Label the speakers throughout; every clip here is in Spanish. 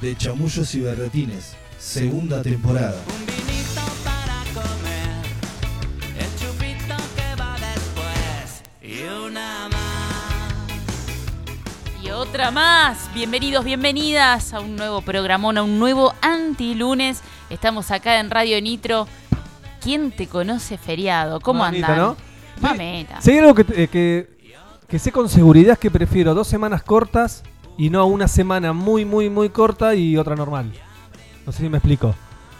Speaker 1: de Chamullos y Berretines, segunda temporada.
Speaker 2: Un vinito para comer, el chupito que va después y una más.
Speaker 3: Y otra más. Bienvenidos, bienvenidas a un nuevo programón, a un nuevo antilunes. Estamos acá en Radio Nitro. ¿Quién te conoce feriado? ¿Cómo
Speaker 4: Mamita,
Speaker 3: andan?
Speaker 4: ¿no?
Speaker 3: Mameta.
Speaker 4: Si hay algo que, eh, que, que sé con seguridad es que prefiero dos semanas cortas y no una semana muy, muy, muy corta y otra normal. No sé si me explico.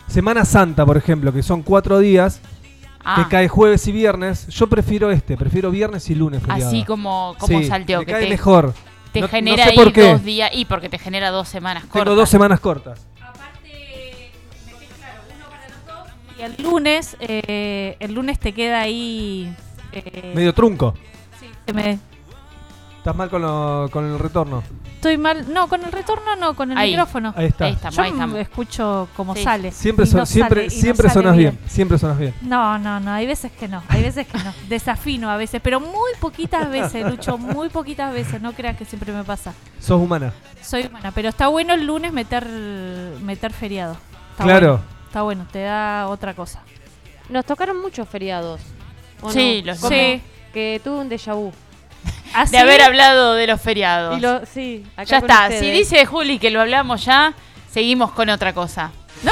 Speaker 4: Semana Santa, por ejemplo, que son cuatro días,
Speaker 3: Ah,
Speaker 4: que cae jueves y viernes. Yo prefiero este, prefiero viernes y lunes. feriado.
Speaker 3: así como, como
Speaker 4: Sí,
Speaker 3: salteó,
Speaker 4: me
Speaker 3: que
Speaker 4: cae
Speaker 3: te,
Speaker 4: mejor.
Speaker 3: te
Speaker 4: No- no
Speaker 3: genera
Speaker 4: sé
Speaker 3: ahí
Speaker 4: por qué.
Speaker 3: dos días. Y porque te genera dos semanas cortas.
Speaker 4: Tengo dos semanas cortas.
Speaker 5: Y el lunes, eh, el lunes te queda ahí. eh,
Speaker 4: Medio trunco.
Speaker 5: que me-
Speaker 4: Estás mal con, lo- con el retorno.
Speaker 5: estoy mal. No, con el retorno no, con el
Speaker 3: Ahí.
Speaker 5: micrófono.
Speaker 4: Ahí está.
Speaker 3: Ahí estamos,
Speaker 5: Yo
Speaker 3: ahí estamos.
Speaker 5: escucho como
Speaker 3: Sí.
Speaker 5: sale.
Speaker 4: Siempre,
Speaker 5: y
Speaker 4: son-
Speaker 5: no
Speaker 4: siempre,
Speaker 5: sale, y no
Speaker 4: siempre
Speaker 5: sale
Speaker 4: sonas bien. Siempre sonas bien.
Speaker 5: No, no, no, hay veces que no, hay veces que no. Desafino a veces, pero muy poquitas veces, Lucho, muy poquitas veces, no creas que siempre me pasa.
Speaker 4: Sos humana.
Speaker 5: Soy humana, pero está bueno el lunes meter meter feriado. Está
Speaker 4: Claro.
Speaker 5: bueno, está bueno, te da otra cosa.
Speaker 6: Nos tocaron muchos feriados. ¿o
Speaker 3: Sí,
Speaker 6: no?
Speaker 3: los
Speaker 6: Como
Speaker 5: Sí.
Speaker 6: Que tuve un déjà vu.
Speaker 5: Así-
Speaker 3: De haber hablado de los feriados.
Speaker 6: Y lo, sí, acá
Speaker 3: ya
Speaker 6: con
Speaker 3: está. Si
Speaker 6: ustedes.
Speaker 3: dice Juli que lo hablamos ya, seguimos con otra cosa. ¿No?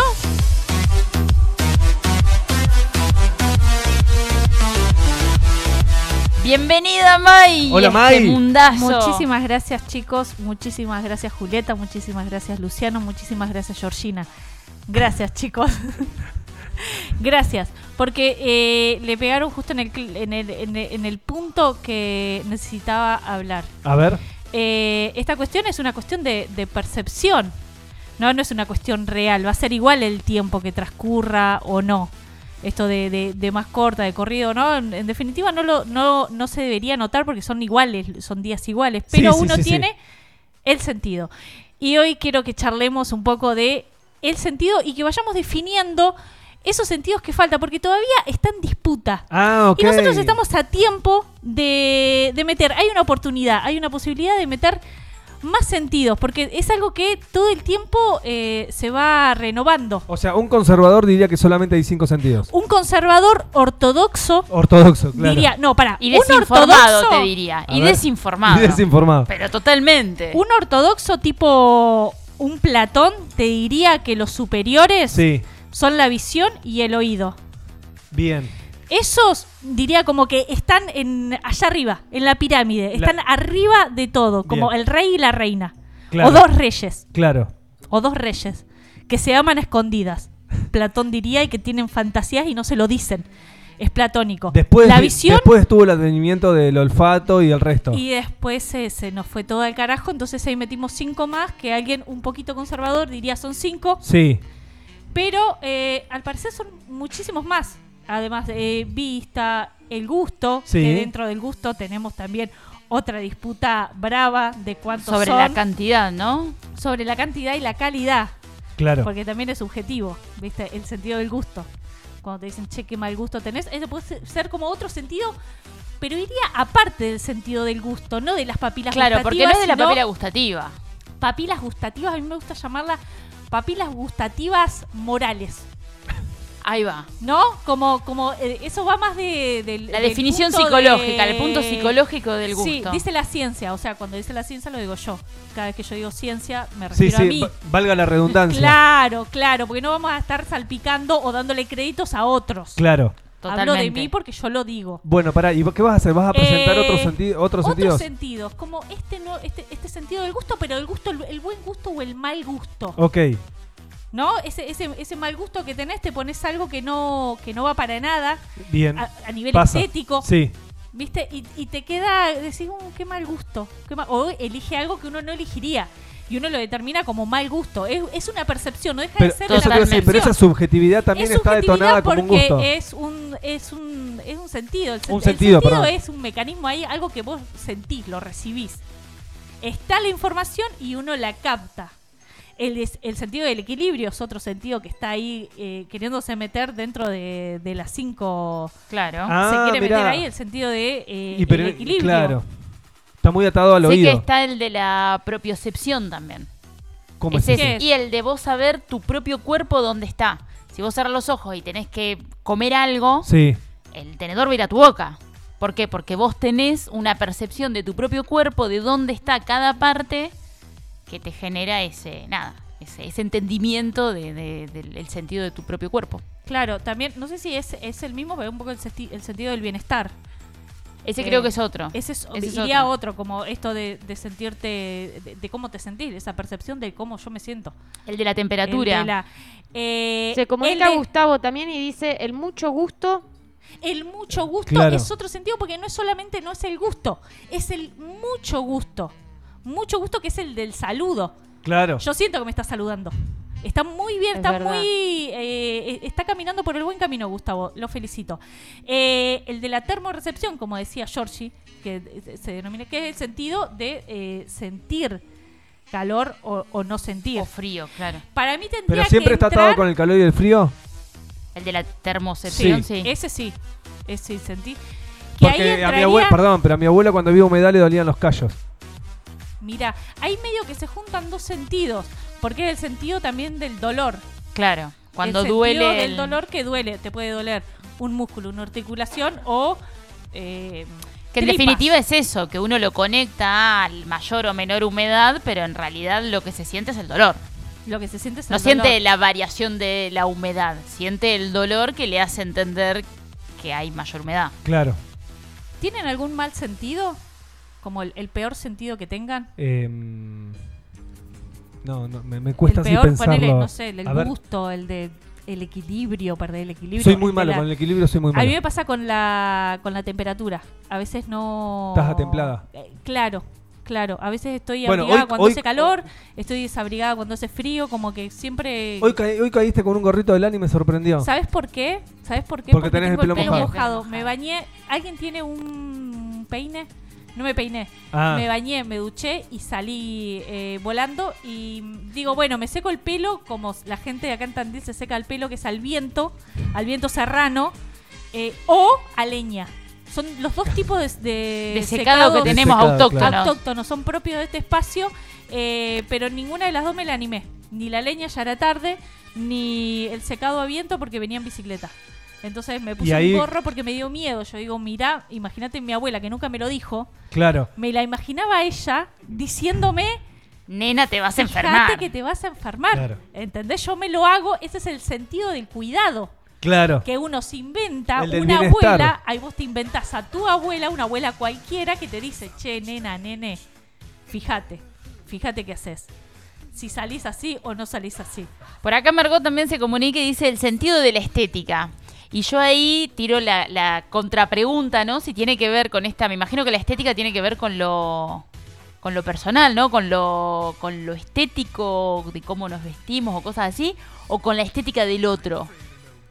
Speaker 3: Bienvenida May.
Speaker 4: Hola,
Speaker 3: este
Speaker 4: May.
Speaker 3: mundazo.
Speaker 5: Muchísimas gracias chicos, muchísimas gracias Julieta, muchísimas gracias Luciano, muchísimas gracias Georgina. Gracias chicos. gracias, porque eh, le pegaron justo en el, cl- en, el, en el- en el punto que necesitaba hablar.
Speaker 4: A ver.
Speaker 5: Eh, esta cuestión es una cuestión de, de percepción, no, no es una cuestión real, va a ser igual el tiempo que transcurra o no. Esto de, de- de más corta, de corrido, ¿no? En, en definitiva no, lo, no, no se debería notar porque son iguales, son días iguales,
Speaker 4: Sí,
Speaker 5: pero
Speaker 4: sí,
Speaker 5: uno
Speaker 4: sí, sí.
Speaker 5: tiene el sentido. Y hoy quiero que charlemos un poco de el sentido y que vayamos definiendo esos sentidos que falta, porque todavía está en disputa.
Speaker 4: Ah, ok.
Speaker 5: Y nosotros estamos a tiempo de, de meter, hay una oportunidad, hay una posibilidad de meter más sentidos, porque es algo que todo el tiempo eh, se va renovando.
Speaker 4: O sea, un conservador diría que solamente hay cinco sentidos.
Speaker 5: Un conservador ortodoxo
Speaker 4: Ortodoxo, claro.
Speaker 5: diría, no, para,
Speaker 3: Y
Speaker 5: un
Speaker 3: desinformado,
Speaker 5: ortodoxo,
Speaker 3: te diría.
Speaker 4: A
Speaker 3: Y
Speaker 4: ver.
Speaker 3: desinformado.
Speaker 4: Y desinformado.
Speaker 3: Pero totalmente.
Speaker 5: un ortodoxo tipo un Platón te diría que los superiores
Speaker 4: Sí,
Speaker 5: son la visión y el oído.
Speaker 4: bien.
Speaker 5: Esos diría como que están en allá arriba, en la pirámide, están
Speaker 4: La-
Speaker 5: arriba de todo, como
Speaker 4: Bien.
Speaker 5: el rey y la reina.
Speaker 4: Claro.
Speaker 5: O dos reyes,
Speaker 4: Claro.
Speaker 5: o dos reyes, que se aman a escondidas. Platón diría y que tienen fantasías y no se lo dicen. Es platónico.
Speaker 4: Después,
Speaker 5: la visión
Speaker 4: después estuvo el advenimiento del olfato y el resto.
Speaker 5: y después eh, se nos fue todo al carajo, entonces ahí metimos cinco más, que alguien un poquito conservador diría son cinco,
Speaker 4: Sí,
Speaker 5: pero eh, al parecer son muchísimos más. Además, eh, vista, el gusto,
Speaker 4: Sí.
Speaker 5: que dentro del gusto tenemos también otra disputa brava de cuántos
Speaker 3: sobre
Speaker 5: son,
Speaker 3: la cantidad, ¿no?
Speaker 5: sobre la cantidad y la calidad,
Speaker 4: claro.
Speaker 5: porque también es subjetivo, ¿viste? El sentido del gusto. Cuando te dicen, che, qué mal gusto tenés, eso puede ser- ser como otro sentido, pero iría aparte del sentido del gusto, no de las papilas
Speaker 3: Claro, porque no es de la
Speaker 5: gustativas,
Speaker 3: papila
Speaker 5: sino
Speaker 3: gustativa.
Speaker 5: papilas gustativas, a mí me gusta llamarlas papilas gustativas morales.
Speaker 3: Ahí va.
Speaker 5: ¿No? Como, como eh, eso va más de, del-
Speaker 3: La
Speaker 5: del
Speaker 3: definición
Speaker 5: punto
Speaker 3: psicológica,
Speaker 5: de-
Speaker 3: el punto psicológico del gusto.
Speaker 5: Sí, dice la ciencia, o sea, cuando dice la ciencia lo digo yo. Cada vez que yo digo ciencia me
Speaker 4: Sí,
Speaker 5: refiero a
Speaker 4: sí,
Speaker 5: mí.
Speaker 4: va- valga la redundancia.
Speaker 5: Claro, claro, porque no vamos a estar salpicando o dándole créditos a otros.
Speaker 4: Claro.
Speaker 5: Hablo de mí porque yo lo digo.
Speaker 4: Bueno, pará, ¿y vos qué vas a hacer? ¿Vas a presentar
Speaker 5: Eh,
Speaker 4: otros, senti- otros sentidos?
Speaker 5: sentidos, como este no, este, este sentido del gusto, pero el gusto, el, el buen gusto o el mal gusto.
Speaker 4: ok,
Speaker 5: ¿No? Ese, ese, ese mal gusto que tenés, te pones algo que no, que no va para nada,
Speaker 4: bien.
Speaker 5: a, a nivel
Speaker 4: Pasa.
Speaker 5: estético.
Speaker 4: Sí,
Speaker 5: ¿Viste? Y, y te queda, decís, "Uh, qué mal gusto. qué mal-". O elige algo que uno no elegiría. Y uno lo determina como mal gusto. Es, es una percepción, no deja
Speaker 4: pero,
Speaker 5: de ser
Speaker 4: eso te
Speaker 5: una
Speaker 4: iba a decir,
Speaker 5: percepción.
Speaker 4: pero esa subjetividad también
Speaker 5: Es
Speaker 4: está
Speaker 5: subjetividad
Speaker 4: detonada como un
Speaker 5: porque
Speaker 4: gusto.
Speaker 5: Es un, es un, es un sentido. El, sen-
Speaker 4: Un
Speaker 5: el
Speaker 4: sentido, perdón.
Speaker 5: es un mecanismo ahí, algo que vos sentís, lo recibís. Está la información y uno la capta. El, des- el sentido del equilibrio es otro sentido que está ahí eh, queriéndose meter dentro de, de las cinco.
Speaker 3: Claro.
Speaker 4: Ah,
Speaker 5: se quiere meter
Speaker 4: mirá.
Speaker 5: ahí el sentido de eh,
Speaker 4: Y pero-
Speaker 5: el equilibrio.
Speaker 4: Claro. Está muy atado al
Speaker 3: sé
Speaker 4: oído.
Speaker 3: que está el de la propiocepción también.
Speaker 4: ¿Cómo es,
Speaker 3: Ese es-
Speaker 4: ese?
Speaker 5: ese?
Speaker 3: Y el de vos saber tu propio cuerpo dónde está. Si vos cerrás los ojos y tenés que comer algo,
Speaker 4: Sí.
Speaker 3: el tenedor va a ir a tu boca. ¿Por qué? Porque vos tenés una percepción de tu propio cuerpo, de dónde está cada parte, que te genera ese, nada, ese, ese entendimiento de- de- del el sentido de tu propio cuerpo.
Speaker 5: Claro, también, no sé si es, es el mismo, pero un poco el, sesti- el sentido del bienestar.
Speaker 3: Ese
Speaker 5: Eh,
Speaker 3: creo que es otro.
Speaker 5: Ese es,
Speaker 3: Ese es
Speaker 5: iría
Speaker 3: otro.
Speaker 5: otro. como esto de, de sentirte, de, de cómo te sentís, esa percepción de cómo yo me siento.
Speaker 3: El de la
Speaker 5: El
Speaker 3: temperatura.
Speaker 5: de la- eh,
Speaker 6: Se comunica
Speaker 5: el de-
Speaker 6: Gustavo también y dice el mucho gusto.
Speaker 5: El mucho gusto
Speaker 4: Claro.
Speaker 5: es otro sentido porque no es solamente no es el gusto, es el mucho gusto. Mucho gusto que es el del saludo.
Speaker 4: Claro.
Speaker 5: Yo siento que me está saludando. Está muy bien,
Speaker 6: Es
Speaker 5: está
Speaker 6: verdad.
Speaker 5: muy. eh, eh, está caminando por el buen camino, Gustavo. Lo felicito. Eh, el de la termorrecepción, como decía Georgie, que eh, se denomina, que es el sentido de eh, sentir calor o, o no sentir.
Speaker 3: O frío, claro.
Speaker 5: Para mí tendría
Speaker 4: Pero siempre
Speaker 5: que
Speaker 4: está
Speaker 5: entrar-
Speaker 4: atado con el calor y el frío.
Speaker 3: El de la termocepción, sí.
Speaker 5: Ese sí. Ese sí, sentí. Que ahí
Speaker 4: Porque a mi
Speaker 5: entraría-
Speaker 4: abuelo, perdón, pero a mi abuelo cuando vio humedad le dolían los callos.
Speaker 5: Mira, hay medio que se juntan dos sentidos, porque es el sentido también del dolor.
Speaker 3: Claro. Cuando
Speaker 5: el sentido
Speaker 3: duele.
Speaker 5: del
Speaker 3: el-
Speaker 5: dolor que duele, te puede doler un músculo, una articulación o eh,
Speaker 3: Que en
Speaker 5: tripas.
Speaker 3: definitiva es eso, que uno lo conecta al mayor o menor humedad, pero en realidad lo que se siente es el dolor.
Speaker 5: lo que se siente es el
Speaker 3: No siente
Speaker 5: dolor.
Speaker 3: la variación de la humedad, siente el dolor que le hace entender que hay mayor humedad.
Speaker 4: Claro.
Speaker 5: ¿Tienen algún mal sentido? Como el, el peor sentido que tengan.
Speaker 4: Em, no, no, me, me cuesta
Speaker 5: el
Speaker 4: así
Speaker 5: peor,
Speaker 4: pensarlo.
Speaker 5: ponele, no sé, el, del
Speaker 4: A ver,
Speaker 5: gusto, el de el equilibrio, perder el equilibrio.
Speaker 4: soy muy
Speaker 5: de
Speaker 4: malo,
Speaker 5: la-
Speaker 4: con el equilibrio soy muy
Speaker 5: A mí me
Speaker 4: malo.
Speaker 5: pasa con la, con la temperatura. A veces no.
Speaker 4: Estás atemplada.
Speaker 5: Eh, claro, claro. A veces estoy
Speaker 4: Bueno,
Speaker 5: abrigada
Speaker 4: hoy-
Speaker 5: cuando
Speaker 4: hoy-
Speaker 5: hace calor, estoy desabrigada cuando hace frío, como que siempre.
Speaker 4: Hoy, ca- hoy caíste con un gorrito del y me sorprendió.
Speaker 5: ¿Sabes por qué? ¿Sabes por qué?
Speaker 4: Porque tenés el
Speaker 5: tengo
Speaker 4: pelo
Speaker 3: mojado.
Speaker 5: Me bañé. ¿Alguien tiene un peine? No me peiné.
Speaker 4: Ah,
Speaker 5: Me bañé, me duché y salí eh, volando. Y digo, bueno, me seco el pelo como la gente de acá en Tandil se seca el pelo, que es al viento, al viento serrano, eh, o a leña. Son los dos tipos de, de
Speaker 3: De secado que
Speaker 5: secados
Speaker 3: tenemos
Speaker 4: Secado,
Speaker 3: autóctonos.
Speaker 4: claro.
Speaker 5: autóctonos, son propios de este espacio, eh, pero ninguna de las dos me la animé. Ni la leña ya era tarde, ni el secado a viento porque venía en bicicleta. Entonces me puse
Speaker 4: ahí-
Speaker 5: un gorro porque me dio miedo. Yo digo, mirá, imagínate mi abuela que nunca me lo dijo,
Speaker 4: claro.
Speaker 5: me la imaginaba a ella diciéndome,
Speaker 3: Nena, te vas a
Speaker 5: fíjate
Speaker 3: enfermar.
Speaker 5: que te vas a enfermar.
Speaker 4: Claro.
Speaker 5: ¿Entendés? Yo me lo hago, ese es el sentido del cuidado.
Speaker 4: Claro.
Speaker 5: Que uno se inventa,
Speaker 4: El del
Speaker 5: una
Speaker 4: bienestar.
Speaker 5: abuela, ahí vos te inventás a tu abuela, una abuela cualquiera que te dice, che, nena, nene, fíjate, fíjate qué haces. Si salís así o no salís así.
Speaker 3: Por acá Margot también se comunica y dice el sentido de la estética. Y yo ahí tiro la, la contrapregunta, ¿no? Si tiene que ver con esta, me imagino que la estética tiene que ver con lo con lo personal, ¿no? Con lo con lo estético de cómo nos vestimos o cosas así o con la estética del otro.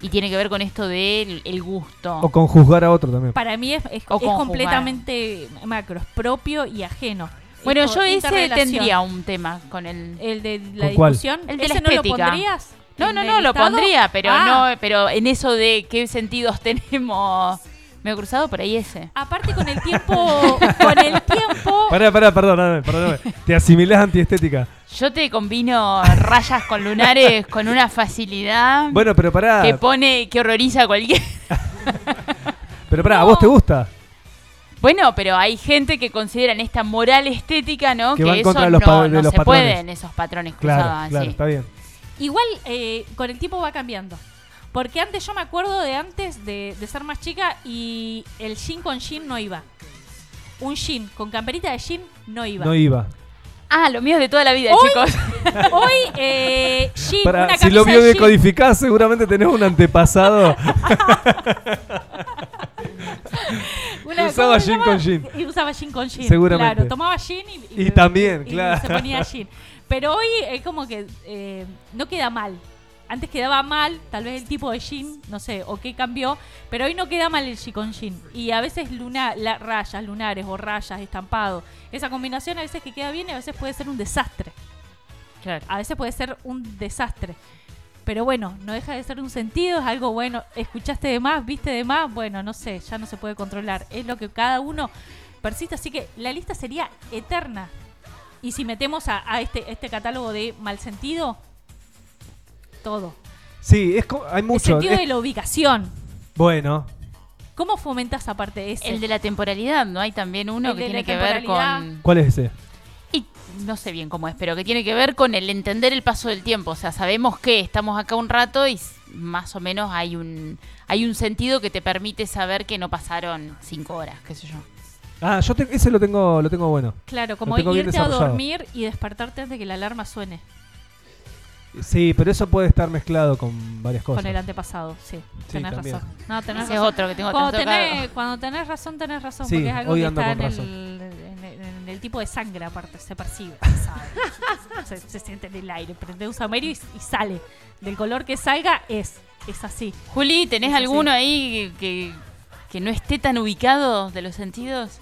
Speaker 3: Y tiene que ver con esto del el gusto.
Speaker 4: O con juzgar a otro también.
Speaker 5: Para mí es, es- es
Speaker 3: O conjugar.
Speaker 5: completamente macro, es propio y ajeno.
Speaker 3: Bueno,
Speaker 5: Es
Speaker 3: yo
Speaker 5: co-
Speaker 3: ese
Speaker 5: interrelación.
Speaker 3: tendría un tema con el
Speaker 5: ¿El de la
Speaker 4: ¿Con cuál?
Speaker 5: discusión?
Speaker 3: El de la
Speaker 5: ¿Ese no lo
Speaker 3: estética.
Speaker 5: pondrías?
Speaker 3: No,
Speaker 5: ¿En
Speaker 3: no,
Speaker 5: el
Speaker 3: no, lo
Speaker 5: listado?
Speaker 3: pondría, pero
Speaker 5: Ah,
Speaker 3: no, pero en eso de qué sentidos tenemos. Me he cruzado por ahí ese.
Speaker 5: Aparte con el tiempo, con el tiempo,
Speaker 4: Pará, pará, perdóname, perdóname. Te asimilás antiestética.
Speaker 3: Yo te combino rayas con lunares con una facilidad
Speaker 4: Bueno, pero pará.
Speaker 3: que pone, que horroriza a cualquier.
Speaker 4: Pero pará, ¿a vos te gusta?
Speaker 3: Bueno, pero hay gente que considera en esta moral estética, ¿no?
Speaker 4: Que va en
Speaker 3: eso
Speaker 4: contra de los
Speaker 3: no,
Speaker 4: pa- de
Speaker 3: no
Speaker 4: los
Speaker 3: se
Speaker 4: patrones.
Speaker 3: pueden esos patrones
Speaker 4: Claro,
Speaker 3: cruzados así.
Speaker 4: claro, está bien.
Speaker 5: igual eh, con el tiempo va cambiando. Porque antes yo me acuerdo de antes de, de ser más chica y el jean con jean no iba. Un jean con camperita de jean no iba.
Speaker 4: No iba.
Speaker 3: Ah, lo mío es de toda la vida,
Speaker 5: Hoy-
Speaker 3: chicos.
Speaker 5: Hoy eh, jean,
Speaker 4: Pará,
Speaker 5: una
Speaker 4: si lo
Speaker 5: camisa de jean.
Speaker 4: biodecodificás, seguramente tenés un antepasado.
Speaker 5: Una-
Speaker 4: Usaba
Speaker 5: ¿cómo se
Speaker 4: jean
Speaker 5: llama?
Speaker 4: con jean.
Speaker 5: Y usaba jean con jean.
Speaker 4: Seguramente.
Speaker 5: Claro, tomaba jean y,
Speaker 4: Y también, claro.
Speaker 5: Se ponía jean. Pero hoy es como que eh, no queda mal. Antes quedaba mal, tal vez el tipo de jean, no sé, o qué cambió, pero hoy no queda mal el jean con jean. Y a veces luna, la- rayas, lunares o rayas, estampado. Esa combinación a veces que queda bien y a veces puede ser un desastre.
Speaker 3: Claro.
Speaker 5: A veces puede ser un desastre. Pero bueno, no deja de ser un sentido, es algo bueno. Escuchaste de más, viste de más, bueno, no sé, ya no se puede controlar. Es lo que cada uno persiste, así que la lista sería eterna. Y si metemos a, a este, este catálogo de mal sentido, todo.
Speaker 4: Sí, es co- hay
Speaker 5: El
Speaker 4: mucho.
Speaker 5: sentido
Speaker 4: es-
Speaker 5: de la ubicación.
Speaker 4: Bueno,
Speaker 5: ¿Cómo fomentas aparte ese?
Speaker 3: El de la temporalidad, ¿no? Hay también uno
Speaker 5: El
Speaker 3: que
Speaker 5: de
Speaker 3: tiene
Speaker 5: la
Speaker 3: que ver
Speaker 5: temporalidad.
Speaker 3: con...
Speaker 4: ¿cuál es ese?
Speaker 3: Y no sé bien cómo es, pero que tiene que ver con el entender el paso del tiempo. O sea, sabemos que estamos acá un rato y s- más o menos hay un, hay un sentido que te permite saber que no pasaron cinco horas, qué sé yo.
Speaker 4: Ah, yo te- ese lo tengo, lo tengo bueno.
Speaker 5: Claro, como
Speaker 4: tengo bien
Speaker 5: irte a
Speaker 4: desarrollado.
Speaker 5: dormir y despertarte antes de que la alarma suene
Speaker 4: Sí, pero eso puede estar mezclado con varias cosas.
Speaker 5: con el antepasado. Sí,
Speaker 4: Sí,
Speaker 5: tenés
Speaker 4: también.
Speaker 5: razón. No, tenés
Speaker 3: Ese es
Speaker 5: razón.
Speaker 3: otro que tengo
Speaker 5: Cuando
Speaker 3: tanto cargo.
Speaker 5: tenés, cuando tenés razón, tenés razón,
Speaker 4: Sí,
Speaker 5: porque es algo
Speaker 4: hoy
Speaker 5: que
Speaker 4: ando
Speaker 5: está en
Speaker 4: con
Speaker 5: el,
Speaker 4: razón.
Speaker 5: en el- en el tipo de sangre aparte, se percibe, se sabe. se, se siente en el aire, prende un saumerio y, y sale. Del color que salga es, es así.
Speaker 3: Juli, ¿tenés
Speaker 5: Eso sí.
Speaker 3: alguno ahí que, que no esté tan ubicado de los sentidos?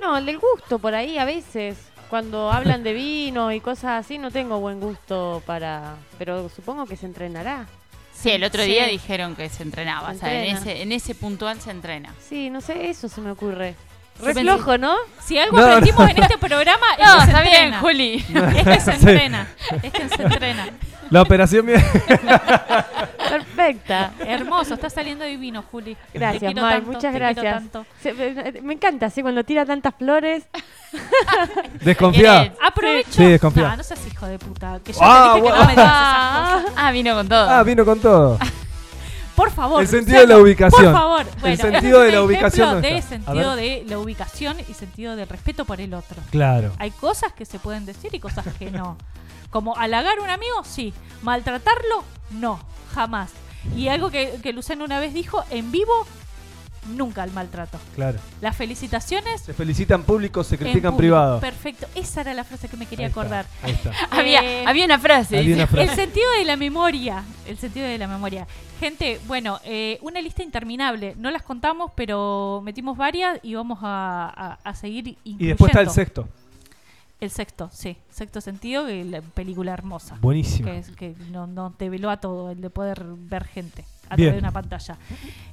Speaker 6: No, el del gusto por ahí a veces. Cuando hablan de vino y cosas así, no tengo buen gusto para. Pero supongo que se entrenará.
Speaker 3: Sí, el otro
Speaker 6: Sí.
Speaker 3: día dijeron que se entrenaba.
Speaker 6: Se
Speaker 3: o sea, en
Speaker 6: entrena.
Speaker 3: ese, en ese puntual se entrena.
Speaker 6: Sí, no sé, eso se me ocurre.
Speaker 3: Yo
Speaker 6: Re
Speaker 3: pensé-
Speaker 6: flojo, ¿no?
Speaker 5: Si algo
Speaker 4: No,
Speaker 5: aprendimos en este programa, es que se entrena.
Speaker 3: Juli.
Speaker 5: Es que se
Speaker 4: Sí.
Speaker 5: entrena, es que se entrena.
Speaker 4: La operación mía-
Speaker 6: Perfecta.
Speaker 5: Hermoso, está saliendo divino, Juli. Te
Speaker 6: Gracias,
Speaker 5: quiero
Speaker 6: Mar,
Speaker 5: tanto,
Speaker 6: muchas
Speaker 5: te quiero
Speaker 6: gracias.
Speaker 5: tanto.
Speaker 6: Se- me, me encanta, así cuando tira tantas flores.
Speaker 4: Desconfiada.
Speaker 3: Querés.
Speaker 5: Aprovecho.
Speaker 4: Sí, desconfía.
Speaker 5: Ah, no seas hijo de puta. Que yo
Speaker 4: Ah,
Speaker 5: te dije que
Speaker 4: bueno.
Speaker 5: no me digas esas cosas.
Speaker 3: Ah, vino con todo.
Speaker 4: Ah, vino con todo.
Speaker 5: Por favor.
Speaker 4: El sentido de la
Speaker 5: Luciano,
Speaker 4: ubicación.
Speaker 5: Por favor.
Speaker 4: El
Speaker 5: Bueno,
Speaker 4: sentido
Speaker 5: ese es
Speaker 4: de
Speaker 5: un
Speaker 4: la ubicación no
Speaker 5: ejemplo de
Speaker 4: está. A
Speaker 5: sentido de la ubicación y sentido del respeto por el otro.
Speaker 4: Claro.
Speaker 5: Hay cosas que se pueden decir y cosas que no. Como halagar a un amigo, sí. Maltratarlo, no. Jamás. Y algo que, que Lucena una vez dijo, en vivo, nunca el maltrato.
Speaker 4: Claro.
Speaker 5: Las felicitaciones.
Speaker 4: Se felicitan públicos, se
Speaker 5: en
Speaker 4: critican
Speaker 5: público.
Speaker 4: privados.
Speaker 5: Perfecto. Esa era la frase que me quería
Speaker 4: Ahí está,
Speaker 5: acordar.
Speaker 4: Ahí está.
Speaker 5: Eh,
Speaker 3: había, había una frase.
Speaker 4: Había
Speaker 3: dice.
Speaker 4: una
Speaker 5: El
Speaker 4: frase.
Speaker 5: sentido de la memoria. El sentido de la memoria. Gente, bueno, eh, una lista interminable. No las contamos, pero metimos varias y vamos a, a- a seguir incluyendo.
Speaker 4: Y después está el sexto.
Speaker 5: El sexto, sí. Sexto sentido, que la película hermosa.
Speaker 4: Buenísimo.
Speaker 5: Que, es- que no, no te veló a todo, el de poder ver gente a
Speaker 4: Bien.
Speaker 5: través de una pantalla.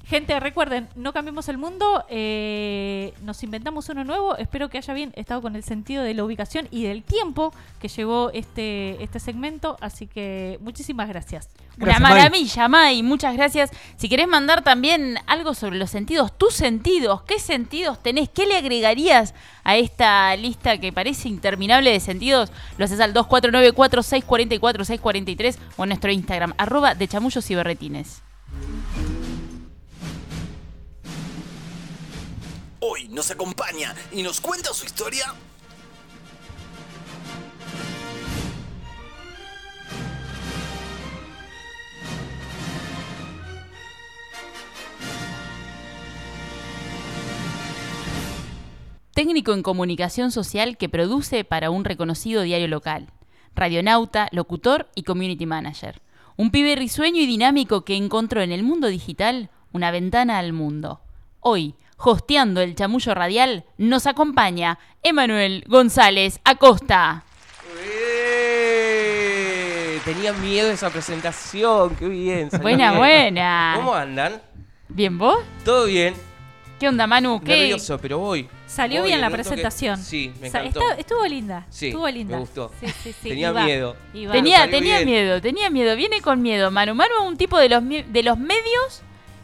Speaker 5: Gente, recuerden, no cambiemos el mundo, eh, nos inventamos uno nuevo. Espero que haya bien estado con el sentido de la ubicación y del tiempo que llevó este, este segmento. Así que muchísimas gracias.
Speaker 3: Una
Speaker 4: Gracias, Mai.
Speaker 3: maravilla, Mai. Muchas gracias. Si querés mandar también algo sobre los sentidos, tus sentidos, ¿qué sentidos tenés? ¿Qué le agregarías a esta lista que parece interminable de sentidos? Lo haces al 2494-644-643 o en nuestro Instagram, arroba de chamullos y berretines.
Speaker 7: Hoy nos acompaña y nos cuenta su historia.
Speaker 3: técnico en comunicación social que produce para un reconocido diario local, radionauta, locutor y community manager. Un pibe risueño y dinámico que encontró en el mundo digital una ventana al mundo. Hoy, hosteando el chamullo radial, nos acompaña Emanuel González Acosta.
Speaker 8: ¡Eh! Tenía miedo de esa presentación, qué bien. salió
Speaker 3: Buena,
Speaker 8: bien.
Speaker 3: buena.
Speaker 8: ¿Cómo andan?
Speaker 3: ¿Bien vos?
Speaker 8: ¿Todo bien?
Speaker 3: ¿Qué onda, Manu? ¿Qué?
Speaker 8: Nervioso, pero voy.
Speaker 5: Salió
Speaker 8: Voy
Speaker 5: bien
Speaker 8: en
Speaker 5: la
Speaker 8: un toque.
Speaker 5: presentación.
Speaker 8: Sí, me
Speaker 5: O sea,
Speaker 8: encantó.
Speaker 5: está- estuvo linda.
Speaker 8: Sí,
Speaker 5: estuvo linda.
Speaker 8: me gustó.
Speaker 5: Sí, sí, sí,
Speaker 8: Tenía
Speaker 5: y va,
Speaker 8: miedo.
Speaker 5: y va.
Speaker 3: Tenía,
Speaker 8: salió
Speaker 3: tenía
Speaker 8: bien.
Speaker 3: miedo, tenía miedo, viene con miedo, Manu. Manu es un tipo de los, mi- de los medios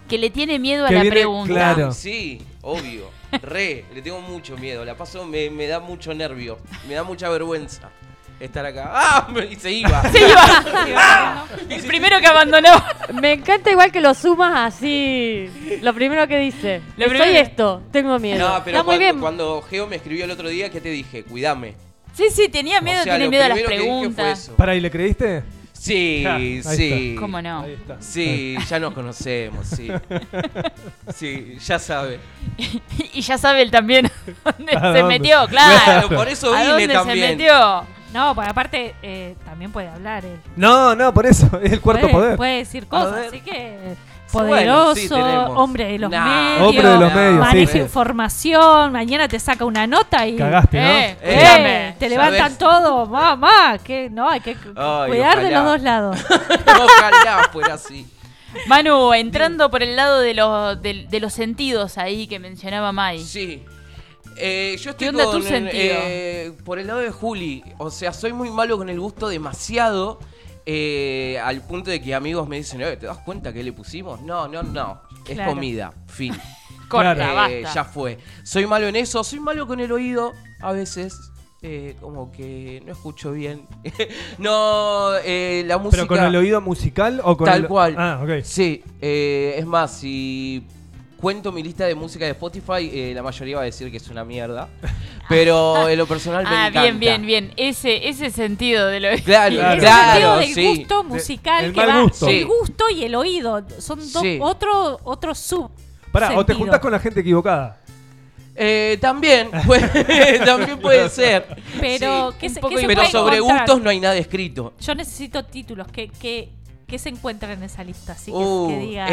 Speaker 3: que le tiene miedo a
Speaker 4: Que
Speaker 3: la
Speaker 4: viene-
Speaker 3: pregunta.
Speaker 4: claro.
Speaker 8: Sí, obvio. Re, le tengo mucho miedo. La paso, me, me da mucho nervio. Me da mucha vergüenza estar acá. ¡Ah! Y se iba.
Speaker 3: Se iba. El primero que abandonó.
Speaker 6: Me encanta igual que lo sumas así. Lo primero que dice.
Speaker 3: Lo
Speaker 6: Soy
Speaker 3: primero que-
Speaker 6: esto, tengo miedo.
Speaker 8: No, pero
Speaker 6: Está muy
Speaker 8: cuando,
Speaker 6: bien.
Speaker 8: cuando Geo me escribió el otro día, ¿qué te dije? Cuídame.
Speaker 3: Sí, sí, tenía miedo,
Speaker 8: o sea,
Speaker 3: tiene
Speaker 8: lo
Speaker 3: miedo a las
Speaker 8: primero que dije fue
Speaker 3: preguntas.
Speaker 8: eso.
Speaker 4: ¿Para ahí le creíste?
Speaker 8: Sí,
Speaker 4: Ah, ahí
Speaker 8: sí.
Speaker 3: ¿Cómo no?
Speaker 4: Ahí está.
Speaker 8: Sí, ya nos conocemos, sí. Sí, ya sabe.
Speaker 3: Y ya sabe él también dónde
Speaker 4: ¿A
Speaker 3: se
Speaker 4: dónde?
Speaker 3: metió,
Speaker 8: Claro,
Speaker 3: claro.
Speaker 8: por eso
Speaker 3: ¿A
Speaker 8: vine
Speaker 3: dónde
Speaker 8: también.
Speaker 3: se metió?
Speaker 5: No, porque aparte eh, también puede hablar él.
Speaker 4: No, no, por eso. Es el cuarto
Speaker 5: puede,
Speaker 4: poder.
Speaker 5: Puede decir
Speaker 8: A
Speaker 5: cosas,
Speaker 8: ver.
Speaker 5: así que
Speaker 8: Bueno,
Speaker 5: poderoso,
Speaker 8: sí, tenemos.
Speaker 5: hombre de los
Speaker 8: Nah.
Speaker 5: medios,
Speaker 4: Hombre de los medios, sí,
Speaker 5: maneja
Speaker 4: sí.
Speaker 5: información, mañana te saca una nota y
Speaker 4: Cagaste, ¿no?
Speaker 3: Eh,
Speaker 8: Eh,
Speaker 5: Eh,
Speaker 3: escúchame.
Speaker 5: te
Speaker 8: Ya
Speaker 5: levantan
Speaker 8: ves.
Speaker 5: todo, mamá, que no, hay que cu-
Speaker 8: Ay,
Speaker 5: cuidar de
Speaker 8: ojalá.
Speaker 5: los dos lados.
Speaker 8: Ojalá fuera así.
Speaker 3: Manu, entrando por el lado de los, de, de los sentidos ahí que mencionaba Mai.
Speaker 8: Sí. Eh, yo estoy
Speaker 3: ¿Qué onda
Speaker 8: con,
Speaker 3: tu sentido?
Speaker 8: eh, por el lado de Juli. O sea, soy muy malo con el gusto demasiado. eh, al punto de que amigos me dicen, "Eh, ¿te das cuenta que le pusimos? No, no, no. Es
Speaker 5: Claro.
Speaker 8: comida. Fin.
Speaker 3: Corta,
Speaker 4: Claro.
Speaker 3: basta.
Speaker 8: Eh, ya fue. Soy malo en eso, soy malo con el oído a veces. eh, como que no escucho bien. no, eh, la música.
Speaker 4: ¿Pero con el oído musical o con
Speaker 8: Tal
Speaker 4: el-
Speaker 8: cual.
Speaker 4: Ah, ok.
Speaker 8: Sí, eh, es más, si cuento mi lista de música de Spotify, eh, la mayoría va a decir que es una mierda. Pero en lo personal me
Speaker 3: Ah,
Speaker 8: encanta.
Speaker 3: bien, bien, bien. Ese, ese sentido de lo
Speaker 8: Claro, claro,
Speaker 4: Claro.
Speaker 5: Es el sentido del
Speaker 8: sí.
Speaker 5: gusto musical
Speaker 4: De- el
Speaker 5: que
Speaker 4: mal
Speaker 5: va
Speaker 4: gusto.
Speaker 8: Sí.
Speaker 5: el gusto y el oído son dos
Speaker 8: Sí.
Speaker 5: otro otro sub
Speaker 4: Pará, o te
Speaker 5: sentido.
Speaker 4: juntás con la gente equivocada.
Speaker 8: Eh, también, puede- también puede ser.
Speaker 5: Pero,
Speaker 8: Sí.
Speaker 5: ¿qué
Speaker 3: un
Speaker 5: se-
Speaker 3: poco
Speaker 5: qué se
Speaker 8: Pero
Speaker 5: puede
Speaker 8: sobre
Speaker 5: encontrar?
Speaker 8: gustos no hay nada escrito.
Speaker 5: yo necesito títulos que, que, que se encuentran en esa lista así que,
Speaker 8: Uh,
Speaker 5: que diga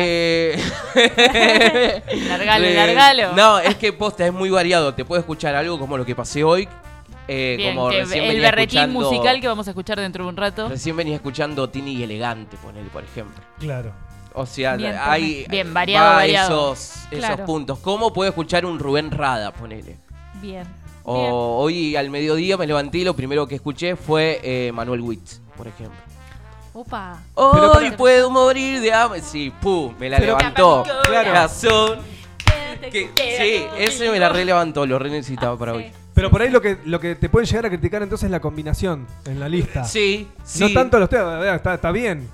Speaker 8: eh.
Speaker 3: Largalo,
Speaker 8: Eh,
Speaker 3: largalo.
Speaker 8: No, es que posta, es muy variado. Te puede escuchar algo como lo que pasé hoy. eh,
Speaker 3: Bien,
Speaker 8: como
Speaker 3: que
Speaker 8: recién
Speaker 3: el
Speaker 8: venía
Speaker 3: berretín
Speaker 8: escuchando-
Speaker 3: musical que vamos a escuchar dentro de un rato.
Speaker 8: Recién venía escuchando Tini y Elegante, ponele, por ejemplo.
Speaker 4: Claro.
Speaker 8: O sea,
Speaker 5: Bien,
Speaker 8: hay.
Speaker 3: Bien, variado,
Speaker 8: va a
Speaker 3: variado.
Speaker 8: Esos, esos
Speaker 5: Claro.
Speaker 8: puntos. ¿Cómo puedo escuchar un Rubén Rada, ponele?
Speaker 5: bien bien.
Speaker 8: O hoy al mediodía me levanté y lo primero que escuché fue eh, Manuel Witt, por ejemplo.
Speaker 5: Upa.
Speaker 4: Pero
Speaker 8: Hoy
Speaker 4: para-
Speaker 8: puedo morir de hambre. Sí, pum, me la
Speaker 4: Pero-
Speaker 8: levantó.
Speaker 4: Claro.
Speaker 8: Corazón. Que-
Speaker 5: Que-
Speaker 8: sí, ese me la re levantó, lo re necesitaba
Speaker 3: Ah,
Speaker 8: para hoy.
Speaker 4: Pero por ahí lo que, lo que te pueden llegar a criticar entonces es la combinación en la lista.
Speaker 8: Sí, sí.
Speaker 4: Ah. No tanto los temas, eh, está, está bien.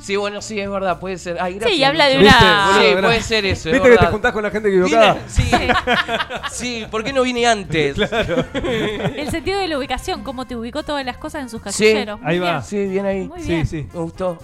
Speaker 8: Sí, bueno, sí, es verdad, puede ser. Ay, gracias,
Speaker 3: Sí, habla de
Speaker 8: Lucho.
Speaker 4: ¿Viste?
Speaker 3: una.
Speaker 8: Sí,
Speaker 4: Boludo, era-
Speaker 8: puede ser eso. es
Speaker 4: Viste que te
Speaker 8: verdad.
Speaker 4: juntás con la gente
Speaker 8: Vine-
Speaker 4: equivocada.
Speaker 8: Sí. sí, ¿por qué no vine antes?
Speaker 5: El sentido de la ubicación, cómo te ubicó todas las cosas en sus casilleros. Muy
Speaker 4: ahí
Speaker 5: bien,
Speaker 4: va.
Speaker 8: Sí, bien ahí.
Speaker 5: Muy
Speaker 4: Sí,
Speaker 5: bien.
Speaker 4: sí.
Speaker 8: Me gustó.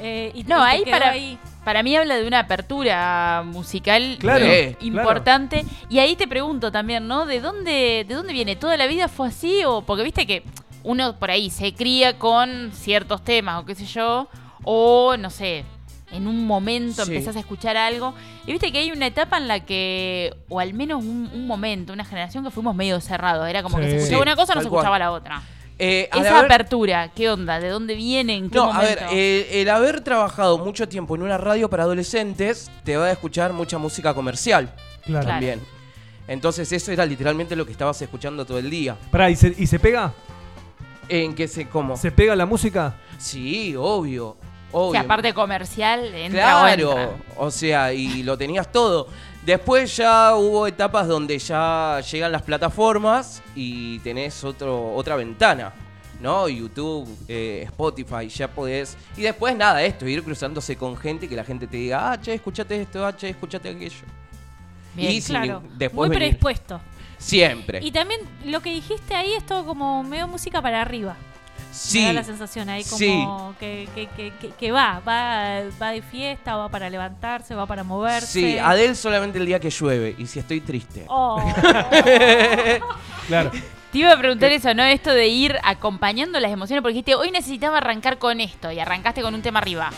Speaker 5: Eh, y
Speaker 3: No,
Speaker 5: y te
Speaker 3: ahí
Speaker 5: quedó
Speaker 3: para,
Speaker 5: ahí.
Speaker 3: para mí habla de una apertura musical
Speaker 4: Claro,
Speaker 3: eh,
Speaker 4: claro.
Speaker 3: importante. Y ahí te pregunto también, ¿no? ¿De dónde, ¿De dónde viene? ¿Toda la vida fue así? o Porque viste que uno por ahí se cría con ciertos temas o qué sé yo, o no sé, en un momento
Speaker 8: Sí.
Speaker 3: empezás a escuchar algo. Y viste que hay una etapa en la que, o al menos un, un momento, una generación que fuimos medio cerrados. Era como que
Speaker 4: Sí.
Speaker 3: se escuchaba
Speaker 8: Sí,
Speaker 3: una cosa, no
Speaker 8: tal
Speaker 3: se escuchaba
Speaker 8: cual.
Speaker 3: la otra.
Speaker 8: Eh, al
Speaker 3: Esa
Speaker 8: haber-
Speaker 3: apertura, ¿qué onda? ¿De dónde viene? ¿En qué
Speaker 8: No, a ver,
Speaker 3: momento?
Speaker 8: eh, el haber trabajado mucho tiempo en una radio para adolescentes te va a escuchar mucha música comercial
Speaker 4: Claro.
Speaker 3: Claro.
Speaker 8: también. Entonces eso era literalmente lo que estabas escuchando todo el día.
Speaker 4: Pará, ¿y se, y se pega?
Speaker 8: ¿En qué se cómo?
Speaker 4: ¿Se pega la música?
Speaker 8: Sí, obvio.
Speaker 3: O
Speaker 8: Obvio.
Speaker 3: sea, aparte comercial, entra o
Speaker 8: Claro,
Speaker 3: entra.
Speaker 8: o sea, y lo tenías todo. Después ya hubo etapas donde ya llegan las plataformas y tenés otro, otra ventana, ¿no? YouTube, eh, Spotify, ya podés. Y después nada, esto, ir cruzándose con gente y que la gente te diga, ah, che, escuchate esto, ah, che, escuchate aquello.
Speaker 3: Bien,
Speaker 8: y sin-
Speaker 5: eh, Claro.
Speaker 8: después
Speaker 5: Muy
Speaker 8: venir.
Speaker 5: predispuesto.
Speaker 8: Siempre.
Speaker 5: Y también lo que dijiste ahí es todo como medio música para arriba. Me
Speaker 8: sí,
Speaker 5: da la sensación ahí como
Speaker 8: sí.
Speaker 5: que, que- que- que- que va, va, va de fiesta, va para levantarse, va para moverse.
Speaker 8: sí, Adel solamente el día que llueve y si estoy triste.
Speaker 5: Oh.
Speaker 4: Claro.
Speaker 3: Te iba a preguntar eso, ¿no? Esto de ir acompañando las emociones, porque dijiste, hoy necesitaba arrancar con esto y arrancaste con un tema arriba.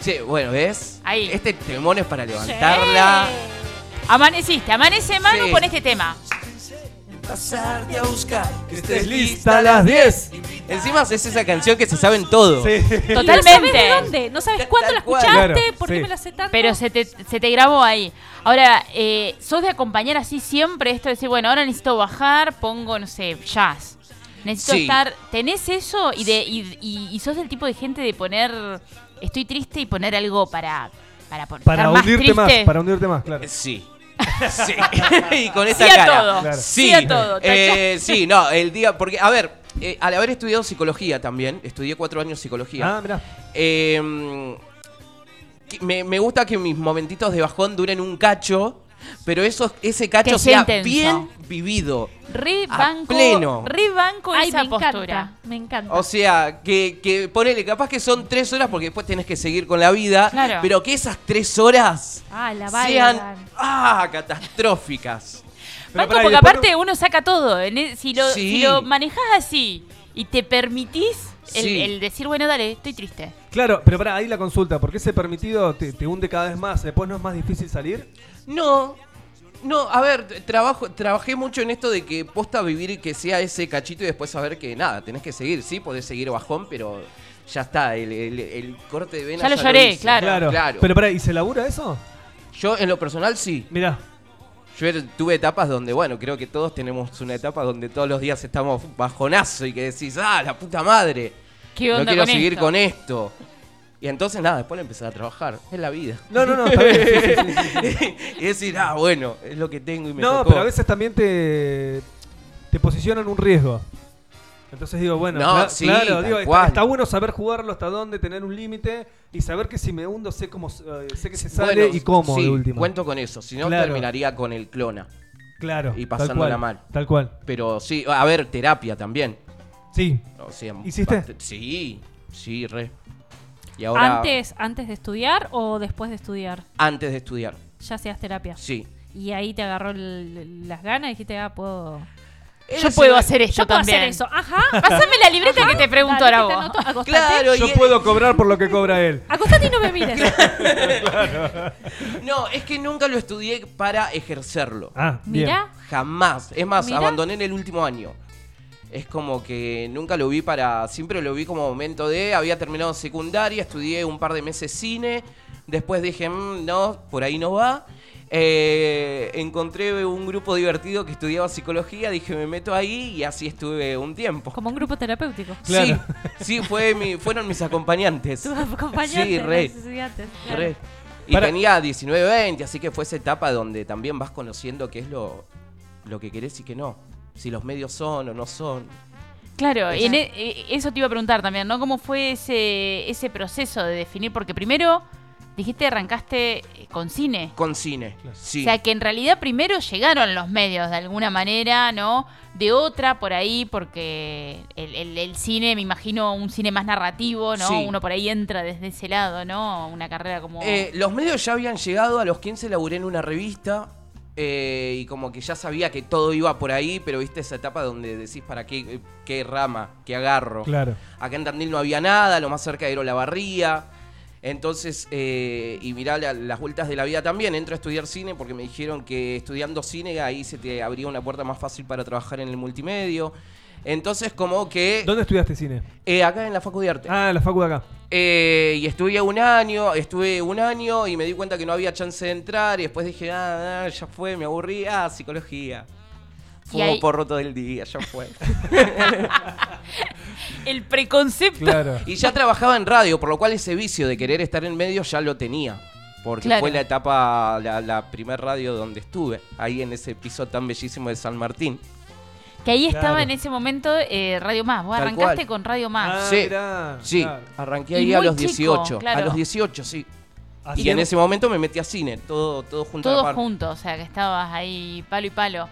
Speaker 8: Sí, bueno, ¿ves?
Speaker 3: Ahí.
Speaker 8: Este temón es para levantarla.
Speaker 3: Amaneciste, amanece mano
Speaker 8: Sí.
Speaker 3: con este tema.
Speaker 7: Pasarte a buscar.
Speaker 8: Que
Speaker 4: Estés lista a las 10.
Speaker 8: Encima es esa canción que se saben todo.
Speaker 5: Y no
Speaker 3: Totalmente.
Speaker 5: sabes de dónde, no sabes cuándo la
Speaker 8: Tal cual.
Speaker 5: escuchaste,
Speaker 4: Claro,
Speaker 5: por qué
Speaker 4: sí.
Speaker 5: me la sé tanto.
Speaker 3: Pero se te, se te grabó ahí. Ahora, eh, ¿sos de acompañar así siempre esto? de Decir, bueno, ahora necesito bajar, pongo, no sé, jazz. Necesito
Speaker 8: Sí.
Speaker 3: estar. ¿Tenés eso? Y, de, y, y- y sos del tipo de gente de poner. Estoy triste y poner algo para. Para, pon-
Speaker 4: Para
Speaker 3: estar más
Speaker 4: hundirte más,
Speaker 3: triste?
Speaker 4: para hundirte más, claro.
Speaker 8: Sí. Sí. y con esa
Speaker 3: Sí a
Speaker 8: cara.
Speaker 3: todo.
Speaker 4: Claro.
Speaker 3: Sí a todo,
Speaker 8: Eh, sí, no, el día. Porque, a ver, eh, al haber estudiado psicología también, estudié cuatro años psicología.
Speaker 4: Ah, mirá.
Speaker 8: eh, que- me, me gusta que mis momentitos de bajón duren un cacho, pero eso, ese cacho
Speaker 3: Que
Speaker 8: sea
Speaker 3: sea intenso.
Speaker 8: bien vivido. A
Speaker 3: Rebanco,
Speaker 8: pleno.
Speaker 3: rebanco
Speaker 5: Ay,
Speaker 3: esa
Speaker 5: me
Speaker 3: postura.
Speaker 5: encanta, me encanta.
Speaker 8: O sea, que, que ponele, capaz que son tres horas porque después tenés que seguir con la vida,
Speaker 3: Claro.
Speaker 8: pero que esas tres horas
Speaker 5: ah, la
Speaker 8: sean
Speaker 5: bailan.
Speaker 8: ah, catastróficas.
Speaker 4: Pero
Speaker 3: Banco,
Speaker 4: pará, y
Speaker 3: porque
Speaker 4: después
Speaker 3: aparte uno saca todo. en el- Si lo,
Speaker 8: Sí.
Speaker 3: si lo manejas así y te permitís el,
Speaker 8: Sí.
Speaker 3: el decir, bueno, dale, estoy triste.
Speaker 4: no- Claro, pero pará, ahí la consulta, porque ese permitido te, te hunde cada vez más, después no es más difícil salir.
Speaker 8: No, no, a ver, trabajo, trabajé mucho en esto de que posta vivir que sea ese cachito y después saber que nada, tenés que seguir, sí, podés seguir bajón, pero ya está, el, el- el corte de venas.
Speaker 3: Ya lo lloré,
Speaker 8: hice.
Speaker 3: claro.
Speaker 8: claro.
Speaker 4: Pero pará, ¿y se labura eso?
Speaker 8: Yo en lo personal sí.
Speaker 4: Mirá.
Speaker 8: Yo er- tuve etapas donde, bueno, creo que todos tenemos una etapa donde todos los días estamos bajonazo y que decís, ah, la puta madre,
Speaker 3: ¿Qué
Speaker 8: no
Speaker 3: onda
Speaker 8: quiero
Speaker 3: con
Speaker 8: seguir
Speaker 3: esto?
Speaker 8: con esto. Y entonces nada, después le empezás a trabajar, es la vida.
Speaker 4: No, no, no, está bien. Sí, sí, sí.
Speaker 8: y decir, ah, bueno, es lo que tengo y me
Speaker 4: No,
Speaker 8: tocó".
Speaker 4: pero a veces también te, te posicionan un riesgo. Entonces digo, bueno,
Speaker 8: No,
Speaker 4: cla-
Speaker 8: sí,
Speaker 4: claro,
Speaker 8: tal
Speaker 4: digo, está,
Speaker 8: cual.
Speaker 4: está bueno saber jugarlo hasta dónde, tener un límite y saber que si me hundo sé cómo eh, sé que se sale
Speaker 8: Bueno,
Speaker 4: y cómo
Speaker 8: sí,
Speaker 4: de última.
Speaker 8: cuento con eso, si no
Speaker 4: Claro.
Speaker 8: terminaría con el clona.
Speaker 4: claro,
Speaker 8: y
Speaker 4: tal
Speaker 8: pasándola
Speaker 4: cual,
Speaker 8: mal.
Speaker 4: Tal cual.
Speaker 8: Pero sí, a ver, terapia también.
Speaker 4: Sí.
Speaker 8: O sea,
Speaker 4: ¿Hiciste?
Speaker 8: bast- Sí, sí, re. Y ahora
Speaker 5: ¿Antes, ¿Antes de estudiar o después de estudiar?
Speaker 8: antes de estudiar.
Speaker 5: Ya hacías terapia.
Speaker 8: Sí.
Speaker 5: Y ahí te agarró el- las ganas y dijiste, ah, puedo.
Speaker 3: Yo puedo hacer
Speaker 5: Yo
Speaker 3: esto
Speaker 5: puedo
Speaker 3: también.
Speaker 5: hacer eso. Ajá.
Speaker 3: Pásame la libreta que te pregunto
Speaker 5: Dale,
Speaker 3: ahora
Speaker 5: que te
Speaker 3: vos.
Speaker 5: anoto. Acostate.
Speaker 8: Claro,
Speaker 4: Yo
Speaker 8: y-
Speaker 4: puedo cobrar por lo que cobra él.
Speaker 5: Acostate y no me mires.
Speaker 8: No, es que nunca lo estudié para ejercerlo.
Speaker 4: Ah, bien.
Speaker 5: Mirá.
Speaker 8: Jamás. Es más,
Speaker 5: Mirá.
Speaker 8: abandoné en el último año. Es como que nunca lo vi para. Siempre lo vi como momento de. Había terminado secundaria, estudié un par de meses cine. Después dije, "Mm, no, por ahí no va. Eh, encontré un grupo divertido que estudiaba psicología. Dije, me meto ahí y así estuve un tiempo.
Speaker 5: Como un grupo terapéutico.
Speaker 4: Claro.
Speaker 8: Sí, sí, fue mi- fueron mis acompañantes.
Speaker 5: Tus acompañantes,
Speaker 8: Sí, re.
Speaker 5: los estudiantes, claro.
Speaker 8: Re. Y
Speaker 4: Para-
Speaker 8: tenía 19, 20, así que fue esa etapa donde también vas conociendo qué es lo, lo que querés y qué no. Si los medios son o no son.
Speaker 3: Claro, en e- e- eso te iba a preguntar también, ¿no? ¿Cómo fue ese, ese proceso de definir? Porque primero dijiste arrancaste eh, con cine.
Speaker 8: Con cine. Sí.
Speaker 3: O sea, que en realidad primero llegaron los medios de alguna manera, ¿no? De otra por ahí, porque el, el- el cine, me imagino, un cine más narrativo, ¿no?
Speaker 8: Sí.
Speaker 3: Uno por ahí entra desde ese lado, ¿no? Una carrera como...
Speaker 8: Eh, los medios ya habían llegado, a los 15 laburé en una revista. eh, y como que ya sabía que todo iba por ahí, pero viste esa etapa donde decís para qué, qué rama, qué agarro.
Speaker 4: Claro.
Speaker 8: Acá en Tandil no había nada, lo más cerca era Olavarría. Entonces, eh, y mirá la- las vueltas de la vida también, entro a estudiar cine porque me dijeron que estudiando cine ahí se te abría una puerta más fácil para trabajar en el multimedio. Entonces, como que...
Speaker 4: ¿Dónde estudiaste cine?
Speaker 8: eh, acá en la Facu de Arte.
Speaker 4: Ah, en la facu de acá.
Speaker 8: Eh, y estuve un año, estuve un año y me di cuenta que no había chance de entrar y después dije, ah, ah, ya fue, me aburrí, ah, psicología.
Speaker 3: Y
Speaker 8: Fumo
Speaker 3: ahí-
Speaker 8: porro todo el día, ya fue.
Speaker 3: El preconcepto.
Speaker 4: Claro.
Speaker 8: Y ya trabajaba en radio, por lo cual ese vicio de querer estar en medio ya lo tenía. Porque
Speaker 3: Claro.
Speaker 8: fue la etapa, la, la primer radio donde estuve, ahí en ese piso tan bellísimo de San Martín.
Speaker 3: Que ahí
Speaker 4: Claro.
Speaker 3: estaba en ese momento eh, Radio Más. Vos
Speaker 8: Tal
Speaker 3: arrancaste
Speaker 8: cual.
Speaker 3: con Radio Más.
Speaker 4: Ah,
Speaker 8: sí,
Speaker 4: mirá,
Speaker 8: sí,
Speaker 4: claro.
Speaker 8: arranqué
Speaker 3: Y
Speaker 8: ahí a
Speaker 3: muy
Speaker 8: los
Speaker 3: chico,
Speaker 8: 18. A
Speaker 3: claro.
Speaker 8: los 18, sí.
Speaker 4: Así
Speaker 8: y en
Speaker 4: que-
Speaker 8: ese momento me metí a cine, todo, todo junto a la
Speaker 3: Todos
Speaker 8: par.
Speaker 3: juntos, o sea, que estabas ahí palo y palo.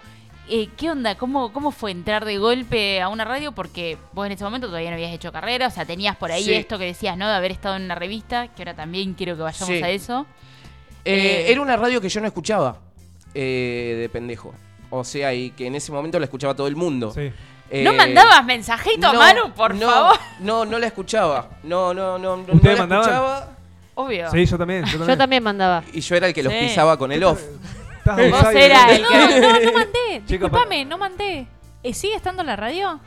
Speaker 3: Eh, ¿Qué onda? ¿Cómo, ¿Cómo fue entrar de golpe a una radio? Porque vos en ese momento todavía no habías hecho carrera, o sea, tenías por ahí
Speaker 8: Sí.
Speaker 3: esto que decías, ¿no? De haber estado en una revista, que ahora también quiero que vayamos
Speaker 8: Sí.
Speaker 3: a eso.
Speaker 8: Eh,
Speaker 3: Eh,
Speaker 8: era una radio que yo no escuchaba eh, de pendejo. O sea, y que en ese momento la escuchaba todo el mundo.
Speaker 4: Sí.
Speaker 3: ¿No
Speaker 8: Eh,
Speaker 3: mandabas mensajito, a
Speaker 8: no,
Speaker 3: Manu, por
Speaker 8: no,
Speaker 3: favor?
Speaker 8: No, no la escuchaba. No, no, no, no, no
Speaker 4: ¿Ustedes
Speaker 8: la
Speaker 4: mandaban?
Speaker 8: escuchaba.
Speaker 3: Obvio.
Speaker 4: Sí, yo también. Yo
Speaker 6: Yo
Speaker 4: también.
Speaker 6: también mandaba.
Speaker 8: Y yo era el que los
Speaker 3: Sí.
Speaker 8: pisaba con el off.
Speaker 4: Estás
Speaker 3: Vos
Speaker 4: outside,
Speaker 3: eras
Speaker 4: ¿no?
Speaker 3: el que-
Speaker 5: No, no, no mandé.
Speaker 4: Chica,
Speaker 5: Disculpame, no mandé. Eh, ¿Sigue estando la radio?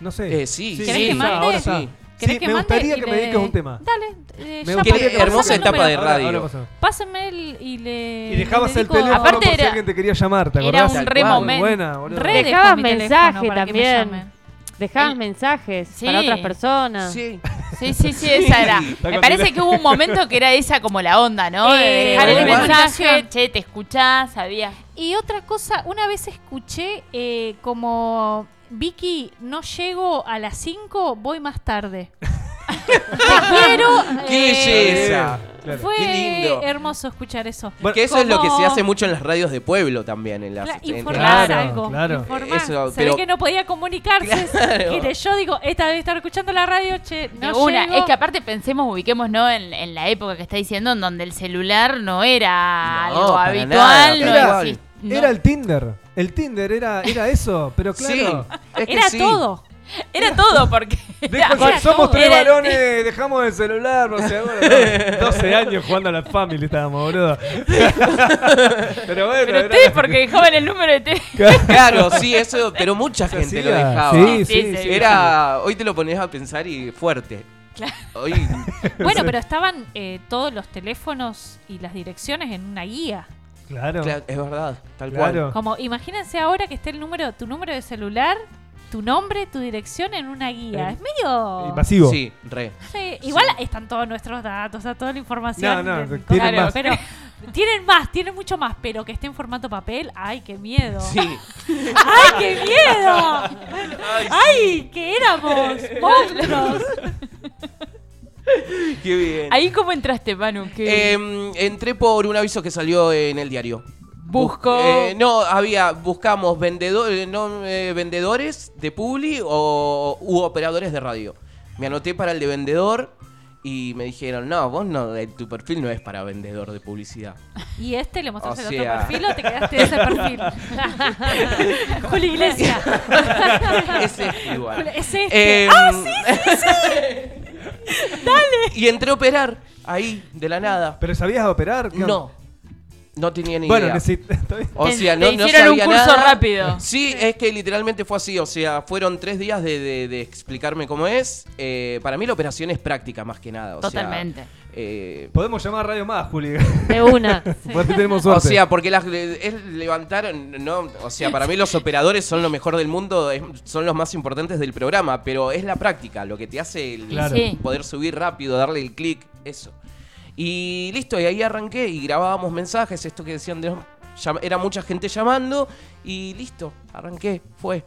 Speaker 4: No sé.
Speaker 8: Eh, sí,
Speaker 5: ¿Querés que mande?
Speaker 4: ahora está.
Speaker 8: Sí.
Speaker 5: ¿Querés
Speaker 4: Sí,
Speaker 5: que
Speaker 4: me
Speaker 5: mande
Speaker 4: gustaría
Speaker 5: y
Speaker 4: que
Speaker 5: le-
Speaker 4: me dediques un tema.
Speaker 5: Dale. eh,
Speaker 4: Me
Speaker 5: ya
Speaker 4: gustaría
Speaker 5: pasé-
Speaker 4: que-
Speaker 5: pasame
Speaker 8: Hermosa
Speaker 5: el
Speaker 8: etapa
Speaker 5: número.
Speaker 8: de radio.
Speaker 4: Ahora pasó.
Speaker 5: Pásenme el y le.
Speaker 4: Y dejabas
Speaker 5: Eh, le
Speaker 4: el
Speaker 5: dedico-
Speaker 4: teléfono
Speaker 3: Aparte
Speaker 4: por si
Speaker 3: era-
Speaker 4: alguien te quería llamar, ¿te
Speaker 3: era
Speaker 4: acordás?
Speaker 3: un
Speaker 8: re
Speaker 4: Tal cual.
Speaker 8: momento.
Speaker 4: Buena, boludo.
Speaker 5: Re dejo
Speaker 6: Dejabas
Speaker 5: mi teléfono
Speaker 6: mensaje
Speaker 5: para que me
Speaker 6: también.
Speaker 5: llamen.
Speaker 6: Dejabas
Speaker 5: Eh,
Speaker 3: El-
Speaker 6: mensajes
Speaker 3: Sí.
Speaker 6: para otras personas.
Speaker 8: Sí.
Speaker 3: Sí, sí, sí, esa era. Me
Speaker 4: compilado.
Speaker 3: parece que hubo un momento que era esa como la onda, ¿no?
Speaker 5: Eh,
Speaker 3: de dejar el
Speaker 8: bueno.
Speaker 3: mensaje, che, te escuchás, sabías.
Speaker 5: Y otra cosa, una vez escuché eh, como Vicky, no llego a las 5, voy más tarde. Te quiero.
Speaker 8: ¡Qué
Speaker 5: eh,
Speaker 8: belleza!
Speaker 4: Claro.
Speaker 5: Fue
Speaker 8: Qué lindo.
Speaker 5: hermoso escuchar eso.
Speaker 4: Bueno,
Speaker 8: que eso es lo que
Speaker 5: como-
Speaker 8: se hace mucho en las radios de pueblo también. En las,
Speaker 5: Cla-
Speaker 8: en-
Speaker 5: Informás
Speaker 4: Claro,
Speaker 5: algo.
Speaker 4: claro.
Speaker 5: informás.
Speaker 8: Eso,
Speaker 5: Se
Speaker 8: pero-
Speaker 5: ve que no podía comunicarse.
Speaker 8: Claro.
Speaker 5: Y le- yo digo, esta debe estar escuchando la radio, che,
Speaker 3: De
Speaker 5: no
Speaker 3: una,
Speaker 5: llego.
Speaker 3: es que aparte pensemos, ubiquemos, ¿no? En, en la época que está diciendo, en donde el celular no era
Speaker 8: No,
Speaker 3: algo
Speaker 8: para
Speaker 3: habitual,
Speaker 8: nada,
Speaker 3: no
Speaker 8: para
Speaker 3: exist- no.
Speaker 4: Era el Tinder. El Tinder era, era eso, pero claro.
Speaker 8: Sí, es que
Speaker 5: Era
Speaker 8: sí.
Speaker 5: todo.
Speaker 3: Era todo, porque
Speaker 4: Dejo-
Speaker 5: Era
Speaker 4: somos
Speaker 5: todo.
Speaker 4: tres
Speaker 3: Era-
Speaker 4: varones, dejamos el celular, no sé, bueno, no, 12 años jugando a la family estábamos, boludo. pero bueno,
Speaker 3: pero
Speaker 4: era-
Speaker 3: ustedes porque dejaban el número de teléfono.
Speaker 8: Claro, sí, eso, pero mucha
Speaker 4: se
Speaker 8: gente lo
Speaker 4: hacía.
Speaker 8: dejaba.
Speaker 4: Sí, sí,
Speaker 3: Sí,
Speaker 4: sí,
Speaker 3: sí,
Speaker 8: Era, hoy te lo pones a pensar y fuerte. Hoy,
Speaker 5: Bueno, pero estaban eh, todos los teléfonos y las direcciones en una guía.
Speaker 4: sí. Claro.
Speaker 8: Cla- es verdad, tal
Speaker 4: Claro.
Speaker 8: cual.
Speaker 5: Como imagínense ahora que esté el número, tu número de celular, tu nombre, tu dirección en una guía.
Speaker 4: Eh,
Speaker 5: es medio.
Speaker 4: Invasivo.
Speaker 8: Sí, re.
Speaker 5: Sí, igual están todos nuestros datos, está toda la información.
Speaker 4: No, no,
Speaker 5: del-
Speaker 4: tienen
Speaker 5: claro,
Speaker 4: más.
Speaker 5: pero tienen más, tienen mucho más, pero que esté en formato papel, ay, qué miedo.
Speaker 8: Sí.
Speaker 5: ¡Ay, qué miedo! ¡Ay, que éramos monstruos!
Speaker 8: Qué bien.
Speaker 3: Ahí cómo entraste, Manu,
Speaker 4: Eh,
Speaker 3: que
Speaker 8: Em, entré por un aviso que salió en el diario.
Speaker 3: busco
Speaker 8: Eh, no, había, buscamos vendedores, no, eh, vendedores de Publi o, u operadores de radio. Me anoté para el de vendedor y me dijeron, no, vos no, eh, tu perfil no es para vendedor de publicidad.
Speaker 5: ¿Y este le mostraste
Speaker 8: O
Speaker 5: el
Speaker 8: sea-
Speaker 5: otro perfil o te quedaste de ese perfil? Juli Iglesias.
Speaker 8: Ese es igual.
Speaker 5: Es este.
Speaker 8: Em, Y entré a operar ahí, de la nada.
Speaker 4: ¿Pero sabías operar? ¿Qué
Speaker 8: No,
Speaker 4: onda?
Speaker 8: no tenía ni
Speaker 4: Bueno,
Speaker 8: idea.
Speaker 4: necesit- está bien.
Speaker 8: O
Speaker 3: Te-
Speaker 8: sea,
Speaker 3: te
Speaker 8: no, no
Speaker 3: hicieron un
Speaker 8: sabía
Speaker 3: curso
Speaker 8: nada.
Speaker 3: rápido.
Speaker 8: Sí, es que literalmente fue así. O sea, fueron tres días de, de- de explicarme cómo es. Eh, para mí la operación es práctica más que nada. o sea,
Speaker 3: Totalmente.
Speaker 8: eh,
Speaker 4: Podemos llamar a Radio Más, Juli.
Speaker 6: De una.
Speaker 4: Por ahí tenemos
Speaker 8: o
Speaker 4: suerte. Ah,
Speaker 8: sea, porque las es levantar, no, o sea, para mí los operadores son lo mejor del mundo, es- son los más importantes del programa, pero es la práctica, lo que te hace el
Speaker 4: Claro.
Speaker 3: Sí.
Speaker 8: poder subir rápido, darle el clic, eso. Y listo, y ahí arranqué y grabábamos mensajes, esto que decían, de- llam- era mucha gente llamando y listo, arranqué, fue.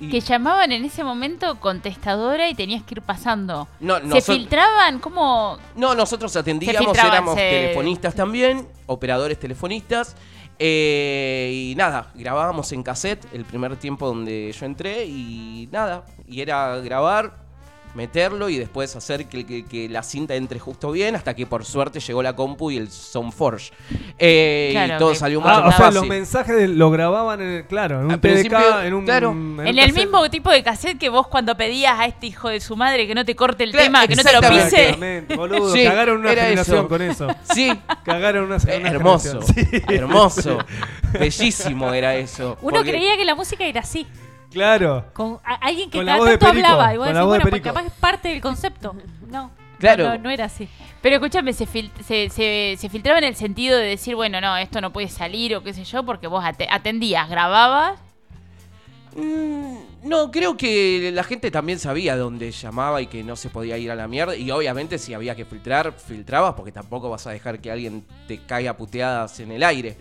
Speaker 8: Y-
Speaker 3: que llamaban en ese momento contestadora y tenías que ir pasando.
Speaker 8: no,
Speaker 3: ¿Se
Speaker 8: nosot-
Speaker 3: filtraban? ¿Cómo?
Speaker 8: No, nosotros
Speaker 3: Se
Speaker 8: atendíamos,
Speaker 3: filtraban,
Speaker 8: éramos
Speaker 3: se-
Speaker 8: telefonistas también, operadores telefonistas. eh, y nada, grabábamos en cassette el primer tiempo donde yo entré y nada, y era grabar, meterlo y después hacer que, que- que la cinta entre justo bien hasta que por suerte llegó la compu y el Soundforge. Eh,
Speaker 3: Claro,
Speaker 8: y todo
Speaker 3: que-
Speaker 8: salió mucho
Speaker 4: Ah, o
Speaker 8: más
Speaker 4: sea,
Speaker 8: fácil.
Speaker 4: los mensajes de- lo grababan en el, claro, en un
Speaker 8: Al principio,
Speaker 4: TDK, en un
Speaker 8: claro.
Speaker 4: en un
Speaker 3: En el
Speaker 4: cassette.
Speaker 3: mismo tipo de cassette que vos cuando pedías a este hijo de su madre que no te corte el
Speaker 8: Claro,
Speaker 3: tema, que no te lo
Speaker 8: exactamente.
Speaker 3: pise.
Speaker 4: Exactamente, boludo,
Speaker 8: Sí,
Speaker 4: cagaron una
Speaker 8: era
Speaker 4: generación
Speaker 8: eso.
Speaker 4: con eso.
Speaker 8: Sí,
Speaker 4: Cagaron una,
Speaker 8: eh,
Speaker 4: una
Speaker 8: hermoso,
Speaker 4: generación. Sí,
Speaker 8: hermoso, bellísimo era eso.
Speaker 5: Uno
Speaker 8: porque-
Speaker 5: creía que la música era así.
Speaker 4: claro.
Speaker 5: Con a- alguien que
Speaker 4: Con la
Speaker 5: cada
Speaker 4: voz de
Speaker 5: tanto
Speaker 4: Perico,
Speaker 5: hablaba. Y vos
Speaker 4: con la
Speaker 5: decís,
Speaker 4: voz de
Speaker 5: bueno, porque
Speaker 4: Perico.
Speaker 5: capaz es parte del concepto. No.
Speaker 8: Claro.
Speaker 5: No, no era así.
Speaker 3: Pero escúchame, se, fil- se, se- se filtraba en el sentido de decir, bueno, no, esto no puede salir o qué sé yo, porque vos ate- atendías, grababas.
Speaker 8: Mm, No, creo que la gente también sabía dónde llamaba y que no se podía ir a la mierda. Y obviamente si había que filtrar, filtrabas porque tampoco vas a dejar que alguien te caiga a puteadas en el aire.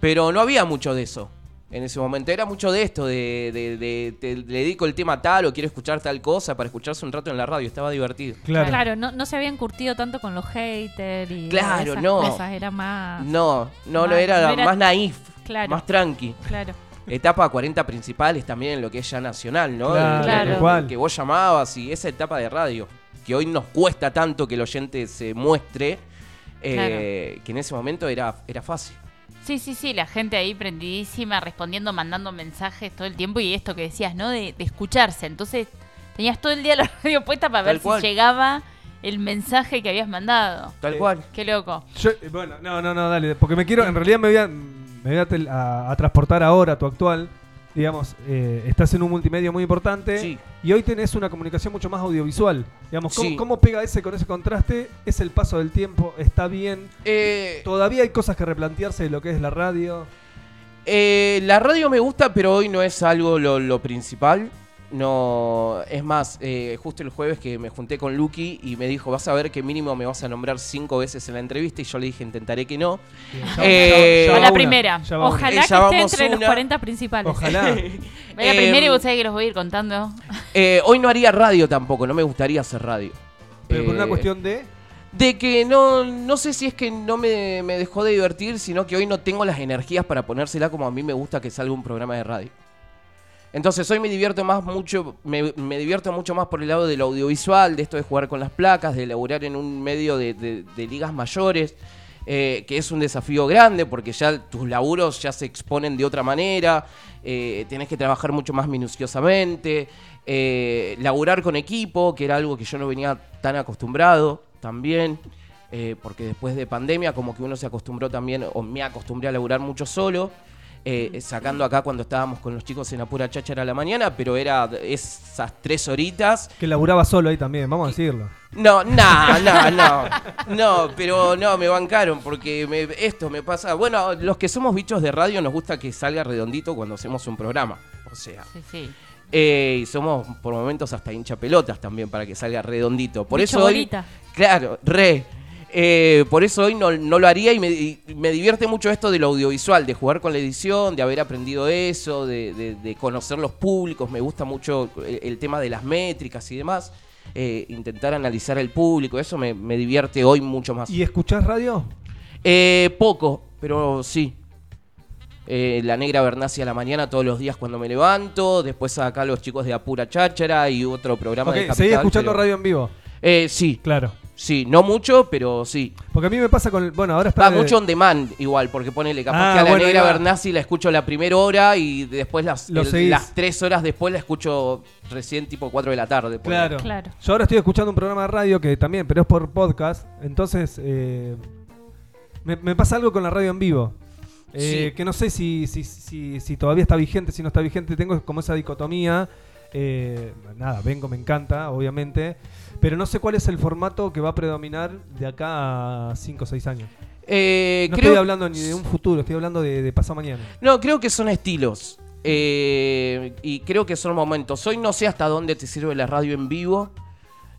Speaker 8: Pero no había mucho de eso en ese momento. Era mucho de esto, de, de- de- te dedico el tema tal o quiero escuchar tal cosa para escucharse un rato en la radio. Estaba divertido.
Speaker 4: Claro.
Speaker 5: Claro, no, no se habían curtido tanto con los haters y
Speaker 8: Claro,
Speaker 5: esas
Speaker 8: no.
Speaker 5: cosas. Era más.
Speaker 8: No, no, no
Speaker 5: Más-
Speaker 8: era,
Speaker 5: Ah. no era-
Speaker 8: más naif,
Speaker 5: Claro.
Speaker 8: más tranqui.
Speaker 5: Claro.
Speaker 8: Etapa 40 principales también, lo que es ya nacional, ¿no? Eh,
Speaker 4: Claro,
Speaker 5: Claro.
Speaker 4: tal cual.
Speaker 8: Que vos llamabas y esa etapa de radio, que hoy nos cuesta tanto que el oyente se muestre, eh, que en ese momento era, era fácil.
Speaker 3: Sí, sí, sí, la gente ahí prendidísima, respondiendo, mandando mensajes todo el tiempo y esto que decías, ¿no? De, de escucharse. Entonces tenías todo el día la radio puesta para
Speaker 8: Tal
Speaker 3: ver
Speaker 8: cual.
Speaker 3: si llegaba el mensaje que habías mandado.
Speaker 8: Tal
Speaker 4: Sí.
Speaker 8: cual.
Speaker 3: Qué loco.
Speaker 4: Yo- eh, bueno, no, no, no, dale. Porque me quiero, en realidad me voy a, me voy a, tel- a- a transportar ahora a tu actual. Digamos, eh, estás en un multimedia muy importante
Speaker 8: Sí.
Speaker 4: y hoy tenés una comunicación mucho más audiovisual. Digamos, ¿cómo,
Speaker 8: Sí.
Speaker 4: cómo pega ese con ese contraste? ¿Es el paso del tiempo? ¿Está bien?
Speaker 8: Eh,
Speaker 4: Todavía hay cosas que replantearse de lo que es la radio.
Speaker 8: eh, la radio me gusta, pero hoy no es algo lo, lo principal. No, es más, eh, justo el jueves que me junté con Lucky y me dijo, vas a ver que mínimo me vas a nombrar cinco veces en la entrevista y yo le dije, intentaré que no. Eh,
Speaker 4: Ya-
Speaker 8: a
Speaker 4: ya va
Speaker 8: la
Speaker 3: primera.
Speaker 4: ya va
Speaker 5: Ojalá
Speaker 8: Eh,
Speaker 5: que
Speaker 8: ya
Speaker 5: esté
Speaker 8: vamos
Speaker 5: entre
Speaker 8: una.
Speaker 5: los 40 principales.
Speaker 4: Ojalá.
Speaker 3: Ve la
Speaker 8: Em,
Speaker 3: primera y vos sabés que los voy a ir contando.
Speaker 8: Eh, hoy no haría radio tampoco, no me gustaría hacer radio.
Speaker 4: Pero por una
Speaker 8: Eh,
Speaker 4: cuestión de.
Speaker 8: De que no, no sé si es que no me, me dejó de divertir, sino que hoy no tengo las energías para ponérsela como a mí me gusta que salga un programa de radio. Entonces hoy me divierto más mucho, me, me divierto mucho más por el lado del audiovisual, de esto de jugar con las placas, de laburar en un medio de, de- de ligas mayores, eh, que es un desafío grande porque ya tus laburos ya se exponen de otra manera, eh, tenés que trabajar mucho más minuciosamente, eh, laburar con equipo, que era algo que yo no venía tan acostumbrado también. eh, porque después de pandemia como que uno se acostumbró también, o me acostumbré a laburar mucho solo. eh, sacando acá cuando estábamos con los chicos en la pura cháchara a la mañana, pero era esas tres horitas.
Speaker 4: Que laburaba solo ahí también, vamos a decirlo.
Speaker 8: No, no, no, no. No, pero no, me bancaron porque me- esto me pasa. Bueno, los que somos bichos de radio nos gusta que salga redondito cuando hacemos un programa. O sea,
Speaker 3: Sí, sí.
Speaker 8: eh, y somos por momentos hasta hincha pelotas también para que salga redondito. Por
Speaker 5: Bicho
Speaker 8: eso hoy.
Speaker 5: bolita.
Speaker 8: Claro, re. Eh, por eso hoy no, no lo haría y me, y me divierte mucho esto del audiovisual, de jugar con la edición, de haber aprendido eso, de, de- de conocer los públicos. Me gusta mucho el, el tema de las métricas y demás. Eh, intentar analizar el público, eso me, me divierte hoy mucho más.
Speaker 4: ¿Y escuchás radio?
Speaker 8: Eh, poco, pero sí. Eh, la negra Bernacia a la mañana todos los días cuando me levanto. Después acá los chicos de Apura Cháchara y otro programa de
Speaker 4: Ok,
Speaker 8: Capital.
Speaker 4: seguí escuchando
Speaker 8: pero-
Speaker 4: radio en vivo.
Speaker 8: Eh, sí,
Speaker 4: Claro.
Speaker 8: sí. No mucho, pero sí.
Speaker 4: Porque a mí me pasa con. Bueno, ahora está.
Speaker 8: Va mucho on demand igual, porque ponele capaz
Speaker 4: Ah,
Speaker 8: que a la
Speaker 4: bueno,
Speaker 8: negra
Speaker 4: iba.
Speaker 8: Bernasi la escucho la primera hora y después las,
Speaker 4: Lo
Speaker 8: el-
Speaker 4: seguís.
Speaker 8: las tres horas después la escucho recién tipo 4 de la tarde. ponele.
Speaker 4: Claro.
Speaker 5: Claro.
Speaker 4: Yo ahora estoy escuchando un programa de radio que también, pero es por podcast. Entonces, eh, me, me pasa algo con la radio en vivo. Eh,
Speaker 8: Sí.
Speaker 4: Que no sé si, si, si, si todavía está vigente, si no está vigente. Tengo como esa dicotomía. Eh, nada, vengo, me encanta, obviamente. Pero no sé cuál es el formato que va a predominar de acá a 5 o 6 años.
Speaker 8: Eh,
Speaker 4: No
Speaker 8: creo,
Speaker 4: estoy hablando ni de un futuro, estoy hablando de, de pasado mañana.
Speaker 8: No, creo que son estilos. Eh, y creo que son momentos. Hoy no sé hasta dónde te sirve la radio en vivo.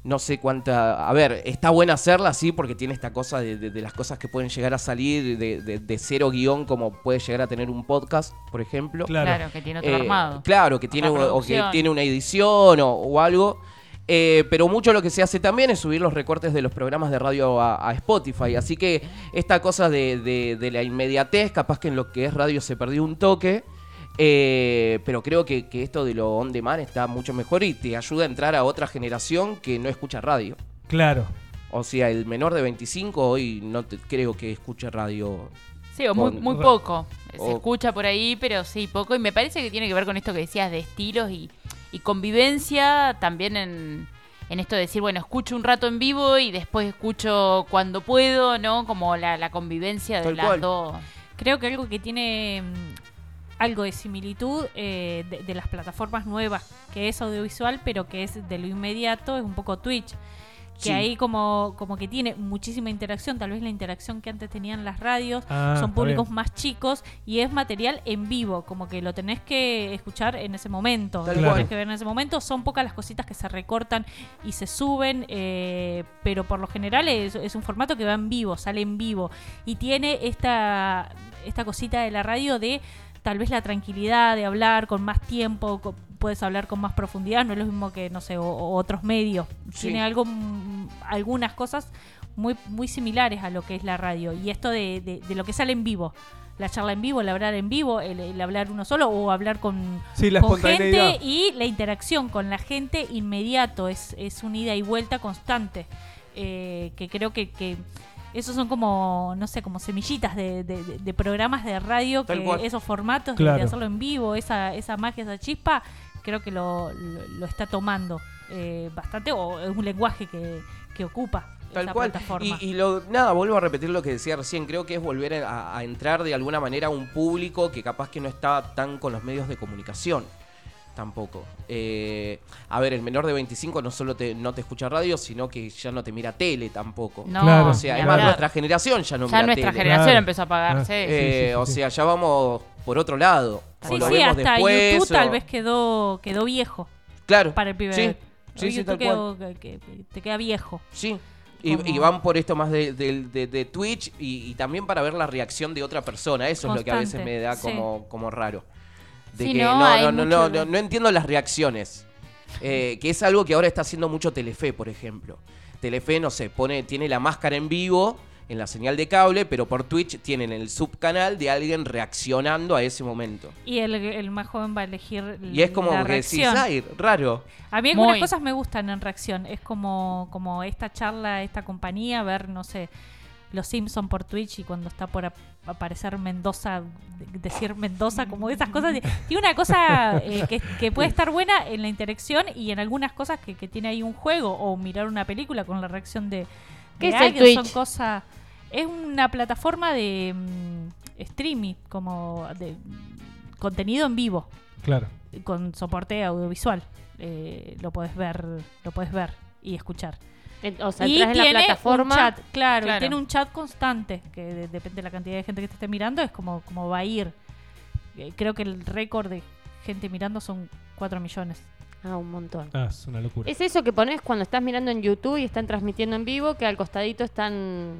Speaker 8: No sé cuánta. A ver, está buena hacerla, sí, porque tiene esta cosa de, de- de las cosas que pueden llegar a salir de, de- de cero guión, como puede llegar a tener un podcast, por ejemplo.
Speaker 3: Claro. que tiene otro
Speaker 8: Eh,
Speaker 3: armado.
Speaker 8: Claro, que tiene, o
Speaker 3: Otra
Speaker 8: que
Speaker 3: producción.
Speaker 8: tiene una edición o, o algo. Eh, pero mucho lo que se hace también es subir los recortes de los programas de radio a, a Spotify. Así que esta cosa de, de- de la inmediatez, capaz que en lo que es radio se perdió un toque. Eh, pero creo que, que esto de lo on demand está mucho mejor y te ayuda a entrar a otra generación que no escucha radio.
Speaker 4: Claro.
Speaker 8: O sea, el menor de 25 hoy no te- creo que escuche radio.
Speaker 3: Sí, o muy,
Speaker 8: con-
Speaker 3: muy poco. Se
Speaker 8: o-
Speaker 3: escucha por ahí, pero sí, poco. Y me parece que tiene que ver con esto que decías de estilos y, y convivencia también en, en esto de decir, bueno, escucho un rato en vivo y después escucho cuando puedo, ¿no? Como la, la convivencia de
Speaker 8: Tal
Speaker 3: las
Speaker 8: cual.
Speaker 3: dos.
Speaker 5: Creo que algo que tiene mm, algo de similitud eh, de, de las plataformas nuevas, que es audiovisual, pero que es de lo inmediato, es un poco Twitch. Que
Speaker 8: Sí.
Speaker 5: ahí como, como que tiene muchísima interacción, tal vez la interacción que antes tenían las radios,
Speaker 4: Ah,
Speaker 5: son
Speaker 4: está
Speaker 5: públicos
Speaker 4: bien.
Speaker 5: más chicos y es material en vivo, como que lo tenés que escuchar en ese momento,
Speaker 8: Tal
Speaker 5: lo
Speaker 4: cual.
Speaker 5: tenés que ver en ese momento, son pocas las cositas que se recortan y se suben, eh, pero por lo general es, es un formato que va en vivo, sale en vivo y tiene esta, esta cosita de la radio de tal vez la tranquilidad de hablar con más tiempo, co- puedes hablar con más profundidad, no es lo mismo que, no sé, o- o otros medios.
Speaker 8: Sí.
Speaker 5: Tiene algo, mm, algunas cosas muy, muy similares a lo que es la radio y esto de, de- de lo que sale en vivo. La charla en vivo, el hablar en vivo, el, el hablar uno solo o hablar con,
Speaker 4: Sí, la
Speaker 5: con
Speaker 4: espontaneidad.
Speaker 5: gente y la interacción con la gente inmediato. Es, es un ida y vuelta constante. eh, que creo que, que esos son como, no sé, como semillitas de, de- de- de programas de radio,
Speaker 8: Tal
Speaker 5: que
Speaker 8: cual.
Speaker 5: esos formatos de- de
Speaker 4: Claro.
Speaker 5: hacerlo en vivo, esa, esa magia, esa chispa, creo que lo, lo- lo está tomando eh, bastante, o es un lenguaje que, que ocupa
Speaker 8: Tal
Speaker 5: esa
Speaker 8: cual.
Speaker 5: plataforma.
Speaker 8: Y, y lo, nada, vuelvo a repetir lo que decía recién. Creo que es volver a, a entrar de alguna manera a un público que capaz que no está tan con los medios de comunicación. Tampoco. Eh, a ver, el menor de 25 no solo te, no te escucha radio, sino que ya no te mira tele tampoco.
Speaker 3: No,
Speaker 4: Claro.
Speaker 8: O sea,
Speaker 3: ni
Speaker 8: es más,
Speaker 3: hablar.
Speaker 8: nuestra generación ya no
Speaker 3: ya
Speaker 8: mira
Speaker 3: nuestra
Speaker 8: tele.
Speaker 3: generación
Speaker 4: Claro.
Speaker 3: empezó a pagarse.
Speaker 4: Claro.
Speaker 8: Eh,
Speaker 4: Sí, sí, sí,
Speaker 8: o
Speaker 4: sí.
Speaker 8: sea, ya vamos por otro lado. O
Speaker 5: sí,
Speaker 8: lo
Speaker 5: sí,
Speaker 8: vemos
Speaker 5: hasta
Speaker 8: después,
Speaker 5: YouTube
Speaker 8: o-
Speaker 5: tal vez quedó, quedó viejo
Speaker 8: Claro.
Speaker 5: para el pibe.
Speaker 8: Sí, sí,
Speaker 5: Hoy
Speaker 8: sí, tal
Speaker 5: YouTube
Speaker 8: cual.
Speaker 5: quedó- que- que te queda viejo.
Speaker 8: Sí. Y,
Speaker 5: Como-
Speaker 8: y van por esto más de, de- de- de Twitch y, y también para ver la reacción de otra persona. Eso es lo que a veces
Speaker 5: Constante,
Speaker 8: me da
Speaker 5: sí.
Speaker 8: como, como raro. De
Speaker 3: Sí,
Speaker 8: que
Speaker 3: no,
Speaker 8: no, no,
Speaker 3: hay
Speaker 8: no, no,
Speaker 3: mucho-
Speaker 8: no- no entiendo las reacciones. Eh, que es algo que ahora está haciendo mucho Telefe, por ejemplo. Telefe, no sé, pone, tiene la máscara en vivo en la señal de cable, pero por Twitch tienen el subcanal de alguien reaccionando a ese momento.
Speaker 5: Y el, el más joven va a elegir
Speaker 8: Y es como
Speaker 5: la
Speaker 8: que decís,
Speaker 5: reacción.
Speaker 8: "Ay, raro.
Speaker 5: A mí algunas
Speaker 3: Muy.
Speaker 5: cosas me gustan en reacción. Es como, como esta charla, esta compañía, ver, no sé, los Simpson por Twitch y cuando está por ap- aparecer Mendoza, de- decir Mendoza, como esas cosas. Tiene una cosa eh, que, que puede estar buena en la interacción y en algunas cosas que, que tiene ahí un juego o mirar una película con la reacción de.
Speaker 6: ¿Qué
Speaker 5: de
Speaker 6: es el
Speaker 5: alguien. Son
Speaker 6: Twitch?
Speaker 5: cosas. Es una plataforma de mm, streaming, como de contenido en vivo,
Speaker 4: Claro.
Speaker 5: con soporte audiovisual. Eh, lo podés ver, lo podés ver y escuchar.
Speaker 6: En- O sea,
Speaker 5: y
Speaker 6: entras en la
Speaker 5: tiene
Speaker 6: plataforma.
Speaker 5: un chat, claro, y
Speaker 3: Claro.
Speaker 5: tiene un chat constante, que de- depende de la cantidad de gente que te esté mirando, es como, como va a ir. Eh, Creo que el récord de gente mirando son 4 millones.
Speaker 6: Ah, un montón.
Speaker 4: Ah, es una locura.
Speaker 6: Es eso que pones cuando estás mirando en YouTube y están transmitiendo en vivo, que al costadito están.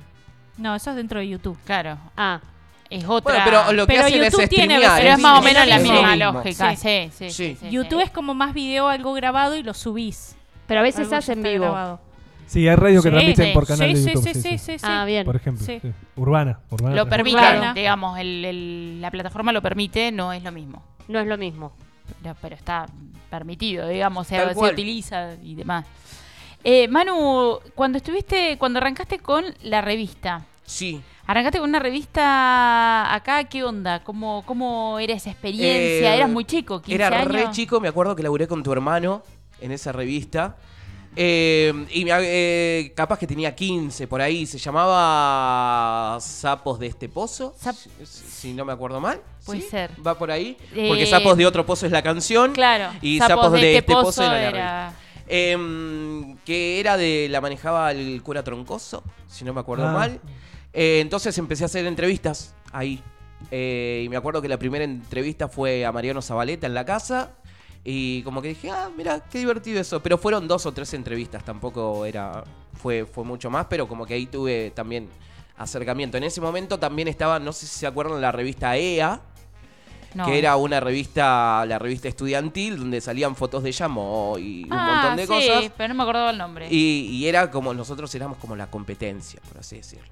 Speaker 5: No, eso es dentro de YouTube.
Speaker 3: Claro,
Speaker 6: Ah,
Speaker 3: es otra.
Speaker 8: Bueno, pero lo que
Speaker 5: Pero
Speaker 8: hacen
Speaker 5: YouTube
Speaker 8: es
Speaker 5: tiene
Speaker 8: streamear.
Speaker 5: versión
Speaker 3: Pero es más o
Speaker 5: Sí,
Speaker 3: menos
Speaker 5: sí,
Speaker 3: la
Speaker 5: sí.
Speaker 3: misma
Speaker 5: Sí.
Speaker 3: lógica.
Speaker 5: Sí.
Speaker 3: Sí, sí.
Speaker 8: Sí.
Speaker 3: sí, sí.
Speaker 5: YouTube es como más video, algo grabado y lo subís.
Speaker 6: pero a veces
Speaker 5: Algo
Speaker 6: se
Speaker 5: ya
Speaker 6: hace en
Speaker 5: está
Speaker 6: vivo.
Speaker 5: grabado.
Speaker 4: Sí, hay radios que
Speaker 5: Sí,
Speaker 4: transmiten
Speaker 3: sí,
Speaker 4: por canal
Speaker 5: sí,
Speaker 4: de YouTube.
Speaker 5: sí, sí, sí, sí, sí.
Speaker 6: Ah, bien.
Speaker 4: Por ejemplo.
Speaker 5: Sí.
Speaker 4: sí. Urbana. Urbana
Speaker 3: Lo
Speaker 4: transmite.
Speaker 3: permite,
Speaker 5: Claro.
Speaker 3: digamos, el- el- la plataforma lo permite, no es lo mismo.
Speaker 6: No es lo mismo.
Speaker 3: Pero, pero está permitido, digamos, se,
Speaker 8: Tal
Speaker 3: se
Speaker 8: cual.
Speaker 3: utiliza y demás. Eh, Manu, cuando estuviste, cuando arrancaste con la revista,
Speaker 8: Sí.
Speaker 3: arrancaste con una revista acá, ¿qué onda? ¿Cómo, cómo era esa experiencia?
Speaker 8: Eh,
Speaker 3: Eras muy chico, 15
Speaker 8: Era
Speaker 3: años.
Speaker 8: re chico, me acuerdo que laburé con tu hermano en esa revista. Eh, y me- eh, capaz que tenía 15 por ahí. Se llamaba Sapos de este pozo.
Speaker 3: Sap-
Speaker 8: si, si no me acuerdo mal.
Speaker 3: Puede
Speaker 8: ¿Sí?
Speaker 3: ser.
Speaker 8: Va por ahí.
Speaker 3: Eh,
Speaker 8: Porque Sapos de otro pozo es la canción.
Speaker 3: Claro.
Speaker 8: Y Sapos, de, este pozo, era la revista.
Speaker 3: era...
Speaker 8: Em, que era de. La manejaba el cura Troncoso, si no me acuerdo
Speaker 4: Ah.
Speaker 8: mal. Eh, entonces empecé a hacer entrevistas ahí. Eh, y me acuerdo que la primera entrevista fue a Mariano Zabaleta en la casa. Y como que dije, ah, mira, qué divertido eso. Pero fueron dos o tres entrevistas, tampoco era. Fue, fue mucho más, pero como que ahí tuve también acercamiento. En ese momento también estaba, no sé si se acuerdan, la revista EA
Speaker 3: no.
Speaker 8: que era una revista, la revista estudiantil, donde salían fotos de Yamo y un
Speaker 3: Ah,
Speaker 8: montón de
Speaker 3: sí,
Speaker 8: cosas.
Speaker 3: pero no me acordaba el nombre.
Speaker 8: Y, y era como, nosotros éramos como la competencia, por así decirlo.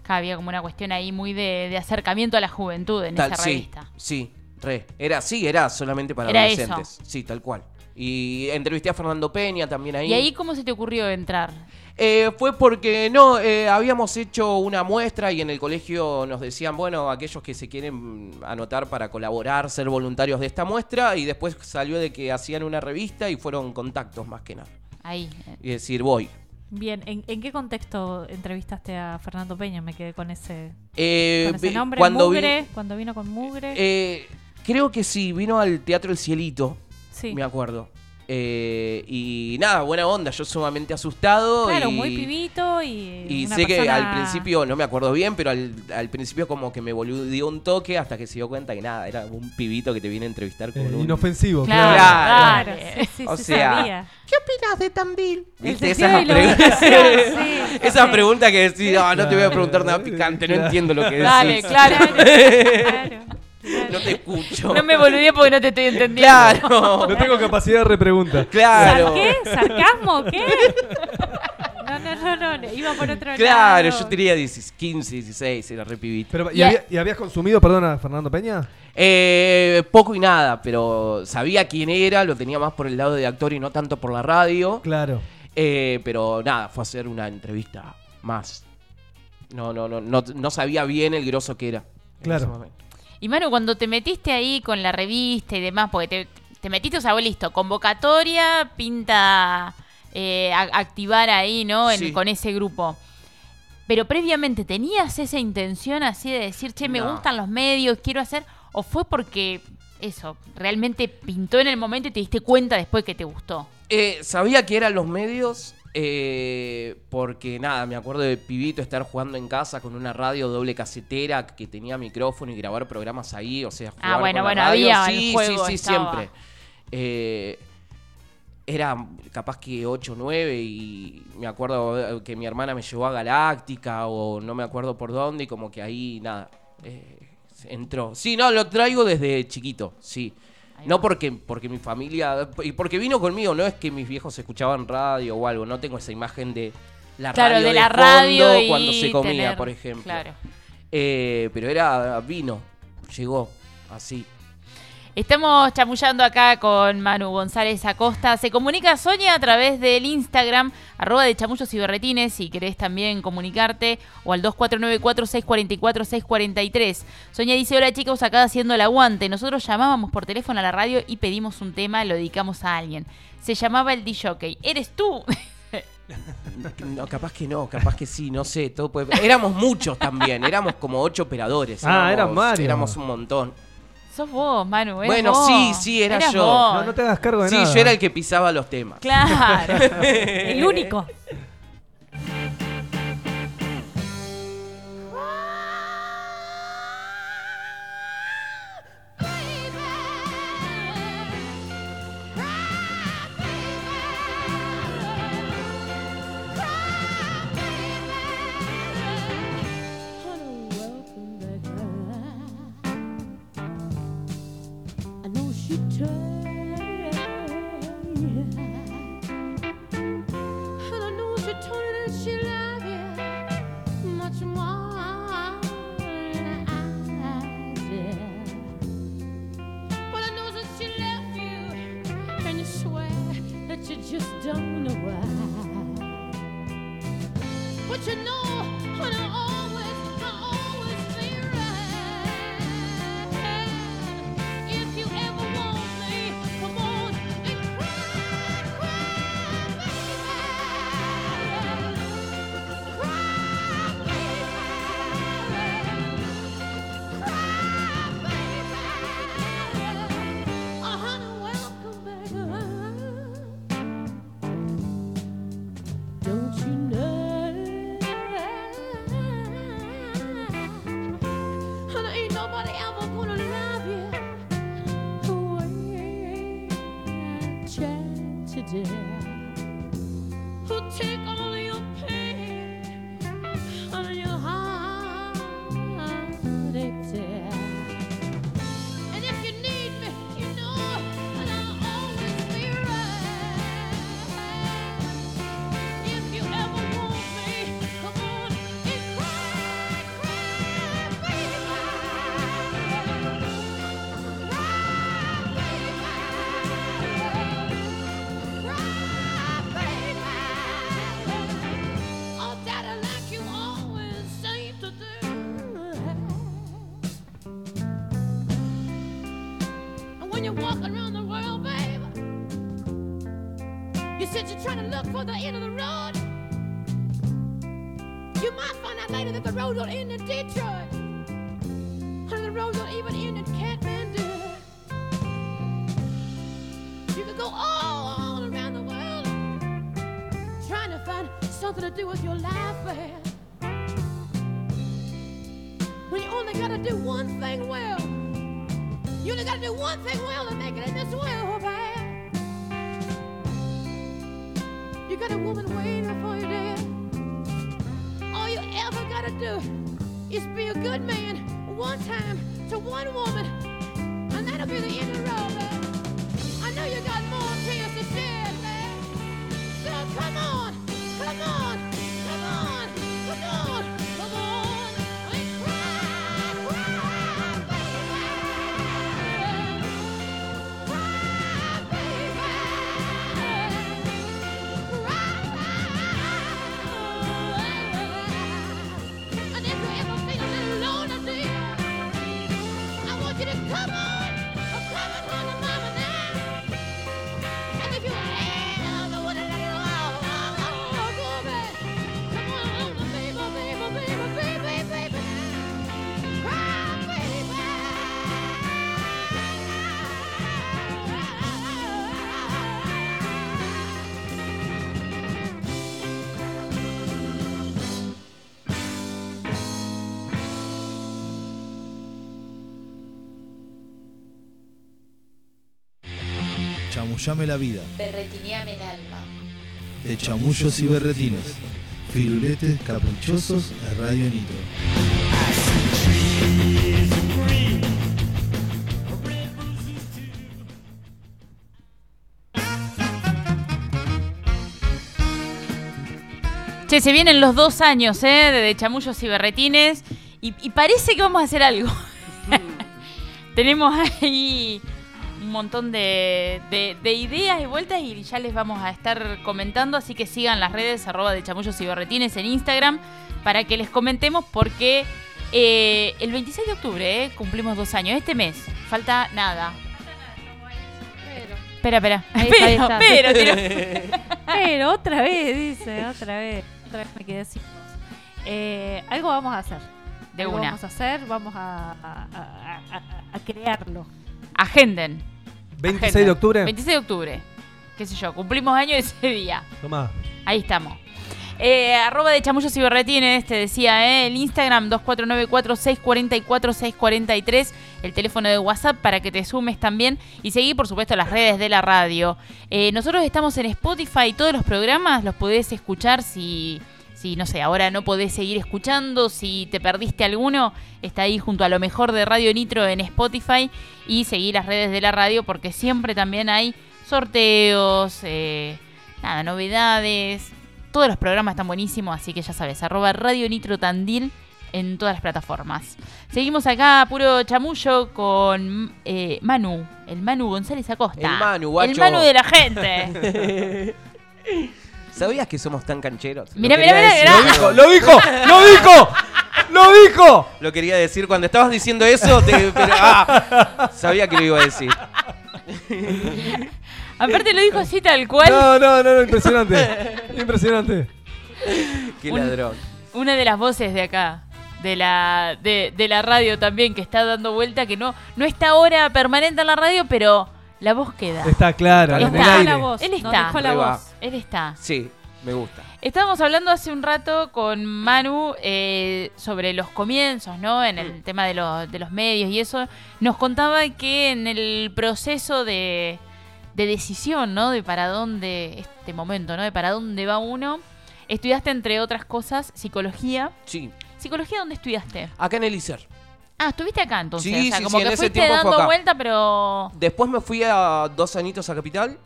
Speaker 3: Acá había como una cuestión ahí muy de, de acercamiento a la juventud en esa
Speaker 8: sí,
Speaker 3: revista.
Speaker 8: sí, re. Era, sí, era solamente para
Speaker 3: Era eso.
Speaker 8: adolescentes. Sí, tal cual. Y entrevisté a Fernando Peña también ahí.
Speaker 3: ¿Y ahí cómo se te ocurrió entrar?
Speaker 8: Eh, fue porque no, eh, habíamos hecho una muestra y en el colegio nos decían, bueno, aquellos que se quieren anotar para colaborar, ser voluntarios de esta muestra, y después salió de que hacían una revista y fueron contactos más que nada.
Speaker 3: Ahí.
Speaker 8: Y decir, voy.
Speaker 5: Bien, ¿En, en qué contexto entrevistaste a Fernando Peña? Me quedé con ese,
Speaker 8: Eh,
Speaker 5: con ese
Speaker 8: vi-
Speaker 5: nombre.
Speaker 8: cuando vi-
Speaker 5: Mugre, cuando vino con Mugre.
Speaker 8: eh, creo que sí, vino al Teatro El Cielito,
Speaker 5: sí.
Speaker 8: me acuerdo. Eh, y nada, buena onda, yo sumamente asustado.
Speaker 5: Claro,
Speaker 8: y,
Speaker 5: muy pibito y.
Speaker 8: Y
Speaker 5: una
Speaker 8: sé que
Speaker 5: persona-
Speaker 8: al principio, no me acuerdo bien, pero al, al principio como que me boludió un toque hasta que se dio cuenta que nada, era un pibito que te viene a entrevistar con
Speaker 4: Eh,
Speaker 8: un...
Speaker 4: inofensivo,
Speaker 3: Claro,
Speaker 4: claro.
Speaker 8: Claro.
Speaker 5: Claro,
Speaker 3: dale.
Speaker 5: sí, sí,
Speaker 8: O
Speaker 5: sí,
Speaker 8: sea,
Speaker 5: sabía.
Speaker 8: ¿Qué opinas de Tandil? ¿Viste?
Speaker 5: sentido
Speaker 8: Esas
Speaker 5: de la
Speaker 8: preguntas,
Speaker 5: ubicación, sí,
Speaker 8: esas
Speaker 5: sí.
Speaker 8: preguntas que decís, "Ah, no te voy a
Speaker 4: Claro.
Speaker 8: preguntar nada picante, no
Speaker 4: Claro.
Speaker 8: entiendo lo que decís.
Speaker 3: Dale, claro.
Speaker 5: Claro, claro.
Speaker 8: No te escucho.
Speaker 3: No me volví porque no te estoy entendiendo.
Speaker 8: Claro.
Speaker 4: No tengo capacidad de repregunta.
Speaker 8: Claro.
Speaker 5: ¿Sar- ¿Qué? ¿Sarcasmo? o ¿Qué? No, no, no, no, iba por otro lado.
Speaker 8: Claro, yo tenía 16, 15, 16, era re pibito.
Speaker 4: Pero, ¿y,
Speaker 3: Ya-
Speaker 4: había- y habías consumido, perdón, a Fernando Peña?
Speaker 8: Eh, poco y nada, pero sabía quién era, lo tenía más por el lado de actor y no tanto por la radio.
Speaker 4: Claro.
Speaker 8: Eh, pero nada, fue a hacer una entrevista más. No, no, no, no, no sabía bien el grosso que era. en
Speaker 4: Claro.
Speaker 8: ese momento.
Speaker 3: Y Manu, cuando te metiste ahí con la revista y demás, porque te, te metiste, o sea, vos listo, convocatoria, pinta eh, a- activar ahí, ¿no? En-
Speaker 8: Sí.
Speaker 3: Con ese grupo. Pero previamente, ¿tenías esa intención así de decir, che, me
Speaker 8: No.
Speaker 3: gustan los medios, quiero hacer? ¿O fue porque eso, realmente pintó en el momento y te diste cuenta después que te gustó?
Speaker 8: Eh, sabía que eran los medios, eh, porque nada, me acuerdo de Pibito estar jugando en casa con una radio doble casetera que tenía micrófono y grabar programas ahí, o sea, jugar con
Speaker 3: Ah, bueno,
Speaker 8: la
Speaker 3: bueno,
Speaker 8: radio.
Speaker 3: había el
Speaker 8: Sí,
Speaker 3: juego,
Speaker 8: sí, sí,
Speaker 3: estaba.
Speaker 8: siempre. Eh, era capaz que 8 o 9 y me acuerdo eh, que mi hermana me llevó a Galáctica o no me acuerdo por dónde y como que ahí nada, eh, entró. Sí, no, lo traigo desde chiquito, sí. No porque, porque mi familia, y porque vino conmigo, no es que mis viejos escuchaban radio o algo, no tengo esa imagen de la
Speaker 3: Claro,
Speaker 8: radio
Speaker 3: de
Speaker 8: de
Speaker 3: la
Speaker 8: fondo
Speaker 3: radio y
Speaker 8: cuando se comía,
Speaker 3: tener-
Speaker 8: por ejemplo.
Speaker 3: Claro.
Speaker 8: Eh, pero era, vino, llegó, así.
Speaker 3: Estamos chamullando acá con Manu González Acosta. Se comunica Sonia a través del Instagram, arroba de chamullos y berretines, si querés también comunicarte, o al 2494-644-643. Sonia dice, hola chicos, acá haciendo el aguante. Nosotros llamábamos por teléfono a la radio y pedimos un tema, lo dedicamos a alguien. Se llamaba el D-Jockey. ¿Eres tú?
Speaker 8: No, capaz que no, capaz que sí, no sé, todo puede... Éramos muchos también, éramos como ocho operadores. éramos-
Speaker 4: Ah, eran varios.
Speaker 8: Éramos un montón.
Speaker 3: Sos vos, Manu. eras
Speaker 8: Bueno,
Speaker 3: vos.
Speaker 8: sí, sí, era
Speaker 3: Eras
Speaker 8: yo.
Speaker 3: vos.
Speaker 4: No, no te hagas cargo de
Speaker 8: Sí,
Speaker 4: nada.
Speaker 8: yo era el que pisaba los temas.
Speaker 3: Claro.
Speaker 5: El único.
Speaker 9: I know she tried, and I know she told you that she loved you much more than I did. But I know that she left you, and you swear that you just don't know why. But you know, when I always, I always be right. If you ever want me, come on and cry, cry, baby. Cry, baby. Cry, baby. Oh, honey, welcome back. Don't you know? And ain't nobody ever gonna love you the way I tried to do. Who take all your pain and your heartache, dear. And if you need me, you know that I'll always be right. If you ever want me, come on and cry, cry, baby. Cry, baby. Cry, baby. Oh, Daddy, like you always seem to do. And when you walk around the world, baby. You said you're trying to look for the end of the road. You might find out later that the road don't end in Detroit. And the road don't even end in Kathmandu. You could go all around the world trying to find something to do with your life, man. When you only gotta do one thing well. You only gotta do one thing well to make it in this world, eh? man. You got a woman waiting for you there. All you ever gotta do is be a good man one time to one woman, and that'll be the end of the road, eh? man. I know you got more tears to shed, man. So come on, come on, come on, come on, come on. and cry, cry, baby. Cry, baby. And if you ever feel a little lonely, dear, I want you to come on, oh, come on, honey, mama, now. And if you ever want a little, oh, oh, oh, oh, woman, come on, baby, baby, baby, baby, baby, now. Cry, baby.
Speaker 1: Chamullame la vida.
Speaker 3: Berretineame el alma.
Speaker 1: De chamullos y berretines. Firuletes caprichosos a Radio Nitro.
Speaker 3: Che, se vienen los dos años, ¿eh? De, de chamullos y berretines. Y, y parece que vamos a hacer algo. Tenemos ahí un montón de, de- de ideas y vueltas y ya les vamos a estar comentando. Así que sigan las redes arroba de chamullos y berretines en Instagram para que les comentemos porque eh, el 26 de octubre ¿eh? cumplimos dos años. Este mes falta nada. Espera, espera.
Speaker 6: Ahí está, ahí
Speaker 3: Pero,
Speaker 6: está.
Speaker 3: pero, tiró.
Speaker 5: Pero otra vez, dice, otra vez. Otra vez me quedé sin voz. Eh, algo vamos a hacer.
Speaker 3: De
Speaker 5: Lo
Speaker 3: una.
Speaker 5: vamos a hacer, vamos a, a- a- a- a crearlo.
Speaker 3: Agenden.
Speaker 4: 26 de
Speaker 3: agenden.
Speaker 4: octubre.
Speaker 3: 26 de octubre. Qué sé yo, cumplimos año ese día.
Speaker 4: Tomá.
Speaker 3: Ahí estamos. Eh, arroba de chamullos y berretines, te decía, ¿eh? el Instagram 2494-644-643, el teléfono de WhatsApp para que te sumes también y seguí, por supuesto, las redes de la radio. Eh, nosotros estamos en Spotify, todos los programas los podés escuchar si, si, no sé, ahora no podés seguir escuchando, si te perdiste alguno, está ahí junto a lo mejor de Radio Nitro en Spotify y seguí las redes de la radio porque siempre también hay sorteos. eh, nada, novedades. Todos los programas están buenísimos, así que ya sabes, arroba Radio Nitro Tandil en todas las plataformas. Seguimos acá, puro chamullo, con eh, Manu, el Manu González Acosta.
Speaker 8: El Manu, guacho.
Speaker 3: El Manu de la gente.
Speaker 8: ¿Sabías que somos tan cancheros?
Speaker 3: Mirá,
Speaker 8: Lo
Speaker 3: mirá,
Speaker 8: quería
Speaker 3: mirá,
Speaker 8: decir.
Speaker 3: mirá.
Speaker 4: ¡Lo ¡Lo dijo! ¡Lo dijo! ¡Lo dijo!
Speaker 8: Lo quería decir cuando estabas diciendo eso, te- pero, ah, sabía que lo iba a decir.
Speaker 3: Aparte lo dijo así tal cual.
Speaker 4: No, no, no, no, impresionante. Impresionante.
Speaker 8: Qué
Speaker 3: Un-
Speaker 8: ladrón.
Speaker 3: Una de las voces de acá, de la, de, de la radio también, que está dando vuelta, que no, no está ahora permanente en la radio, pero la voz queda.
Speaker 4: Está clara,
Speaker 3: Está
Speaker 4: en el
Speaker 5: Dejó
Speaker 4: aire.
Speaker 5: la voz.
Speaker 3: Él
Speaker 5: nos
Speaker 3: está.
Speaker 5: dejó la
Speaker 8: Ahí va.
Speaker 5: voz.
Speaker 3: Él está.
Speaker 8: Sí, me gusta.
Speaker 3: Estábamos hablando hace un rato con Manu eh, sobre los comienzos, ¿no? En
Speaker 5: Mm.
Speaker 3: el tema de, los- de los medios y eso. Nos contaba que en el proceso de, de decisión, ¿no? De para dónde, este momento, ¿no? De para dónde va uno. Estudiaste, entre otras cosas, psicología.
Speaker 8: Sí.
Speaker 3: ¿Psicología dónde estudiaste?
Speaker 8: Acá en el ICER.
Speaker 3: Ah, estuviste acá entonces.
Speaker 8: Sí,
Speaker 3: o sea,
Speaker 8: sí,
Speaker 3: como
Speaker 8: sí, en
Speaker 3: que
Speaker 8: ese
Speaker 3: fuiste
Speaker 8: tiempo fue
Speaker 3: dando
Speaker 8: acá.
Speaker 3: vuelta, pero.
Speaker 8: Después me fui a dos añitos a Capital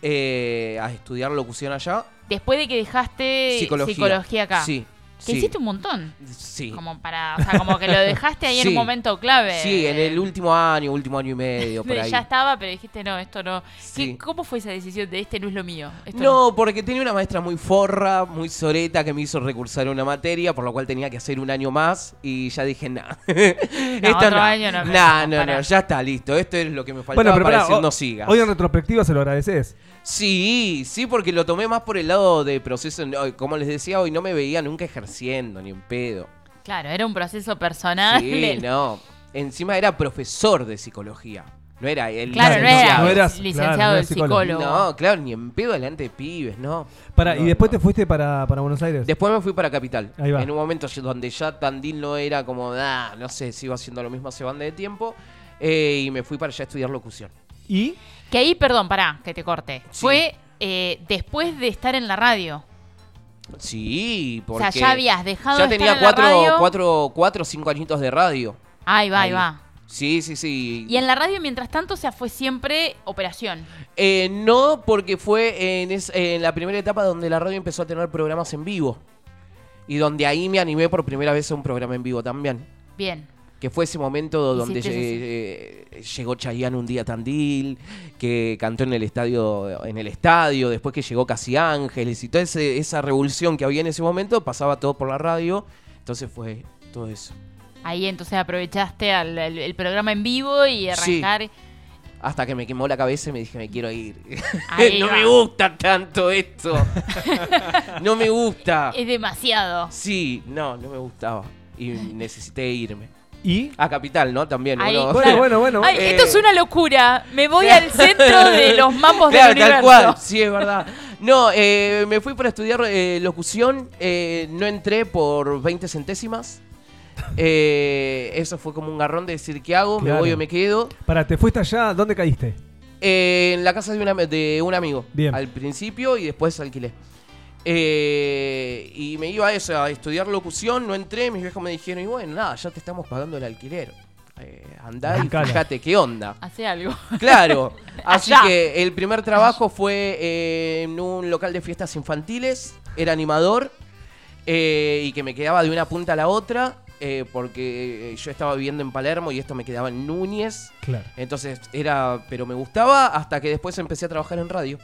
Speaker 8: eh, a estudiar locución allá.
Speaker 3: Después de que dejaste
Speaker 8: Psicología.
Speaker 3: acá.
Speaker 8: Sí.
Speaker 3: Que
Speaker 8: sí,
Speaker 3: hiciste un montón.
Speaker 8: Sí.
Speaker 3: Como para, o sea, como que lo dejaste ahí en un
Speaker 8: Sí.
Speaker 3: momento clave.
Speaker 8: Sí, en el último año, último año y medio, por
Speaker 3: De-
Speaker 8: ahí.
Speaker 3: Ya estaba, pero dijiste, no, esto no. ¿Qué-
Speaker 8: Sí.
Speaker 3: ¿Cómo fue esa decisión de este no es lo mío? Esto
Speaker 8: No, porque tenía una maestra muy forra, muy soreta, que me hizo recursar una materia, por lo cual tenía que hacer un año más, y ya dije, nah.
Speaker 3: otro año no,
Speaker 8: Nah, no,
Speaker 3: no, pará.
Speaker 8: no, ya está, listo. Esto es lo que me faltaba
Speaker 4: Bueno, pero
Speaker 8: para
Speaker 4: pará,
Speaker 8: decir,
Speaker 4: ho-
Speaker 8: no sigas.
Speaker 4: Hoy en retrospectiva se lo agradeces.
Speaker 8: Sí, sí, porque lo tomé más por el lado de proceso. no, Como les decía hoy, no me veía nunca ejerciendo, ni un pedo.
Speaker 3: Claro, era un proceso personal.
Speaker 8: Sí, no. Encima era profesor de psicología. No era el
Speaker 3: Claro, no era
Speaker 8: licenciado.
Speaker 4: No eras-
Speaker 3: licenciado
Speaker 4: claro, no
Speaker 3: del
Speaker 4: eras psicólogo.
Speaker 3: psicólogo.
Speaker 8: No, claro, ni en pedo delante de pibes, no.
Speaker 4: Para,
Speaker 8: No,
Speaker 4: y después
Speaker 8: no.
Speaker 4: te fuiste para, para Buenos Aires.
Speaker 8: Después me fui para Capital.
Speaker 4: Ahí va.
Speaker 8: En un momento yo- donde ya Tandil no era como, ah, no sé, sigo haciendo lo mismo hace banda de tiempo. eh, y me fui para allá a estudiar locución.
Speaker 4: Y
Speaker 3: Que ahí, perdón, pará, que te corte.
Speaker 8: Sí.
Speaker 3: Fue eh, después de estar en la radio.
Speaker 8: Sí,
Speaker 3: O
Speaker 8: porque.
Speaker 3: sea, ya habías dejado
Speaker 8: Ya
Speaker 3: de
Speaker 8: tenía
Speaker 3: estar en
Speaker 8: cuatro,
Speaker 3: la radio.
Speaker 8: cuatro, cuatro, cinco añitos de radio.
Speaker 3: Ahí va, ahí,
Speaker 8: Ahí.
Speaker 3: va.
Speaker 8: Sí, sí, sí.
Speaker 3: Y en la radio, mientras tanto, o sea, fue siempre operación.
Speaker 8: Eh, no, porque fue en, es- en la primera etapa donde la radio empezó a tener programas en vivo. Y donde ahí me animé por primera vez a un programa en vivo también.
Speaker 3: Bien.
Speaker 8: Que fue ese momento donde
Speaker 3: Hiciste
Speaker 8: lle- eh, llegó Chayanne un día a Tandil, que cantó en el estadio, en el estadio, después que llegó Casi Ángeles y toda ese- esa revolución que había en ese momento, pasaba todo por la radio. Entonces fue todo eso.
Speaker 3: Ahí entonces aprovechaste al, al- el programa en vivo y
Speaker 8: Sí.
Speaker 3: arrancar.
Speaker 8: Hasta que me quemó la cabeza y me dije, me quiero ir.
Speaker 3: Ahí
Speaker 8: no
Speaker 3: va.
Speaker 8: me gusta tanto esto. no me gusta.
Speaker 3: Es demasiado.
Speaker 8: Sí, no, no me gustaba. Y necesité irme.
Speaker 4: ¿Y?
Speaker 8: A Capital, ¿no? También.
Speaker 3: Ahí,
Speaker 8: uno-
Speaker 3: claro.
Speaker 4: Bueno, bueno, bueno.
Speaker 3: Ay,
Speaker 8: eh,
Speaker 3: esto es una locura. Me voy al centro de los mambos
Speaker 8: Claro,
Speaker 3: del
Speaker 8: tal
Speaker 3: universo.
Speaker 8: cual. Sí, es verdad. No, eh, me fui para estudiar eh, locución. eh, no entré por 20 centésimas. Eh, eso fue como un garrón de decir qué hago, me
Speaker 4: Claro.
Speaker 8: voy o me quedo.
Speaker 4: Para, te fuiste allá, ¿dónde caíste?
Speaker 8: Eh, en la casa de, una- de un amigo.
Speaker 4: Bien.
Speaker 8: Al principio y después alquilé. Eh, y me iba a eso, a estudiar locución, no entré, mis viejos me dijeron, y bueno, nada, ya te estamos pagando el alquiler. Eh, andá y
Speaker 4: Bancala.
Speaker 8: fíjate qué onda.
Speaker 3: Hace algo.
Speaker 8: Claro. Así
Speaker 3: Allá.
Speaker 8: que el primer trabajo fue eh, en un local de fiestas infantiles. Era animador eh, y que me quedaba de una punta a la otra eh, porque eh, yo estaba viviendo en Palermo y esto me quedaba en Núñez.
Speaker 4: Claro.
Speaker 8: Entonces era, pero me gustaba hasta que después empecé a trabajar en radio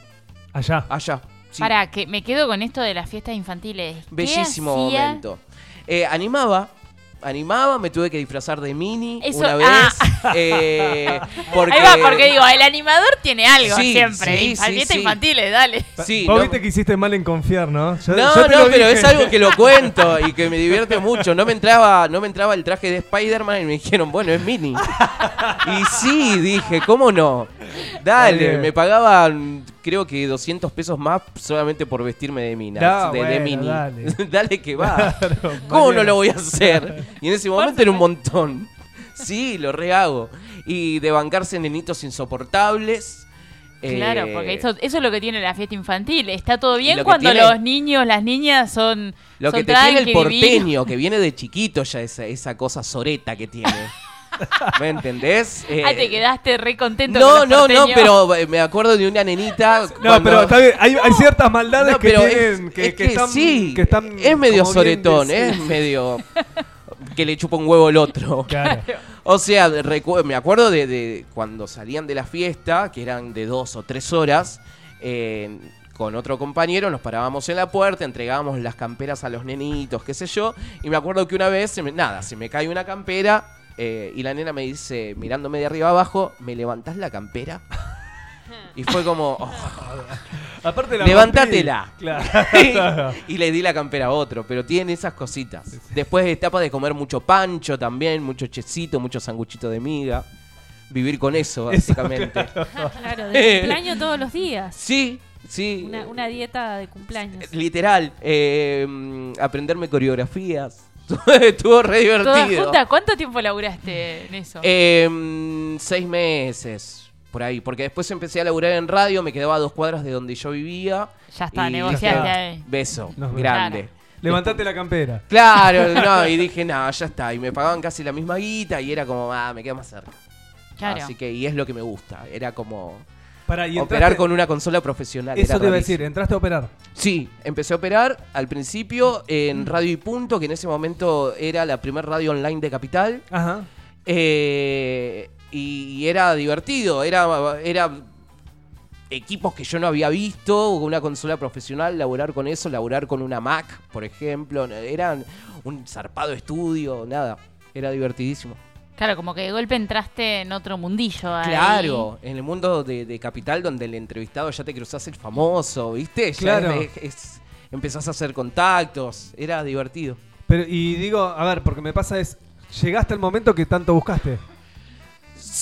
Speaker 4: Allá.
Speaker 8: allá. sí.
Speaker 3: Para que me quedo con esto de las fiestas infantiles. ¿Qué
Speaker 8: Bellísimo
Speaker 3: hacía?
Speaker 8: momento. Eh, animaba animaba, me tuve que disfrazar de Mini
Speaker 3: Eso-
Speaker 8: una vez.
Speaker 3: ah.
Speaker 8: eh, porque...
Speaker 3: Ahí va, porque digo, el animador tiene algo
Speaker 8: Sí,
Speaker 3: siempre.
Speaker 8: sí,
Speaker 3: Infal-
Speaker 8: sí,
Speaker 3: fiesta
Speaker 8: sí.
Speaker 3: infantiles, dale.
Speaker 8: Ah, Sí,
Speaker 4: Vos
Speaker 8: no-
Speaker 4: viste que hiciste mal en confiar, ¿no? Yo-
Speaker 8: No,
Speaker 4: yo te
Speaker 8: no,
Speaker 4: lo
Speaker 8: pero
Speaker 4: dije.
Speaker 8: es algo que lo cuento y que me divierte mucho. No me entraba, no me entraba el traje de Spider-Man y me dijeron, bueno, es Mini. Y sí, dije, ¿cómo no?
Speaker 4: Está
Speaker 8: Dale,
Speaker 4: bien.
Speaker 8: me pagaban creo que 200 pesos más solamente por vestirme de Mina,
Speaker 4: No,
Speaker 8: de, de
Speaker 4: bueno,
Speaker 8: Mini.
Speaker 4: dale.
Speaker 8: Dale que va. ¿Cómo no
Speaker 4: mañana.
Speaker 8: lo voy a hacer? Y en ese momento era un montón. Sí, lo rehago. Y de bancarse nenitos insoportables.
Speaker 3: Claro,
Speaker 8: eh,
Speaker 3: porque eso, eso es lo que tiene la fiesta infantil. Está todo bien
Speaker 8: lo que
Speaker 3: cuando
Speaker 8: tiene-
Speaker 3: los niños, las niñas son.
Speaker 8: Lo
Speaker 3: son
Speaker 8: que te tiene el
Speaker 3: tranqui, divinos.
Speaker 8: porteño, que viene de chiquito ya esa, esa cosa soreta que tiene. ¿Me entendés? Eh,
Speaker 3: Ah, te quedaste re contento.
Speaker 8: No,
Speaker 3: con los
Speaker 8: no, no,
Speaker 3: porteños.
Speaker 8: pero eh, me acuerdo de una nenita.
Speaker 4: No, pero está bien, hay, hay ciertas maldades que
Speaker 8: pero es-
Speaker 4: tienen,
Speaker 8: es
Speaker 4: que, que están,
Speaker 8: sí,
Speaker 4: que están
Speaker 8: es medio
Speaker 4: como bien
Speaker 8: soretón, ¿eh?
Speaker 4: decididas.
Speaker 8: es medio que le chupa un huevo el otro.
Speaker 4: Claro.
Speaker 8: O sea, recu- me acuerdo de, de cuando salían de la fiesta, que eran de dos o tres horas, eh, con otro compañero nos parábamos en la puerta, entregábamos las camperas a los nenitos, qué sé yo, y me acuerdo que una vez, se me- nada, se me cae una campera eh, y la nena me dice, mirándome de arriba abajo, ¿me levantás la campera? Y fue como, "Oh".
Speaker 4: Aparte la
Speaker 8: Levantátela.
Speaker 4: rompí. Claro.
Speaker 8: y le di la campera a otro, pero tiene esas cositas. Después de etapa de comer mucho pancho también, mucho checito, mucho sanguchito de miga. Vivir con eso, básicamente.
Speaker 5: Claro,
Speaker 8: eh,
Speaker 5: de cumpleaños todos los días.
Speaker 8: Sí, sí.
Speaker 5: Una, una dieta de cumpleaños.
Speaker 8: Literal. eh, mm, aprenderme coreografías. Estuvo re
Speaker 3: Todas
Speaker 8: divertido.
Speaker 3: juntas, ¿cuánto tiempo laburaste en eso?
Speaker 8: Eh, mm, seis meses, por ahí. Porque después empecé a laburar en radio, me quedaba a dos cuadras de donde yo vivía.
Speaker 3: ya está,
Speaker 8: y-
Speaker 3: negociaste
Speaker 4: está.
Speaker 3: ahí.
Speaker 8: Beso,
Speaker 4: Nos vemos.
Speaker 8: grande.
Speaker 4: Levantate la campera.
Speaker 8: Claro, no, y dije, no, ya está. Y me pagaban casi la misma guita y era como, ah, me queda más cerca.
Speaker 3: Claro.
Speaker 8: Así que, y es lo que me gusta. Era como
Speaker 4: Para y
Speaker 8: operar
Speaker 4: entraste-
Speaker 8: con una consola profesional.
Speaker 4: Eso
Speaker 8: era
Speaker 4: te iba a
Speaker 8: rarísimo.
Speaker 4: decir, entraste a operar.
Speaker 8: Sí, empecé a operar al principio
Speaker 4: Mm.
Speaker 8: en Radio y Punto, que en ese momento era la primer radio online de Capital.
Speaker 4: Ajá.
Speaker 8: Eh, y, y era divertido, era, era equipos que yo no había visto, una consola profesional, laburar con eso, laburar con una Mac, por ejemplo, era un zarpado estudio, nada, era divertidísimo.
Speaker 3: Claro, como que de golpe entraste en otro mundillo. eh. ahí.
Speaker 8: Claro, en el mundo de, de Capital donde el entrevistado ya te cruzás el famoso, ¿viste? Ya
Speaker 4: Claro.
Speaker 8: es- es- empezás a hacer contactos, era divertido.
Speaker 4: Pero, y digo, a ver, porque me pasa es, ¿llegaste al momento que tanto buscaste?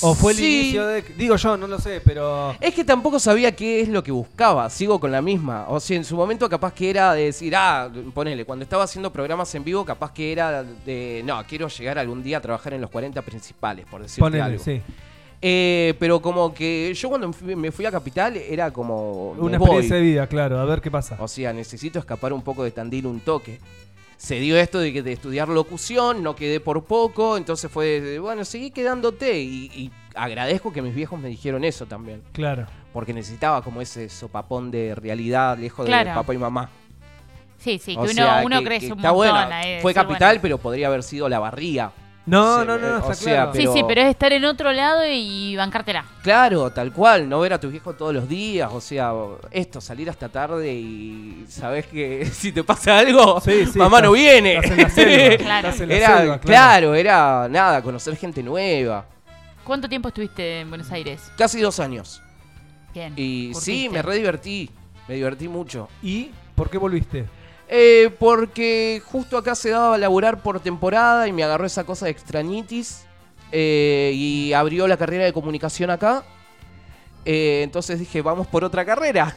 Speaker 4: ¿O fue el
Speaker 8: Sí.
Speaker 4: inicio de...? Digo yo, no lo sé, pero...
Speaker 8: Es que tampoco sabía qué es lo que buscaba, sigo con la misma. O sea, en su momento capaz que era de decir, ah, ponele, cuando estaba haciendo programas en vivo, capaz que era de, no, quiero llegar algún día a trabajar en los 40 principales, por decirte
Speaker 4: Ponele,
Speaker 8: algo.
Speaker 4: sí.
Speaker 8: Eh, pero como que yo cuando fui- me fui a Capital era como... me
Speaker 4: Una
Speaker 8: voy.
Speaker 4: experiencia de vida, claro, a ver qué pasa.
Speaker 8: O sea, necesito escapar un poco de Tandil un toque. Se dio esto de, que- de estudiar locución, no quedé por poco, entonces fue, de, bueno, seguí quedándote y, y agradezco que mis viejos me dijeron eso también,
Speaker 4: Claro.
Speaker 8: porque necesitaba como ese sopapón de realidad lejos de
Speaker 3: Claro.
Speaker 8: papá y mamá.
Speaker 3: Sí, sí, que
Speaker 8: O
Speaker 3: uno,
Speaker 8: sea,
Speaker 3: uno
Speaker 8: que-
Speaker 3: crece
Speaker 8: que
Speaker 3: un
Speaker 8: está
Speaker 3: montón.
Speaker 8: bueno.
Speaker 3: ahí,
Speaker 8: Fue
Speaker 3: decir,
Speaker 8: capital,
Speaker 3: Eh, bueno.
Speaker 8: pero podría haber sido la barría.
Speaker 4: No,
Speaker 8: Se-
Speaker 4: no, no,
Speaker 8: eh,
Speaker 4: está
Speaker 8: o sea,
Speaker 4: claro.
Speaker 8: pero-
Speaker 3: Sí, sí, pero es estar en otro lado y bancártela.
Speaker 8: Claro, tal cual, no ver a tus viejos todos los días, o sea, esto, salir hasta tarde y sabes que si te pasa algo,
Speaker 4: Sí, sí,
Speaker 8: mamá
Speaker 4: estás-
Speaker 8: no viene.
Speaker 4: estás en la selva,
Speaker 3: Claro.
Speaker 4: estás en la
Speaker 8: era,
Speaker 4: selva,
Speaker 8: claro. era nada, conocer gente nueva.
Speaker 3: ¿Cuánto tiempo estuviste en Buenos Aires?
Speaker 8: Casi dos años.
Speaker 3: Bien.
Speaker 8: Y sí,
Speaker 3: curtiste.
Speaker 8: me re divertí. Me divertí mucho.
Speaker 4: ¿Y por qué volviste?
Speaker 8: Eh, porque justo acá se daba a laburar por temporada y me agarró esa cosa de extrañitis. eh, y abrió la carrera de comunicación acá. Eh, entonces dije, vamos por otra carrera.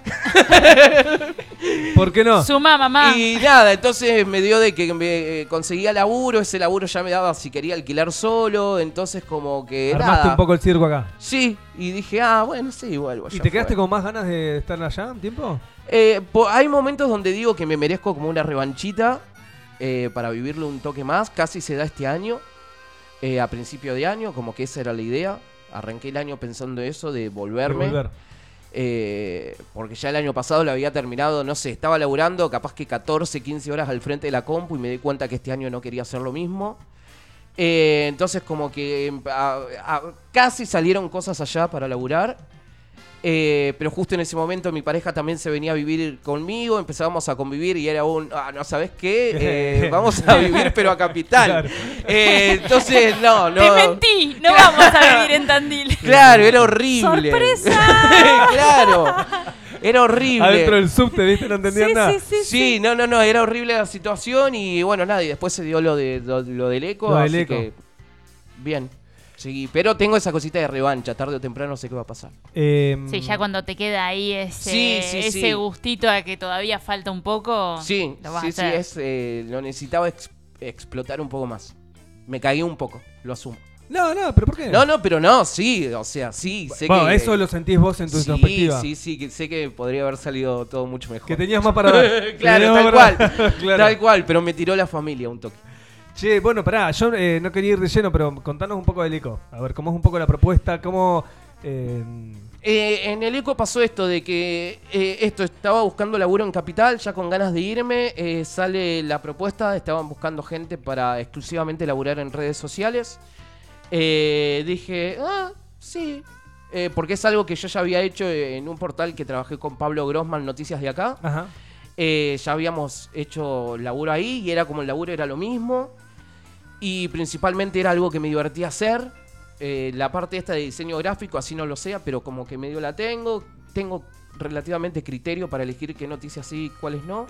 Speaker 4: ¿Por qué no?
Speaker 3: Suma, mamá.
Speaker 8: Ah. Y nada, entonces me dio de que me eh, conseguía laburo, ese laburo ya me daba si quería alquilar solo, entonces como que
Speaker 4: Armaste
Speaker 8: nada.
Speaker 4: un poco el circo acá.
Speaker 8: Sí, y dije, ah, bueno, sí, vuelvo.
Speaker 4: ¿Y
Speaker 8: ya
Speaker 4: te quedaste
Speaker 8: fue.
Speaker 4: con más ganas de estar allá un tiempo?
Speaker 8: Eh, po- hay momentos donde digo que me merezco como una revanchita eh, para vivirlo un toque más, casi se da este año, eh, a principio de año, como que esa era la idea. Arranqué el año pensando eso, de
Speaker 4: De
Speaker 8: volverme.
Speaker 4: volver.
Speaker 8: Eh, porque ya el año pasado lo había terminado, no sé, estaba laburando capaz que 14, 15 horas al frente de la compu y me di cuenta que este año no quería hacer lo mismo. Eh, entonces como que em, a- a- casi salieron cosas allá para laburar. Eh, pero justo en ese momento mi pareja también se venía a vivir conmigo, empezábamos a convivir y era un, ah, no sabes qué, Eh, vamos a vivir pero a capital.
Speaker 4: Claro.
Speaker 8: Eh, entonces, no, no.
Speaker 3: Te mentí, no vamos a vivir en Tandil.
Speaker 8: Claro, era horrible.
Speaker 5: ¡Sorpresa!
Speaker 8: claro, era horrible.
Speaker 4: Adentro del subte, ¿viste? No entendían nada.
Speaker 5: sí, sí, sí.
Speaker 8: Sí, no, no, no, era horrible la situación y bueno, nada, y después se dio lo, de, lo, lo del eco,
Speaker 4: Lo del
Speaker 8: así
Speaker 4: eco.
Speaker 8: que bien. Sí, pero tengo esa cosita de revancha, tarde o temprano sé qué va a pasar.
Speaker 4: Eh,
Speaker 3: Sí, ya cuando te queda ahí ese,
Speaker 8: Mm. Sí, sí,
Speaker 3: ese
Speaker 8: sí.
Speaker 3: gustito a que todavía falta un poco,
Speaker 8: Sí,
Speaker 3: Ah, lo vas
Speaker 8: sí,
Speaker 3: a
Speaker 8: sí,
Speaker 3: hacer.
Speaker 8: es, eh, lo necesitaba ex- explotar un poco más. Me cagué un poco, lo asumo.
Speaker 4: No, no, pero ¿por qué?
Speaker 8: No, no, pero no, sí, o sea, sí, sé
Speaker 4: bueno,
Speaker 8: que...
Speaker 4: eso lo sentís vos en tu
Speaker 8: sí,
Speaker 4: perspectiva.
Speaker 8: Sí, sí, que sé que podría haber salido todo mucho mejor.
Speaker 4: Que tenías más para dar.
Speaker 8: claro,
Speaker 4: Tenías
Speaker 8: tal
Speaker 4: más
Speaker 8: cual,
Speaker 4: para- Claro.
Speaker 8: tal cual, pero me tiró la familia un toque.
Speaker 4: Che, bueno, pará, yo eh, no quería ir de lleno, pero contanos un poco del eco. A ver, cómo es un poco la propuesta, cómo... eh,
Speaker 8: Eh, en el eco pasó esto de que eh, esto estaba buscando laburo en capital, ya con ganas de irme, eh, sale la propuesta, estaban buscando gente para exclusivamente laburar en redes sociales. Eh, dije, ah, sí, Eh, porque es algo que yo ya había hecho en un portal que trabajé con Pablo Grossman, Noticias de acá.
Speaker 4: ajá.
Speaker 8: Eh, ya habíamos hecho laburo ahí y era como el laburo era lo mismo. Y principalmente era algo que me divertía hacer. Eh, la parte esta de diseño gráfico, así no lo sea, pero como que medio la tengo. Tengo relativamente criterio para elegir qué noticias sí y cuáles no.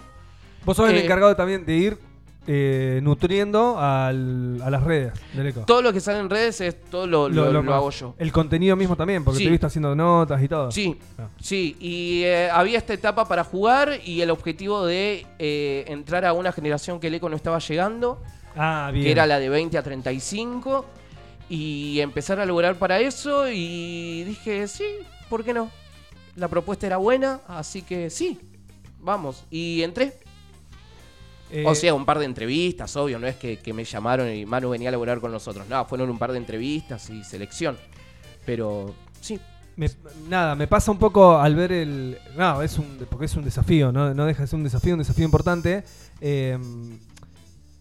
Speaker 4: Vos sos el
Speaker 8: Eh,
Speaker 4: encargado también de ir eh, nutriendo al- a las redes del eco.
Speaker 8: Todo lo que sale en redes es todo lo, lo- lo
Speaker 4: que-
Speaker 8: hago yo.
Speaker 4: El contenido mismo también, porque
Speaker 8: Sí.
Speaker 4: te he visto haciendo notas y todo.
Speaker 8: Sí,
Speaker 4: Ah.
Speaker 8: sí. Y eh, había esta etapa para jugar y el objetivo de eh, entrar a una generación que el eco no estaba llegando.
Speaker 4: Ah, bien.
Speaker 8: que era la de 20 a 35, y empezar a lograr para eso, y dije, sí, ¿por qué no? La propuesta era buena, así que sí, vamos, y entré.
Speaker 4: Eh,
Speaker 8: O sea, un par de entrevistas, obvio, no es que, que me llamaron y Manu venía a laburar con nosotros, no, fueron un par de entrevistas y selección, pero sí,
Speaker 4: Me- nada, me pasa un poco al ver el. No, es un, porque es un desafío, no, no deja de ser un desafío, un desafío importante. Eh,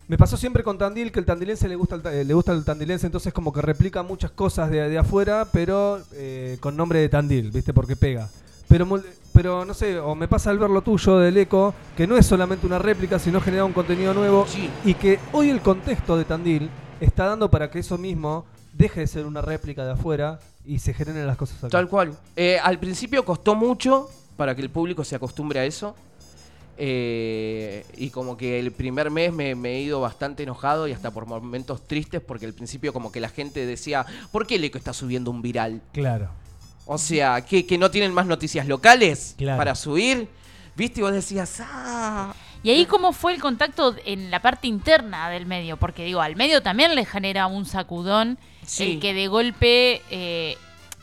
Speaker 4: me pasó siempre con Tandil que el tandilense le gusta el, ta- eh, le gusta el tandilense, entonces como que replica muchas cosas de, de afuera, pero eh, con nombre de Tandil, ¿viste? Porque pega. Pero, mul- pero no sé, o me pasa al ver lo tuyo del eco, que no es solamente una réplica, sino genera un contenido nuevo
Speaker 8: sí,
Speaker 4: y que hoy el contexto de Tandil está dando para que eso mismo deje de ser una réplica de afuera y se generen las cosas acá.
Speaker 8: tal cual. Eh, al principio costó mucho para que el público se acostumbre a eso. Eh, y como que el primer mes me, me he ido bastante enojado y hasta por momentos tristes porque al principio como que la gente decía, ¿por qué Leco está subiendo un viral?
Speaker 4: Claro.
Speaker 8: O sea, ¿que, que no tienen más noticias locales
Speaker 4: Claro.
Speaker 8: para subir? ¿Viste? Y vos decías, ah,
Speaker 3: ¿Y ahí cómo fue el contacto en la parte interna del medio? Porque digo, al medio también le genera un sacudón
Speaker 8: Sí.
Speaker 3: el que de golpe, eh,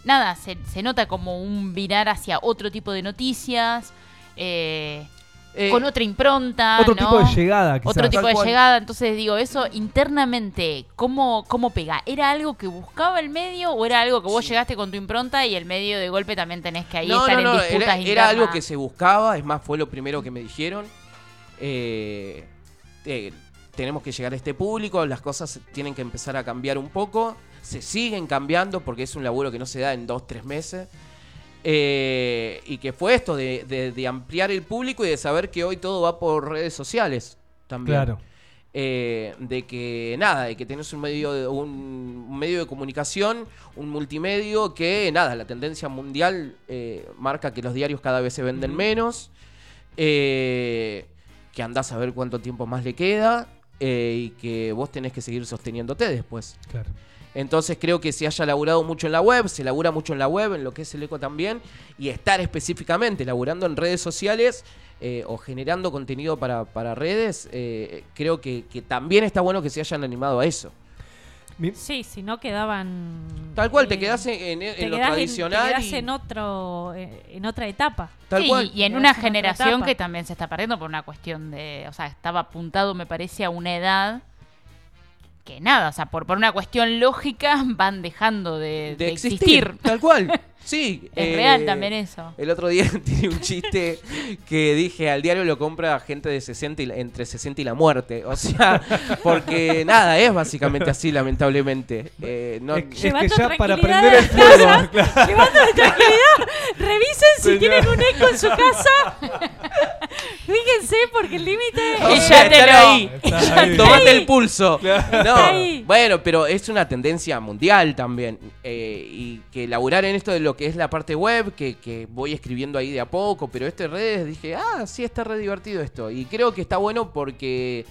Speaker 3: nada, se, se nota como un virar hacia otro tipo de noticias, eh,
Speaker 8: eh,
Speaker 3: con otra impronta.
Speaker 4: Otro
Speaker 3: Ah, ¿no?
Speaker 4: tipo de llegada, quizás.
Speaker 3: Otro tipo
Speaker 8: Tal
Speaker 3: de
Speaker 8: cual.
Speaker 3: llegada, entonces digo, eso internamente, ¿cómo, ¿cómo pega? ¿Era algo que buscaba el medio o era algo que vos llegaste con tu impronta y el medio de golpe también tenés que ahí
Speaker 8: no,
Speaker 3: estar
Speaker 8: no, no,
Speaker 3: en disputas
Speaker 8: era, era
Speaker 3: internas?
Speaker 8: algo que se buscaba, es más, fue lo primero que me dijeron. Eh, eh, tenemos que llegar a este público, las cosas tienen que empezar a cambiar un poco, se siguen cambiando porque es un laburo que no se da en dos, tres meses. Eh, y que fue esto de, de- de ampliar el público y de saber que hoy todo va por redes sociales también.
Speaker 4: Claro.
Speaker 8: Eh, de que nada, de que tenés un medio de, un, un medio de comunicación, un multimedio que nada, la tendencia mundial eh, marca que los diarios cada vez se venden menos, eh, que andás a ver cuánto tiempo más le queda eh, y que vos tenés que seguir sosteniéndote después.
Speaker 4: Claro.
Speaker 8: Entonces creo que se haya laburado mucho en la web, se labura mucho en la web, en lo que es el eco también, y estar específicamente laburando en redes sociales eh, o generando contenido para, para redes, eh, creo que, que también está bueno que se hayan animado a eso.
Speaker 4: Mi-
Speaker 5: Sí, si no quedaban.
Speaker 8: Tal cual, te
Speaker 5: eh,
Speaker 8: quedás en, en- en
Speaker 5: te
Speaker 8: lo
Speaker 5: quedás en-
Speaker 8: tradicional.
Speaker 5: te quedás
Speaker 8: y-
Speaker 5: en, otro, eh, en otra etapa.
Speaker 8: tal
Speaker 3: Sí,
Speaker 8: cual.
Speaker 3: Y en
Speaker 5: Pero
Speaker 3: una
Speaker 5: es una
Speaker 3: generación
Speaker 5: etapa.
Speaker 3: que también se está perdiendo por una cuestión de. O sea, estaba apuntado, me parece, a una edad que nada, o sea, por, por una cuestión lógica van dejando
Speaker 8: de
Speaker 3: de, de
Speaker 8: existir, Eh,
Speaker 3: existir.
Speaker 8: Tal cual. Sí.
Speaker 3: Es real también eso.
Speaker 8: El otro día tiene un chiste que dije, al diario lo compra gente de 60 y la- entre 60 y la muerte. O sea, porque nada, es básicamente así, lamentablemente. Eh, no,
Speaker 4: Es que-
Speaker 5: Llevando
Speaker 4: es que ya para
Speaker 5: tranquilidad
Speaker 4: prender el
Speaker 5: a las
Speaker 4: fuego.
Speaker 5: casas, Llevando la tranquilidad. Revisen si
Speaker 4: Señor.
Speaker 5: tienen un eco en su casa. Fíjense, porque el límite.
Speaker 8: O
Speaker 3: Y
Speaker 5: es-
Speaker 8: sea,
Speaker 3: ya te
Speaker 8: están
Speaker 3: lo-
Speaker 8: ahí.
Speaker 4: Está ahí.
Speaker 8: Tomate el pulso.
Speaker 5: Está ahí.
Speaker 8: No, bueno, pero es una tendencia mundial también. eh, y que laburar en esto de lo que es la parte web, que, que voy escribiendo ahí de a poco, pero esto de redes, dije, ah, sí, está re divertido esto. Y creo que está bueno porque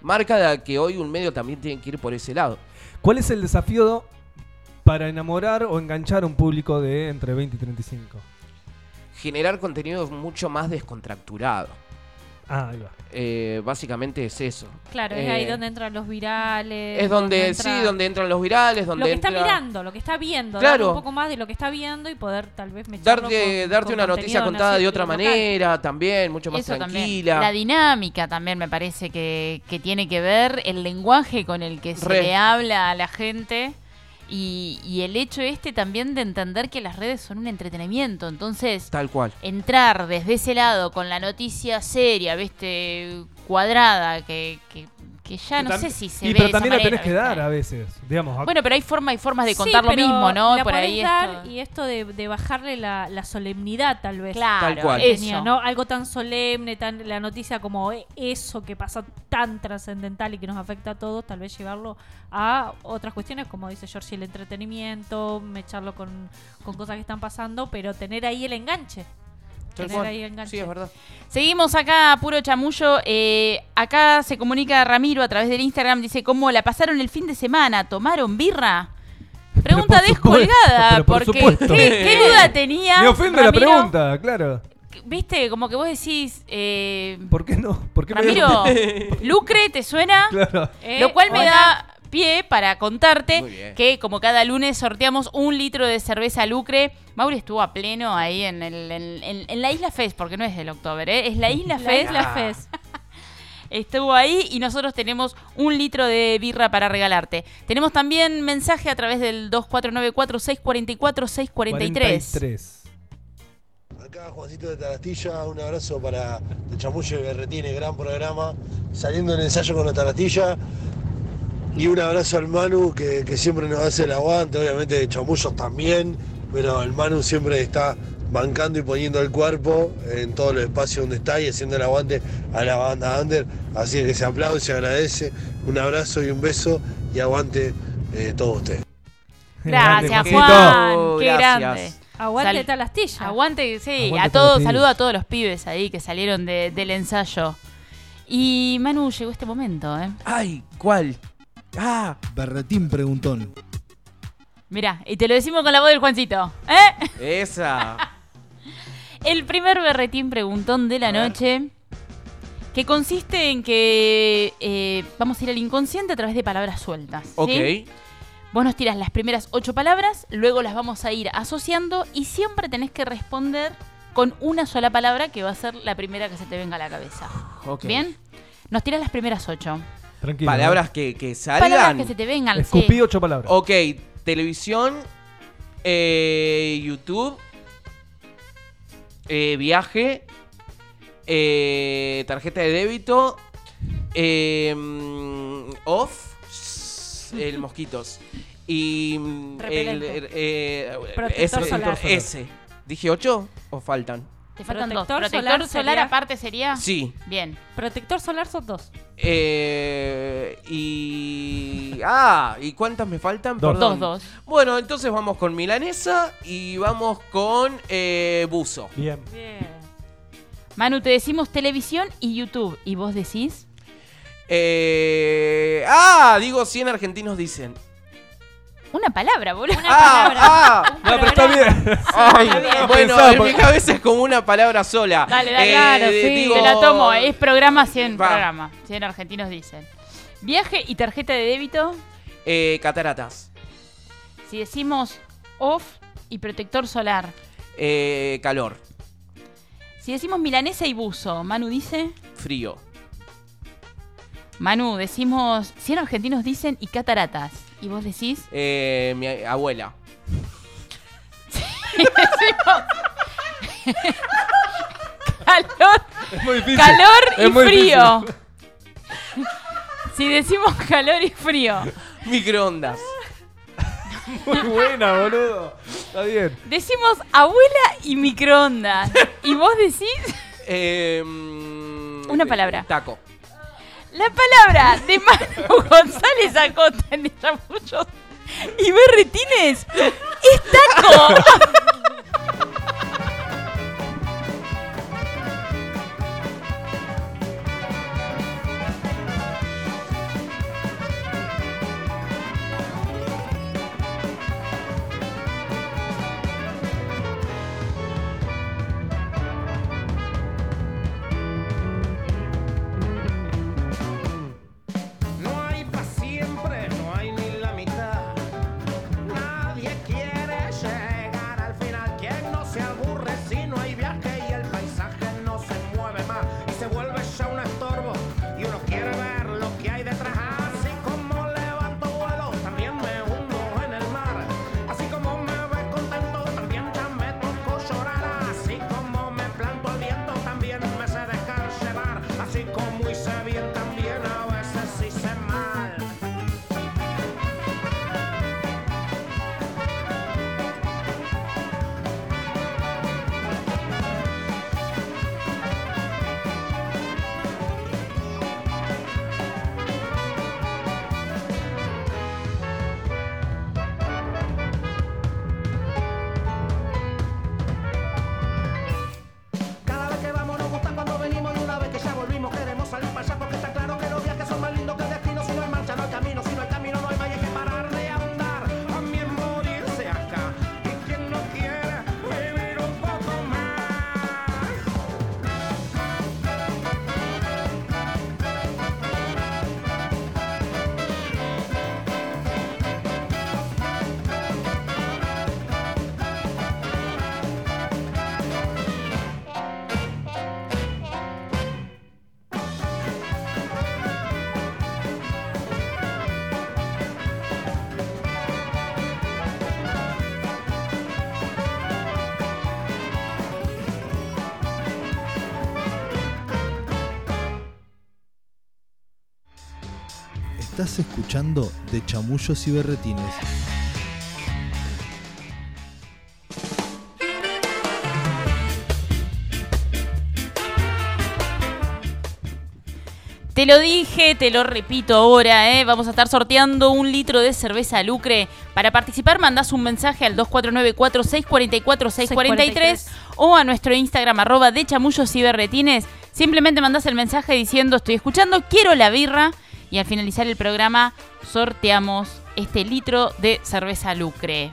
Speaker 8: marca da que hoy un medio también tiene que ir por ese lado.
Speaker 4: ¿Cuál es el desafío para enamorar o enganchar a un público de entre 20 y 35?
Speaker 8: Generar contenido mucho más descontracturado.
Speaker 4: Ah, ahí va.
Speaker 8: Eh, básicamente es eso.
Speaker 5: Claro, es
Speaker 8: Eh,
Speaker 5: ahí donde entran los virales.
Speaker 8: Es donde,
Speaker 5: entra
Speaker 8: sí, donde entran los virales, donde
Speaker 5: Lo que está
Speaker 8: entra-
Speaker 5: mirando, lo que está viendo.
Speaker 8: Claro.
Speaker 5: Darle un poco más de lo que está viendo y poder tal vez mecharlo
Speaker 8: Darte,
Speaker 5: con-
Speaker 8: darte
Speaker 5: con
Speaker 8: una noticia
Speaker 5: contenido, no
Speaker 8: contada
Speaker 5: sé,
Speaker 8: de otra
Speaker 5: local.
Speaker 8: manera, también, mucho más
Speaker 3: Eso también.
Speaker 8: tranquila.
Speaker 3: La dinámica también me parece que, que tiene que ver el lenguaje con el que se
Speaker 8: Re.
Speaker 3: le habla a la gente y, y el hecho este también de entender que las redes son un entretenimiento. Entonces,
Speaker 8: Tal cual.
Speaker 3: entrar desde ese lado con la noticia seria, viste, cuadrada, que, que, que ya no
Speaker 4: Tam-
Speaker 3: sé si se
Speaker 4: y
Speaker 3: ve
Speaker 4: pero
Speaker 3: de esa
Speaker 4: también la
Speaker 3: manera,
Speaker 4: tenés que
Speaker 3: ¿viste?
Speaker 4: dar ah. a veces. Digamos,
Speaker 3: Bueno, pero hay forma y formas de
Speaker 5: Sí,
Speaker 3: contar lo
Speaker 5: pero
Speaker 3: mismo, ¿no?
Speaker 5: la
Speaker 3: Por ahí
Speaker 5: podés
Speaker 3: esto-
Speaker 5: dar Y esto de, de bajarle la, la solemnidad tal vez.
Speaker 3: Claro,
Speaker 8: Tal cual.
Speaker 5: que
Speaker 3: eso.
Speaker 5: tenía, ¿no? Algo tan solemne, tan la noticia como e- eso que pasa tan trascendental y que nos afecta a todos, tal vez llevarlo a otras cuestiones, como dice Georgie, el entretenimiento, mecharlo con, con cosas que están pasando, pero tener ahí el enganche.
Speaker 8: Tal
Speaker 5: Tener
Speaker 8: cual.
Speaker 5: ahí el enganche.
Speaker 8: Sí, es verdad.
Speaker 3: Seguimos acá, puro chamullo. Eh, acá se comunica Ramiro a través del Instagram. Dice, ¿cómo la pasaron el fin de semana? ¿Tomaron birra? Pregunta
Speaker 4: Pero por supuesto,
Speaker 3: descolgada,
Speaker 4: pero por
Speaker 3: porque
Speaker 4: supuesto.
Speaker 3: ¿qué, qué duda tenía?
Speaker 4: Me ofende la
Speaker 3: Ramiro?
Speaker 4: pregunta, claro.
Speaker 3: Viste, como que vos decís, eh,
Speaker 4: ¿Por qué no? ¿Por qué me-
Speaker 3: Ramiro, Lucre, ¿te suena?
Speaker 4: claro.
Speaker 5: Eh,
Speaker 3: Lo cual me
Speaker 5: hola.
Speaker 3: da pie para
Speaker 8: Muy
Speaker 3: contarte
Speaker 8: bien.
Speaker 3: que como cada lunes sorteamos un litro de cerveza lucre. Mauri estuvo a pleno ahí en, el- en- en- en la Isla Fez, porque no es del October, ¿eh? es la Isla
Speaker 5: La
Speaker 3: Fez.
Speaker 5: Isla Fez.
Speaker 3: Estuvo ahí y nosotros tenemos un litro de birra para regalarte. Tenemos también mensaje a través del 2494-644-643.
Speaker 4: 43.
Speaker 10: Acá Juancito de Tarastilla, un abrazo para el Chamullo y Berretines, gran programa, saliendo del ensayo con la Tarastilla. Y un abrazo al Manu, que, que siempre nos hace el aguante, obviamente Chamullos también, pero el Manu siempre está bancando y poniendo el cuerpo en todos los espacios donde está y haciendo el aguante a la banda Under. Así que se aplaude, se agradece, un abrazo y un beso y aguante eh, todos ustedes.
Speaker 3: Gracias,
Speaker 4: Grande, Juancito.
Speaker 3: Juan. Qué
Speaker 8: Gracias.
Speaker 3: grande.
Speaker 5: Aguante
Speaker 3: Sal-
Speaker 5: Talastilla.
Speaker 3: Aguante, sí,
Speaker 4: Aguante
Speaker 3: a
Speaker 4: todos los
Speaker 3: todos,
Speaker 4: pibes.
Speaker 3: saludo a todos los pibes ahí que salieron de- del ensayo. Y Manu, llegó este momento, ¿eh?
Speaker 8: Ay, ¿cuál? Ah,
Speaker 1: Berretín preguntón.
Speaker 3: Mirá, y te lo decimos con la voz del Juancito, ¿eh?
Speaker 8: esa.
Speaker 3: El primer berretín preguntón de la noche, que consiste en que eh, vamos a ir al inconsciente a través de palabras sueltas. ¿sí?
Speaker 8: Ok.
Speaker 3: Vos nos tiras las primeras ocho palabras, luego las vamos a ir asociando y siempre tenés que responder con una sola palabra que va a ser la primera que se te venga a la cabeza.
Speaker 8: ok.
Speaker 3: ¿Bien? Nos tiras las primeras ocho.
Speaker 4: Tranquilo.
Speaker 8: Palabras Oh. que, que
Speaker 3: Palabras
Speaker 8: salgan.
Speaker 3: que se te vengan. sí.
Speaker 4: Escupí ocho palabras.
Speaker 8: Ok, televisión, eh, YouTube, eh, viaje, eh, tarjeta de débito, eh, mm, off, s- el mosquitos. Y mm, el,
Speaker 5: Repelente.
Speaker 8: el- eh,
Speaker 5: Protector
Speaker 8: ese-
Speaker 5: solar.
Speaker 8: ese. ¿Dije ocho o faltan?
Speaker 3: Te faltan
Speaker 5: Protector
Speaker 3: dos. Protector
Speaker 5: solar
Speaker 3: solar,
Speaker 5: sería-
Speaker 3: aparte
Speaker 5: Ah.
Speaker 3: sería.
Speaker 8: Sí.
Speaker 3: Bien.
Speaker 5: Protector solar son dos.
Speaker 8: Eh, y. Ah, ¿y cuántas me faltan?
Speaker 4: Dos.
Speaker 3: Dos,
Speaker 8: Perdón.
Speaker 3: dos.
Speaker 8: Bueno, entonces vamos con Milanesa y vamos con eh, Buzo.
Speaker 4: Bien.
Speaker 5: Bien.
Speaker 3: Manu, te decimos televisión y YouTube. Y vos decís.
Speaker 8: Eh, ah, digo 100 argentinos dicen.
Speaker 3: Una palabra, boludo.
Speaker 8: ah,
Speaker 4: No, pero está bien.
Speaker 8: ah, ay,
Speaker 4: bien.
Speaker 8: bueno,
Speaker 4: Pensaba,
Speaker 8: en
Speaker 4: porque-
Speaker 8: mi cabeza es como una palabra sola.
Speaker 3: Dale, dale,
Speaker 8: Eh,
Speaker 3: claro, sí.
Speaker 8: digo-
Speaker 3: Te la tomo. eh. Es programa 100.
Speaker 8: Va.
Speaker 3: Programa. 100 argentinos dicen. Viaje y tarjeta de débito.
Speaker 8: Eh, cataratas.
Speaker 3: Si decimos off y protector solar.
Speaker 8: Eh, calor.
Speaker 3: Si decimos milanesa y buzo, Manu dice.
Speaker 8: Frío.
Speaker 3: Manu, decimos, 100 argentinos dicen y cataratas. Y vos decís,
Speaker 8: Eh, mi a- abuela.
Speaker 3: calor,
Speaker 4: Es muy difícil.
Speaker 3: calor
Speaker 4: Es
Speaker 3: y
Speaker 4: muy
Speaker 3: frío.
Speaker 4: difícil.
Speaker 3: Si decimos calor y frío,
Speaker 8: Microondas.
Speaker 4: Muy buena, boludo. Está bien.
Speaker 3: decimos abuela y microondas. Y vos decís
Speaker 8: Eh, mm,
Speaker 3: Una palabra.
Speaker 8: Taco.
Speaker 3: la palabra de Manu González Acosta en Desamuchos y Berretines es taco.
Speaker 2: No hay para siempre, no hay ni la mitad. Nadie quiere llegar al final. Quien no se aburre si no hay viaje y el paisaje no se mueve más y se vuelve ya un estorbo. Y uno quiere ver lo que hay detrás. Así como levanto vuelo, también me hundo en el mar. Así como me ve contento, también ya me tocó llorar. Así como me planto al viento, también me sé dejar llevar. Así como hice bien, también a veces hice mal. Cada vez que vamos nos gusta cuando venimos y una vez que ya volvimos queremos salir para allá porque está claro que los viajes son más lindos que el destino. Si no hay marcha no hay camino, si no hay camino no hay más y hay que parar de andar. También morirse acá. Y quien no quiera vivir un poco más.
Speaker 1: Estás escuchando De Chamullos y Berretines.
Speaker 3: Te lo dije, te lo repito ahora, ¿eh? vamos a estar sorteando un litro de cerveza lucre. Para participar mandás un mensaje al 2494-644-643 o a nuestro Instagram arroba de chamullos y berretines. Simplemente mandás el mensaje diciendo estoy escuchando, quiero la birra y al finalizar el programa sorteamos este litro de cerveza lucre.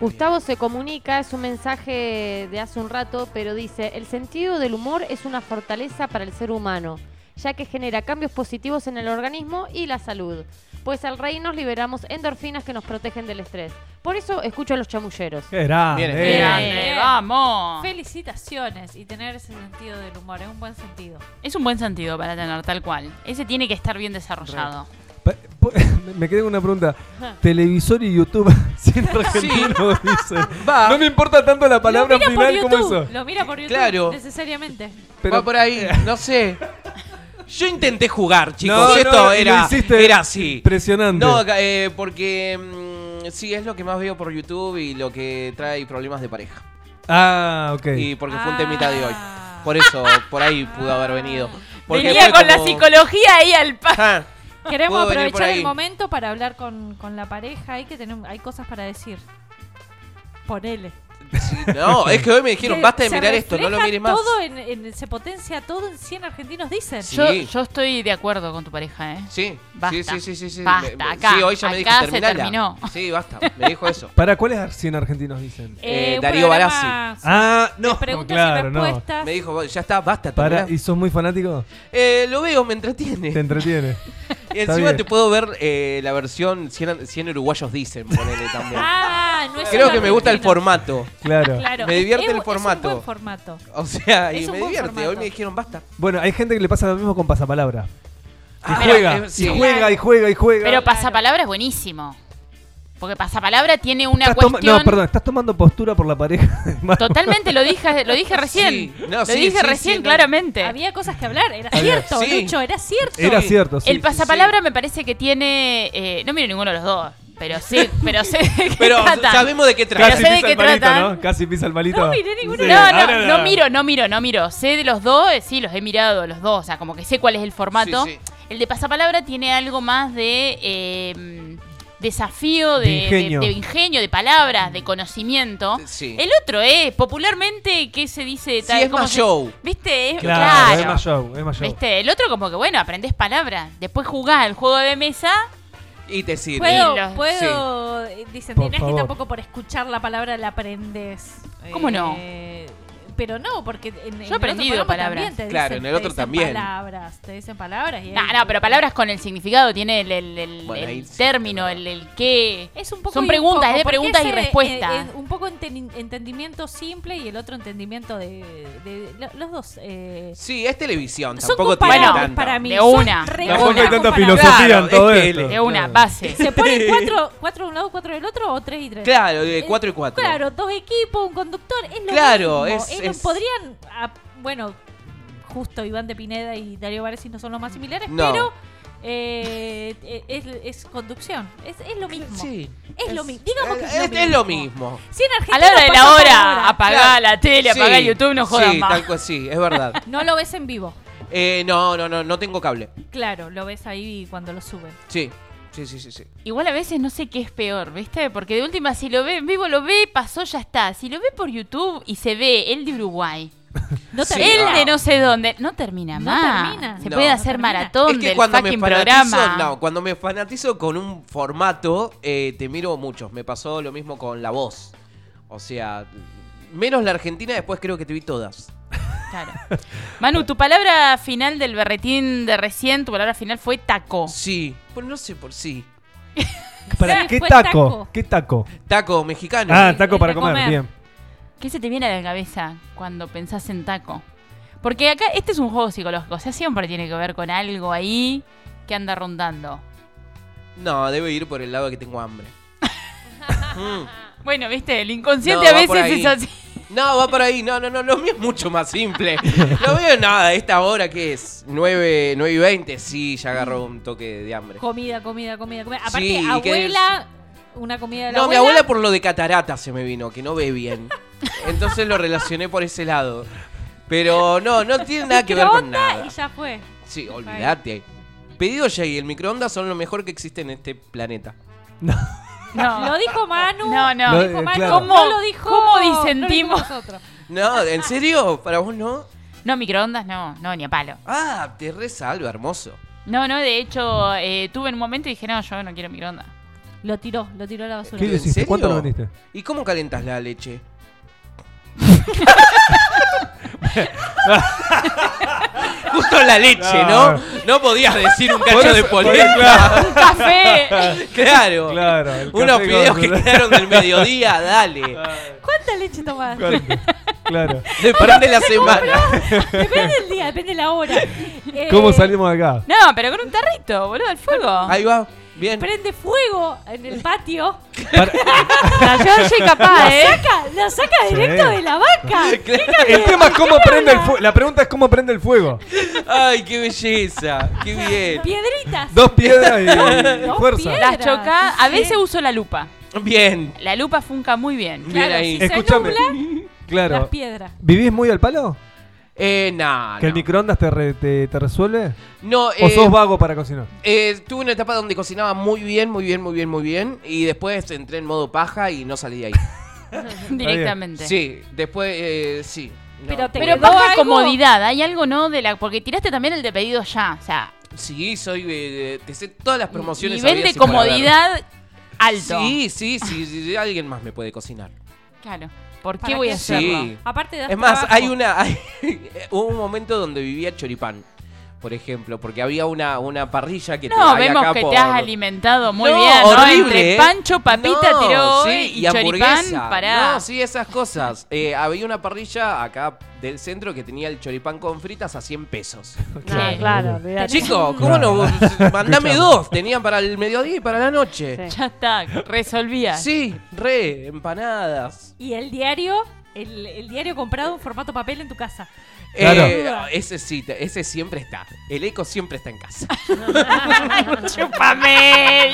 Speaker 6: Gustavo se comunica, es un mensaje de hace un rato, pero dice, el sentido del humor es una fortaleza para el ser humano, ya que genera cambios positivos en el organismo y la salud, pues al reírnos liberamos endorfinas que nos protegen del estrés. Por eso escucho a los chamulleros.
Speaker 4: Qué grande.
Speaker 8: Bien,
Speaker 4: eh.
Speaker 5: grande.
Speaker 3: Grande, ¡Vamos!
Speaker 5: Felicitaciones y tener ese sentido del humor, es un buen sentido.
Speaker 3: Es un buen sentido para tener tal cual. Ese tiene que estar bien desarrollado.
Speaker 4: Pa- po- Me quedé con una pregunta. Televisor y YouTube. Siendo argentino, dice.
Speaker 8: Va.
Speaker 4: No me importa tanto la palabra
Speaker 5: lo mira
Speaker 4: final
Speaker 5: por
Speaker 4: como
Speaker 5: YouTube,
Speaker 4: eso.
Speaker 5: lo mira por YouTube
Speaker 8: Claro.
Speaker 5: necesariamente.
Speaker 8: Va por ahí, no sé. Yo intenté jugar, chicos.
Speaker 4: No, no,
Speaker 8: Esto
Speaker 4: lo
Speaker 8: era,
Speaker 4: hiciste
Speaker 8: era así.
Speaker 4: impresionante.
Speaker 8: No, ca- eh, porque mm, sí, es lo que más veo por YouTube y lo que trae problemas de pareja.
Speaker 4: Ah, ok.
Speaker 8: Y porque fue un temita de hoy.
Speaker 5: Ah.
Speaker 8: Por eso, por ahí pudo haber venido. Porque
Speaker 3: Ah. Venía
Speaker 8: fue
Speaker 3: con la
Speaker 8: como-
Speaker 3: psicología ahí al pa.
Speaker 8: Ah,
Speaker 5: Queremos
Speaker 8: Puedo venir por
Speaker 5: aprovechar
Speaker 8: ahí.
Speaker 5: el momento para hablar con, con la pareja, hay que tener, hay cosas para decir. Ponele.
Speaker 8: sí, no, es que hoy me dijeron,
Speaker 5: Que
Speaker 8: basta de
Speaker 5: se
Speaker 8: mirar esto, no lo
Speaker 5: refleja
Speaker 8: mires más.
Speaker 5: Todo en, en- se potencia todo en 100 argentinos dicen.
Speaker 8: Sí.
Speaker 3: Yo, yo estoy de acuerdo con tu pareja, ¿eh?
Speaker 8: Sí,
Speaker 3: Basta.
Speaker 8: sí, sí, sí, sí, sí.
Speaker 3: Basta,
Speaker 8: Me- me-
Speaker 3: acá,
Speaker 8: sí, hoy ya me dijo
Speaker 3: acá se
Speaker 8: terminala.
Speaker 3: terminó.
Speaker 8: Sí, basta, me dijo eso.
Speaker 4: ¿Para cuáles 100 argentinos dicen?
Speaker 8: Eh,
Speaker 5: un
Speaker 8: Darío
Speaker 5: programa
Speaker 8: Barassi.
Speaker 5: de
Speaker 4: Ah, no.
Speaker 5: Preguntas
Speaker 4: claro,
Speaker 5: y
Speaker 4: no.
Speaker 5: respuestas.
Speaker 8: Me dijo, ya está, basta,
Speaker 4: Para, ¿Y
Speaker 8: terminá.
Speaker 4: sos muy fanático?
Speaker 8: Eh, lo veo, me entretiene.
Speaker 4: Te entretiene.
Speaker 8: Y
Speaker 4: Está
Speaker 8: encima
Speaker 4: bien.
Speaker 8: te puedo ver eh, la versión 100, 100 uruguayos dicen, ponele también.
Speaker 5: Ah, no es
Speaker 8: Creo
Speaker 5: solo
Speaker 8: que me gusta el
Speaker 5: argentino.
Speaker 8: formato.
Speaker 4: Claro.
Speaker 5: Claro,
Speaker 8: Me
Speaker 5: es-
Speaker 8: divierte
Speaker 5: es-
Speaker 8: el
Speaker 5: es un
Speaker 8: formato.
Speaker 5: buen formato.
Speaker 8: O sea, y
Speaker 5: Es un
Speaker 8: me
Speaker 5: buen
Speaker 8: divierte. Hoy
Speaker 5: formato.
Speaker 8: me dijeron basta.
Speaker 4: Bueno, hay gente que le pasa lo mismo con pasapalabra. Y
Speaker 8: Ah,
Speaker 4: juega,
Speaker 8: mira, eh,
Speaker 4: y
Speaker 8: sí.
Speaker 4: juega, y juega, y juega.
Speaker 3: Pero pasapalabra es buenísimo. Porque pasapalabra tiene una
Speaker 4: Estás toma-
Speaker 3: cuestión.
Speaker 4: No, perdón, estás tomando postura por la pareja. de Manu.
Speaker 3: Totalmente lo dije, lo dije recién.
Speaker 8: Sí, no,
Speaker 3: lo
Speaker 8: sí,
Speaker 3: dije
Speaker 8: sí, sí,
Speaker 3: recién,
Speaker 8: no.
Speaker 3: claramente.
Speaker 5: Había cosas que hablar, era
Speaker 4: Había-
Speaker 5: cierto,
Speaker 8: Sí.
Speaker 5: Lucho, era cierto.
Speaker 4: Era cierto, sí.
Speaker 3: el pasapalabra me parece que tiene. eh, no miro ninguno de los dos, pero sí, pero sé de qué
Speaker 8: Pero
Speaker 3: trata.
Speaker 8: sabemos de qué trata.
Speaker 3: Pero sé de
Speaker 4: pisa
Speaker 3: qué
Speaker 4: el palito,
Speaker 3: tratan.
Speaker 4: ¿no? Casi pisa el palito.
Speaker 5: No miré ninguno.
Speaker 4: Sí. Ah,
Speaker 3: No,
Speaker 4: Ahora
Speaker 3: no, no miro, no miro, no miro. Sé de los dos, eh, sí, los he mirado los dos, o sea, como que sé cuál es el formato.
Speaker 8: Sí, sí.
Speaker 3: El de pasapalabra tiene algo más de eh, desafío, de,
Speaker 4: De ingenio.
Speaker 3: de- de ingenio, de palabras, de conocimiento.
Speaker 8: Sí.
Speaker 3: El otro es, popularmente, ¿qué se dice?
Speaker 8: Sí, es
Speaker 3: ¿cómo
Speaker 8: más
Speaker 3: se-
Speaker 8: show.
Speaker 3: ¿Viste? Es,
Speaker 4: Claro,
Speaker 3: claro.
Speaker 4: es más show, es más show.
Speaker 3: ¿Viste? El otro como que, bueno, aprendés palabras. Después jugás el juego de mesa.
Speaker 8: Y te sirve.
Speaker 3: Y
Speaker 5: Puedo,
Speaker 3: los-
Speaker 5: puedo eh, disentir,
Speaker 4: Por
Speaker 5: no es que
Speaker 4: favor.
Speaker 5: tampoco por escuchar la palabra la aprendes. Eh,
Speaker 3: ¿Cómo no?
Speaker 5: Pero no, porque en, en
Speaker 3: he
Speaker 5: el otro
Speaker 3: aprendido
Speaker 5: programa
Speaker 3: palabras.
Speaker 5: también te
Speaker 8: Claro, en
Speaker 5: dicen-
Speaker 8: el otro
Speaker 5: te dicen
Speaker 8: también.
Speaker 5: Palabras, te dicen palabras. y
Speaker 3: No,
Speaker 5: ahí-
Speaker 3: no, pero palabras con el significado, tiene el, el- el-
Speaker 8: Bueno,
Speaker 3: el
Speaker 8: ahí sí, es
Speaker 3: término,
Speaker 8: verdad.
Speaker 3: el, el qué.
Speaker 5: Es un poco
Speaker 3: Son
Speaker 5: y un
Speaker 3: preguntas,
Speaker 5: poco,
Speaker 3: es de
Speaker 5: porque
Speaker 3: preguntas y
Speaker 5: ese, eh,
Speaker 3: respuestas.
Speaker 5: eh, un poco enten- entendimiento simple y el otro entendimiento de. de- lo- los dos. eh,
Speaker 8: Sí, es televisión.
Speaker 5: son
Speaker 8: Tampoco tiene
Speaker 5: comparables
Speaker 8: tanto.
Speaker 5: para mí.
Speaker 3: De
Speaker 5: son
Speaker 3: una.
Speaker 5: re
Speaker 4: Tampoco hay tanta
Speaker 5: comparables.
Speaker 4: filosofía
Speaker 8: Claro,
Speaker 4: en todo
Speaker 8: es
Speaker 4: esto.
Speaker 8: tele.
Speaker 3: De una,
Speaker 4: Claro.
Speaker 3: base.
Speaker 5: ¿Se ponen cuatro, cuatro de un lado, cuatro del otro o tres y tres?
Speaker 8: Este. Claro, de
Speaker 5: Eh,
Speaker 8: 4 y 4.
Speaker 5: Claro, dos equipos, un conductor, es lo
Speaker 8: Claro,
Speaker 5: mismo.
Speaker 8: es-
Speaker 5: Eh, no
Speaker 8: es-
Speaker 5: Podrían, ah, bueno, justo Iván de Pineda y Darío Varesi no son los más similares,
Speaker 8: No.
Speaker 5: pero eh, eh, es, es conducción, es, es lo mismo.
Speaker 8: Sí.
Speaker 5: Es, lo mismo. Digamos que es,
Speaker 8: Es,
Speaker 5: lo mismo.
Speaker 8: es lo mismo.
Speaker 5: Si en Argentina
Speaker 3: A la hora de
Speaker 5: pasa
Speaker 3: la
Speaker 5: por
Speaker 3: hora,
Speaker 5: ahora,
Speaker 3: apagá
Speaker 8: Claro.
Speaker 3: la tele,
Speaker 8: Sí,
Speaker 3: apagá YouTube, no jodas
Speaker 8: sí,
Speaker 3: más.
Speaker 8: Tal cual, sí, es verdad.
Speaker 5: no lo ves en vivo.
Speaker 8: Eh, no, no, no, no tengo cable.
Speaker 5: Claro, lo ves ahí cuando lo suben.
Speaker 8: Sí, sí, sí, sí. sí.
Speaker 3: Igual a veces no sé qué es peor, ¿viste? Porque de última, si lo ve en vivo, lo ve, pasó, ya está. Si lo ve por YouTube y se ve el de Uruguay,
Speaker 5: No
Speaker 8: Sí,
Speaker 5: termina.
Speaker 3: el de no sé dónde, no termina
Speaker 5: No
Speaker 3: más.
Speaker 5: termina.
Speaker 3: Se
Speaker 8: No.
Speaker 3: puede
Speaker 8: No
Speaker 3: hacer
Speaker 5: termina.
Speaker 3: maratón
Speaker 8: es que
Speaker 3: del
Speaker 8: cuando me
Speaker 3: fucking
Speaker 8: fanatizo,
Speaker 3: programa.
Speaker 8: no, cuando me fanatizo con un formato, eh, te miro muchos. Me pasó lo mismo con la voz. O sea, menos la Argentina, después creo que te vi todas.
Speaker 3: Claro. Manu, tu palabra final del berretín de recién, tu palabra final fue taco.
Speaker 8: Sí, pues no sé por sí.
Speaker 4: Pará,
Speaker 5: Sí,
Speaker 4: ¿Qué
Speaker 5: fue
Speaker 4: taco?
Speaker 5: taco.
Speaker 4: ¿Qué taco?
Speaker 8: Taco mexicano.
Speaker 4: Ah,
Speaker 5: el
Speaker 4: taco
Speaker 5: de
Speaker 4: para comer,
Speaker 5: comer.
Speaker 4: bien.
Speaker 3: ¿Qué se te viene a la cabeza cuando pensás en taco? Porque acá, este es un juego psicológico, o sea, siempre tiene que ver con algo ahí que anda rondando.
Speaker 8: No, debe ir por el lado que tengo hambre. Mm.
Speaker 3: Bueno, viste, el inconsciente
Speaker 8: No,
Speaker 3: a
Speaker 8: va por
Speaker 3: veces
Speaker 8: ahí.
Speaker 3: es así.
Speaker 8: No, va por ahí. No, no, no. Lo mío es mucho más simple. Lo mío nada. Esta hora que es 9, 9 y 20. Sí, ya agarró un toque de hambre.
Speaker 5: Comida, comida, comida, comida. Aparte,
Speaker 8: Sí, y que-
Speaker 5: abuela, una comida de la
Speaker 8: No, mi
Speaker 5: abuela.
Speaker 8: abuela por lo de catarata se me vino, que no ve bien. Entonces lo relacioné por ese lado. Pero no, no tiene nada que ver con
Speaker 5: microondas
Speaker 8: nada.
Speaker 5: y ya fue.
Speaker 8: Sí, olvídate. Pedido ya y el microondas son lo mejor que existe en este planeta.
Speaker 3: No,
Speaker 5: Lo dijo Manu.
Speaker 3: no,
Speaker 4: Lo-
Speaker 3: no.
Speaker 5: Lo dijo
Speaker 4: eh,
Speaker 5: Manu.
Speaker 4: claro.
Speaker 5: ¿Cómo,
Speaker 3: ¿Cómo-
Speaker 5: lo dijo?
Speaker 3: cómo
Speaker 5: no lo
Speaker 3: disentimos?
Speaker 5: dijimos nosotros.
Speaker 8: No, ¿en serio? ¿Para vos no?
Speaker 3: No, microondas no, no, ni a palo.
Speaker 8: Ah, te resalva, hermoso.
Speaker 3: No, no, de hecho, eh, tuve en un momento y dije, no, yo no quiero microondas.
Speaker 5: Lo tiró, lo tiró a la basura.
Speaker 4: ¿Qué
Speaker 8: ¿En
Speaker 4: le hiciste?
Speaker 8: serio?
Speaker 4: ¿Cuánto lo vendiste?
Speaker 8: ¿Y cómo calentas la leche? Justo la leche,
Speaker 4: No.
Speaker 8: ¿no? No podías decir un cacho
Speaker 4: Por
Speaker 8: de
Speaker 4: eso- por-
Speaker 8: polenta.
Speaker 3: ¡Un café!
Speaker 8: Claro.
Speaker 4: Claro, el
Speaker 8: Unos
Speaker 4: café
Speaker 8: videos
Speaker 4: con- Ah.
Speaker 8: que quedaron del mediodía, dale.
Speaker 5: ¿Cuánta leche tomás?
Speaker 4: Claro.
Speaker 8: Depende de la semana.
Speaker 5: depende del día, depende de la hora. Eh,
Speaker 4: ¿Cómo salimos de acá?
Speaker 3: No, pero con un tarrito, boludo, al fuego.
Speaker 8: Ahí va. Bien.
Speaker 5: Prende fuego en el patio.
Speaker 4: Para-
Speaker 3: No, yo soy capaz,
Speaker 5: La
Speaker 3: ¿eh?
Speaker 5: saca, la saca
Speaker 4: Sí.
Speaker 5: directo de la vaca.
Speaker 4: El tema es cómo prende el fuego. La pregunta es cómo prende el fuego.
Speaker 8: Ay, qué belleza. Qué bien.
Speaker 5: Piedritas.
Speaker 4: Dos piedras y, y
Speaker 5: Dos
Speaker 4: fuerza.
Speaker 5: piedras.
Speaker 3: Las choca, a veces uso la lupa.
Speaker 8: Bien.
Speaker 3: La lupa funca muy bien.
Speaker 8: Bien
Speaker 5: Claro,
Speaker 8: ahí.
Speaker 5: si se
Speaker 4: Escúchame.
Speaker 5: nubla, Las
Speaker 4: Claro.
Speaker 5: piedras.
Speaker 4: ¿Vivís muy al palo?
Speaker 8: Eh, nah,
Speaker 4: ¿Que el
Speaker 8: no.
Speaker 4: microondas te, re- te, te resuelve?
Speaker 8: No,
Speaker 4: ¿O
Speaker 8: eh,
Speaker 4: sos vago para cocinar?
Speaker 8: eh, tuve una etapa donde cocinaba muy bien, muy bien, muy bien, muy bien. Y después entré en modo paja y no salí de ahí.
Speaker 3: Directamente.
Speaker 8: Sí, después, eh, sí. No,
Speaker 5: Pero te-
Speaker 3: Pero
Speaker 5: ¿Quedó
Speaker 3: baja
Speaker 5: algo?
Speaker 3: comodidad, hay algo, ¿no? de la Porque tiraste también el de pedido ya. O sea,
Speaker 8: Sí, soy. eh, te sé todas las promociones.
Speaker 3: nivel
Speaker 8: habidas y
Speaker 3: de
Speaker 8: por haber.
Speaker 3: comodidad alto.
Speaker 8: Sí, sí, sí, sí, Alguien más me puede cocinar.
Speaker 3: Claro. ¿Por qué
Speaker 5: ¿Para
Speaker 3: voy
Speaker 5: qué
Speaker 3: a
Speaker 8: Sí.
Speaker 3: hacerlo?
Speaker 5: Aparte das
Speaker 8: Es más,
Speaker 5: trabajo.
Speaker 8: hay una. hay- hubo un momento donde vivía choripán. por ejemplo, porque había una, una parrilla que
Speaker 3: No,
Speaker 8: había
Speaker 3: vemos
Speaker 8: acá
Speaker 3: que
Speaker 8: por-
Speaker 3: te has alimentado muy
Speaker 8: No,
Speaker 3: bien, ¿no?
Speaker 8: horrible,
Speaker 3: Entre
Speaker 8: ¿eh?
Speaker 3: pancho, papita,
Speaker 8: No,
Speaker 3: tiró
Speaker 8: sí,
Speaker 3: hoy, y,
Speaker 8: hamburguesa.
Speaker 3: choripán, pará.
Speaker 8: No, sí, esas cosas. Eh, había una parrilla acá del centro que tenía el choripán con fritas a 100 pesos.
Speaker 6: No, claro, olvidate.
Speaker 8: Chico, ¿cómo
Speaker 4: Claro.
Speaker 8: no? Mandame dos. Tenían para el mediodía y para la noche.
Speaker 6: Sí.
Speaker 3: Ya está, resolvía.
Speaker 8: Sí, re, empanadas.
Speaker 5: Y el diario, el, el diario comprado en formato papel en tu casa.
Speaker 4: Claro.
Speaker 8: Eh, ese sí, te- ese siempre está. El eco siempre está en casa.
Speaker 3: Chúpame.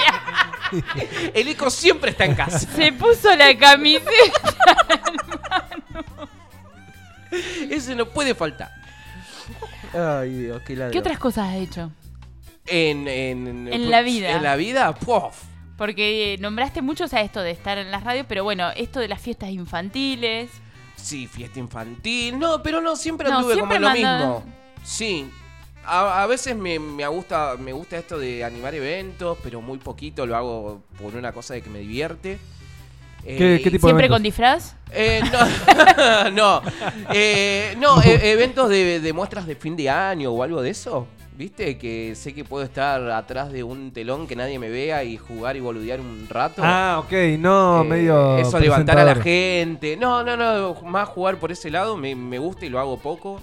Speaker 8: El eco siempre está en casa.
Speaker 3: Se puso la camiseta.
Speaker 8: Ese no puede faltar. Ay, Dios, qué ladrón.
Speaker 3: ¿Qué otras cosas has hecho?
Speaker 8: En, en-
Speaker 3: En la vida.
Speaker 8: En la vida, ¡puf!
Speaker 3: Porque eh, nombraste muchos a esto de estar en las radios, pero bueno, esto de las fiestas infantiles.
Speaker 8: Sí, fiesta infantil. No, pero no, siempre
Speaker 3: No,
Speaker 8: anduve
Speaker 3: siempre
Speaker 8: como lo
Speaker 3: manda-
Speaker 8: mismo. Sí. A, a veces me, me gusta, me gusta esto de animar eventos, pero muy poquito lo hago por una cosa de que me divierte. Eh,
Speaker 4: ¿Qué- qué
Speaker 8: y-
Speaker 4: tipo de
Speaker 3: ¿Siempre
Speaker 4: eventos?
Speaker 3: con disfraz?
Speaker 8: Eh, no, no, Eh, no e- eventos de, de muestras de fin de año o algo de eso. ¿Viste? Que sé que puedo estar atrás de un telón que nadie me vea y jugar y boludear un rato.
Speaker 4: Ah, ok, no,
Speaker 8: Eh,
Speaker 4: medio.
Speaker 8: Eso, levantar a la
Speaker 4: presentador.
Speaker 8: gente. No, no, no, más jugar por ese lado me, me gusta y lo hago poco.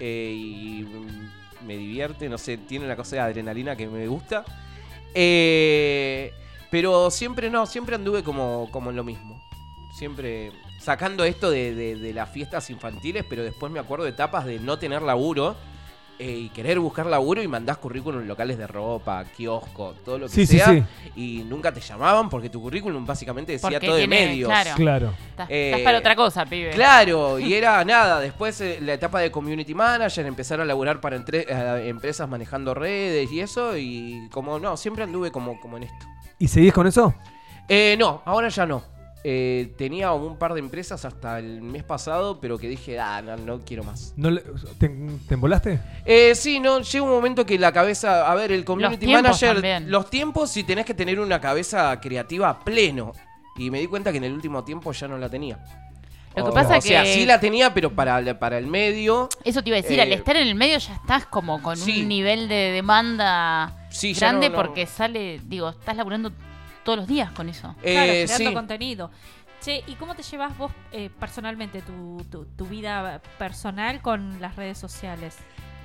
Speaker 8: eh, y mm, me divierte, no sé, tiene una cosa de adrenalina que me gusta. Eh, pero siempre no, siempre anduve como, como en lo mismo. Siempre sacando esto de, de- de las fiestas infantiles, pero después me acuerdo de etapas de no tener laburo. eh, y querer buscar laburo y mandás currículum en locales de ropa, kiosco, todo lo que
Speaker 4: Sí, sí,
Speaker 8: sea
Speaker 4: sí.
Speaker 8: y nunca te llamaban porque tu currículum básicamente decía
Speaker 3: Porque
Speaker 8: todo de
Speaker 3: tiene-
Speaker 8: medios.
Speaker 3: claro.
Speaker 4: Claro.
Speaker 3: Estás,
Speaker 8: Eh,
Speaker 3: estás para otra cosa, pibe.
Speaker 8: Claro, y era nada. Después eh, la etapa de community manager, empezar a laburar para entre- eh, empresas manejando redes y eso. Y como no, siempre anduve como, como en esto.
Speaker 4: ¿Y seguís con eso?
Speaker 8: Eh, no, ahora ya no. Eh, tenía un par de empresas hasta el mes pasado, pero que dije, ah, no, no quiero más.
Speaker 4: ¿No le- ¿Te, te embolaste?
Speaker 8: Eh, sí, no, llega un momento que la cabeza, a ver, el community
Speaker 3: tiempos
Speaker 8: manager,
Speaker 3: también.
Speaker 8: los tiempos si tenés que tener una cabeza creativa a pleno. Y me di cuenta que en el último tiempo ya no la tenía.
Speaker 3: Lo que
Speaker 8: O-
Speaker 3: pasa
Speaker 8: o sea,
Speaker 3: que-
Speaker 8: sí la tenía, pero para, la- para el medio.
Speaker 3: Eso te iba a decir,
Speaker 8: Eh,
Speaker 3: al estar en el medio ya estás como con
Speaker 8: sí.
Speaker 3: un nivel de demanda
Speaker 8: Sí, ya
Speaker 3: grande
Speaker 8: no, no.
Speaker 3: porque sale, digo, estás laburando todos los días con eso.
Speaker 5: claro,
Speaker 8: Eh,
Speaker 5: creando
Speaker 8: sí.
Speaker 5: contenido. Che, ¿y cómo te llevas vos eh, personalmente tu, tu, tu vida personal con las redes sociales?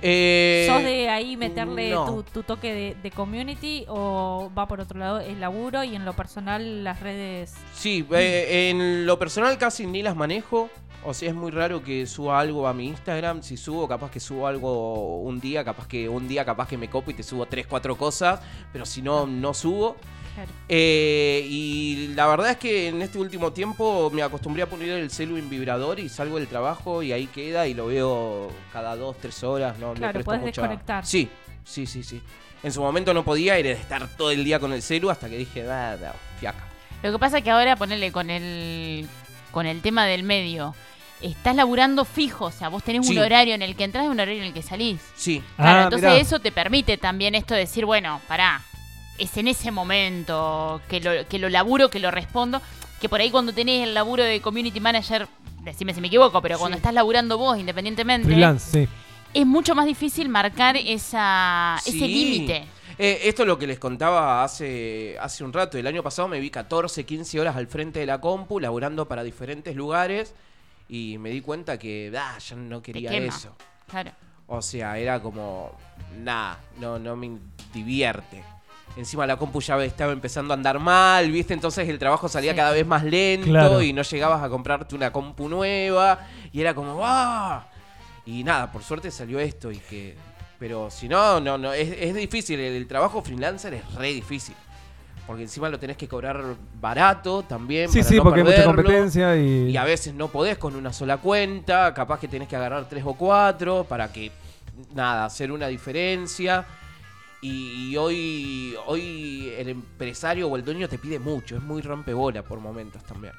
Speaker 8: Eh,
Speaker 5: ¿Sos de ahí meterle
Speaker 8: no.
Speaker 5: tu, tu toque de, de community o va por otro lado el laburo y en lo personal las redes?
Speaker 8: Sí, eh, en lo personal casi ni las manejo. O sea, es muy raro que suba algo a mi Instagram. Si subo, capaz que subo algo un día, capaz que un día capaz que me copo y te subo tres, cuatro cosas. Pero si no, no subo.
Speaker 5: Claro.
Speaker 8: Eh, y la verdad es que en este último tiempo me acostumbré a poner el celu en vibrador y salgo del trabajo y ahí queda y lo veo cada dos, tres horas. No, Le
Speaker 5: Claro,
Speaker 8: presto
Speaker 5: podés
Speaker 8: mucha-
Speaker 5: desconectar.
Speaker 8: Sí, sí, sí, sí. En su momento no podía ir de estar todo el día con el celu hasta que dije, da, da, fiaca.
Speaker 3: Lo que pasa es que ahora ponerle con el con el tema del medio, estás laburando fijo, o sea, vos tenés
Speaker 8: Sí.
Speaker 3: un horario en el que entras y un horario en el que salís.
Speaker 8: Sí,
Speaker 3: Claro,
Speaker 4: Ah,
Speaker 3: entonces
Speaker 4: mirá.
Speaker 3: eso te permite también esto de decir, bueno, pará, es en ese momento que lo, que lo laburo, que lo respondo, que por ahí cuando tenés el laburo de community manager, decime si me equivoco, pero cuando
Speaker 8: Sí.
Speaker 3: estás laburando vos independientemente,
Speaker 4: Freelance, sí.
Speaker 3: es mucho más difícil marcar esa, ese
Speaker 8: Sí.
Speaker 3: límite.
Speaker 8: Eh, esto es lo que les contaba hace, hace un rato. El año pasado me vi 14, 15 horas al frente de la compu, laburando para diferentes lugares. Y me di cuenta que ah, yo no quería
Speaker 3: quema.
Speaker 8: eso.
Speaker 3: Claro.
Speaker 8: O sea, era como. Nah, no, no me divierte. Encima la compu ya estaba empezando a andar mal, ¿viste? Entonces el trabajo salía
Speaker 3: Sí.
Speaker 8: cada vez más lento
Speaker 4: Claro.
Speaker 8: y no llegabas a comprarte una compu nueva. Y era como, ¡ah! Y nada, por suerte salió esto y que. Pero si no, no, no, es, es difícil. El, el trabajo freelancer es re difícil. Porque encima lo tenés que cobrar barato también.
Speaker 4: Sí,
Speaker 8: para
Speaker 4: sí,
Speaker 8: no
Speaker 4: porque hay mucha
Speaker 8: perderlo.
Speaker 4: competencia y.
Speaker 8: Y a veces no podés con una sola cuenta, capaz que tenés que agarrar tres o cuatro para que, nada, hacer una diferencia. Y, y hoy, hoy el empresario o el dueño te pide mucho, es muy rompebola por momentos también.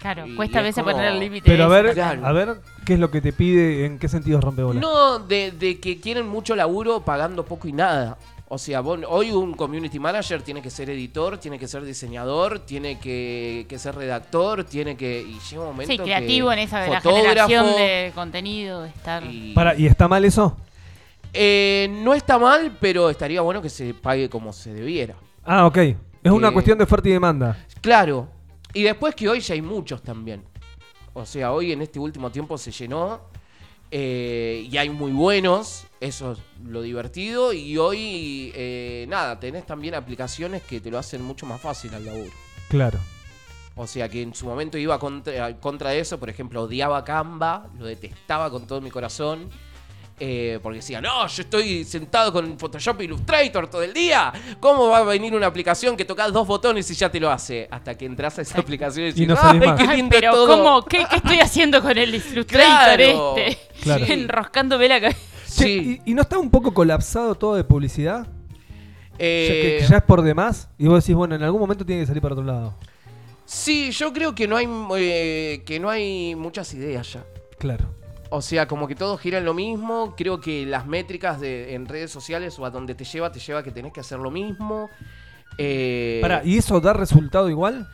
Speaker 3: Claro,
Speaker 8: Y
Speaker 3: cuesta a
Speaker 8: es
Speaker 3: veces
Speaker 8: como-
Speaker 3: poner el límite.
Speaker 4: Pero a
Speaker 3: ese
Speaker 4: ver,
Speaker 8: Claro.
Speaker 4: a ver, ¿qué es lo que te pide? ¿En qué sentido rompe bola?
Speaker 8: No, de, de que quieren mucho laburo pagando poco y nada. O sea, vos- hoy un community manager tiene que ser editor, tiene que ser diseñador, tiene que, que ser redactor, tiene que... Y llega un momento
Speaker 3: Sí,
Speaker 8: que
Speaker 3: creativo en esa de la
Speaker 8: fotógrafo
Speaker 3: generación de contenido, de estar...
Speaker 8: y-
Speaker 4: Pará, ¿y está mal eso?
Speaker 8: Eh, no está mal, pero estaría bueno que se pague como se debiera.
Speaker 4: Ah, ok. Es una
Speaker 8: Eh,
Speaker 4: cuestión de oferta y demanda.
Speaker 8: Claro. Y después que hoy ya hay muchos también. O sea, hoy en este último tiempo se llenó. eh, y hay muy buenos. Eso es lo divertido. Y hoy, eh, nada, tenés también aplicaciones que te lo hacen mucho más fácil al laburo.
Speaker 4: Claro.
Speaker 8: O sea, que en su momento iba contra, contra eso. Por ejemplo, odiaba Canva. Lo detestaba con todo mi corazón. eh, porque decía, no, yo estoy sentado con Photoshop e Illustrator todo el día. ¿Cómo va a venir una aplicación que tocas dos botones y ya te lo hace? Hasta que entras a esa aplicación y
Speaker 4: Y
Speaker 8: decís,
Speaker 4: no
Speaker 8: ay,
Speaker 4: salís más.
Speaker 8: qué
Speaker 3: Ay,
Speaker 8: lindo
Speaker 3: pero
Speaker 8: todo.
Speaker 3: ¿cómo? ¿Qué, qué estoy haciendo con el Illustrator
Speaker 8: Claro.
Speaker 3: este?
Speaker 4: Claro.
Speaker 3: Enroscándome la cabeza.
Speaker 4: Che,
Speaker 8: Sí.
Speaker 4: ¿y, y no está un poco colapsado todo de publicidad? Ya que-
Speaker 8: Eh,
Speaker 4: que ya es por demás. Y vos decís, bueno, en algún momento tiene que salir para otro lado.
Speaker 8: Sí, yo creo que no hay eh, que no hay muchas ideas ya.
Speaker 4: Claro.
Speaker 8: O sea, como que todos giran lo mismo. Creo que las métricas de, en redes sociales o a donde te lleva, te lleva que tenés que hacer lo mismo. Eh,
Speaker 4: Pará, ¿y eso da resultado igual?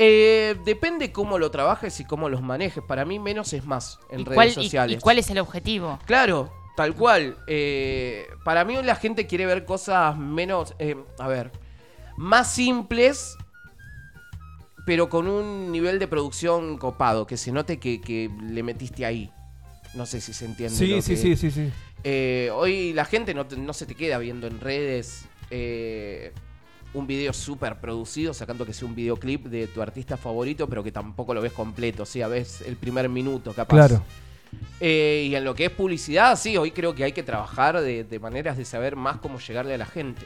Speaker 8: eh, depende cómo lo trabajes y cómo los manejes. Para mí, menos es más en
Speaker 3: ¿Y
Speaker 8: redes
Speaker 3: cuál, y-
Speaker 8: sociales.
Speaker 3: y cuál es el objetivo?
Speaker 8: Claro, tal cual. Eh, para mí la gente quiere ver cosas menos, eh, a ver, más simples, pero con un nivel de producción copado, que se note que, que le metiste ahí. No sé si se entiende.
Speaker 4: Sí,
Speaker 8: lo
Speaker 4: sí,
Speaker 8: que-
Speaker 4: sí, sí, sí.
Speaker 8: eh, hoy la gente no, te- no se te queda viendo en redes eh, un video súper producido, sacando que sea un videoclip de tu artista favorito, pero que tampoco lo ves completo. O sea, ves el primer minuto, capaz.
Speaker 4: Claro.
Speaker 8: Eh, y en lo que es publicidad, sí, hoy creo que hay que trabajar de, de maneras de saber más cómo llegarle a la gente.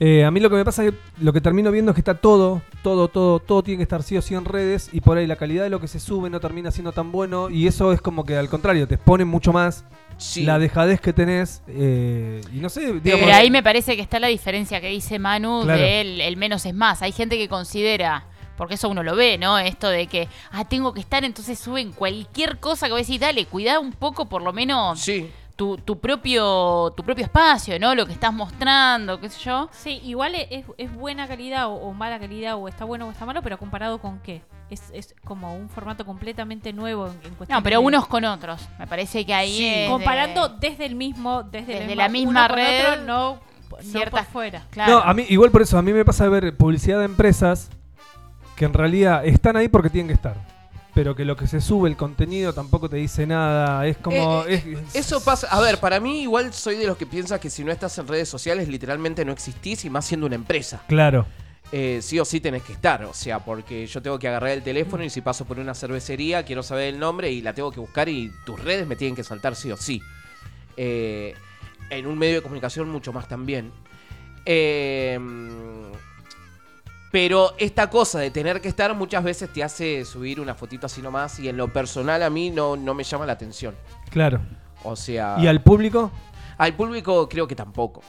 Speaker 4: Eh, a mí lo que me pasa es que lo que termino viendo es que está todo, todo, todo, todo tiene que estar sí o sí en redes y por ahí la calidad de lo que se sube no termina siendo tan bueno y eso es como que al contrario, te exponen mucho más
Speaker 8: Sí.
Speaker 4: la dejadez que tenés eh, y no sé, digamos,
Speaker 3: Pero ahí me parece que está la diferencia que dice Manu
Speaker 4: Claro.
Speaker 3: de el, el menos es más. Hay gente que considera, porque eso uno lo ve, ¿no? Esto de que, ah, tengo que estar, entonces suben cualquier cosa que vos decís, dale, cuidá un poco por lo menos
Speaker 8: Sí.
Speaker 3: tu, tu propio, tu propio espacio, ¿no? Lo que estás mostrando, qué sé yo.
Speaker 5: Sí, igual e- es, es buena calidad o, o mala calidad, o está bueno o está malo, pero comparado con qué. Es, es como un formato completamente nuevo en, en cuestión.
Speaker 3: No, pero
Speaker 5: de-
Speaker 3: unos con otros. Me parece que ahí
Speaker 8: Sí.
Speaker 3: es de-
Speaker 5: Comparando desde el mismo, desde,
Speaker 3: desde
Speaker 5: el
Speaker 3: la misma
Speaker 5: uno con
Speaker 3: red,
Speaker 5: otro, no, no
Speaker 3: ciertas-
Speaker 5: por fuera.
Speaker 3: Claro.
Speaker 4: No, ah. a mí, igual por eso, a mí me pasa de ver publicidad de empresas que en realidad están ahí porque tienen que estar. Pero que lo que se sube, el contenido, tampoco te dice nada. Es como.
Speaker 8: Eh,
Speaker 4: es-
Speaker 8: Eso pasa. A ver, para mí igual soy de los que piensa que si no estás en redes sociales, literalmente no existís y más siendo una empresa.
Speaker 4: Claro.
Speaker 8: eh, sí o sí tenés que estar. O sea, porque yo tengo que agarrar el teléfono y si paso por una cervecería, quiero saber el nombre y la tengo que buscar y tus redes me tienen que saltar sí o sí. Eh, en un medio de comunicación mucho más también. Eh, pero esta cosa de tener que estar muchas veces te hace subir una fotito así nomás y en lo personal a mí no, no me llama la atención.
Speaker 4: Claro.
Speaker 8: O sea...
Speaker 4: ¿Y al público?
Speaker 8: Al público creo que tampoco.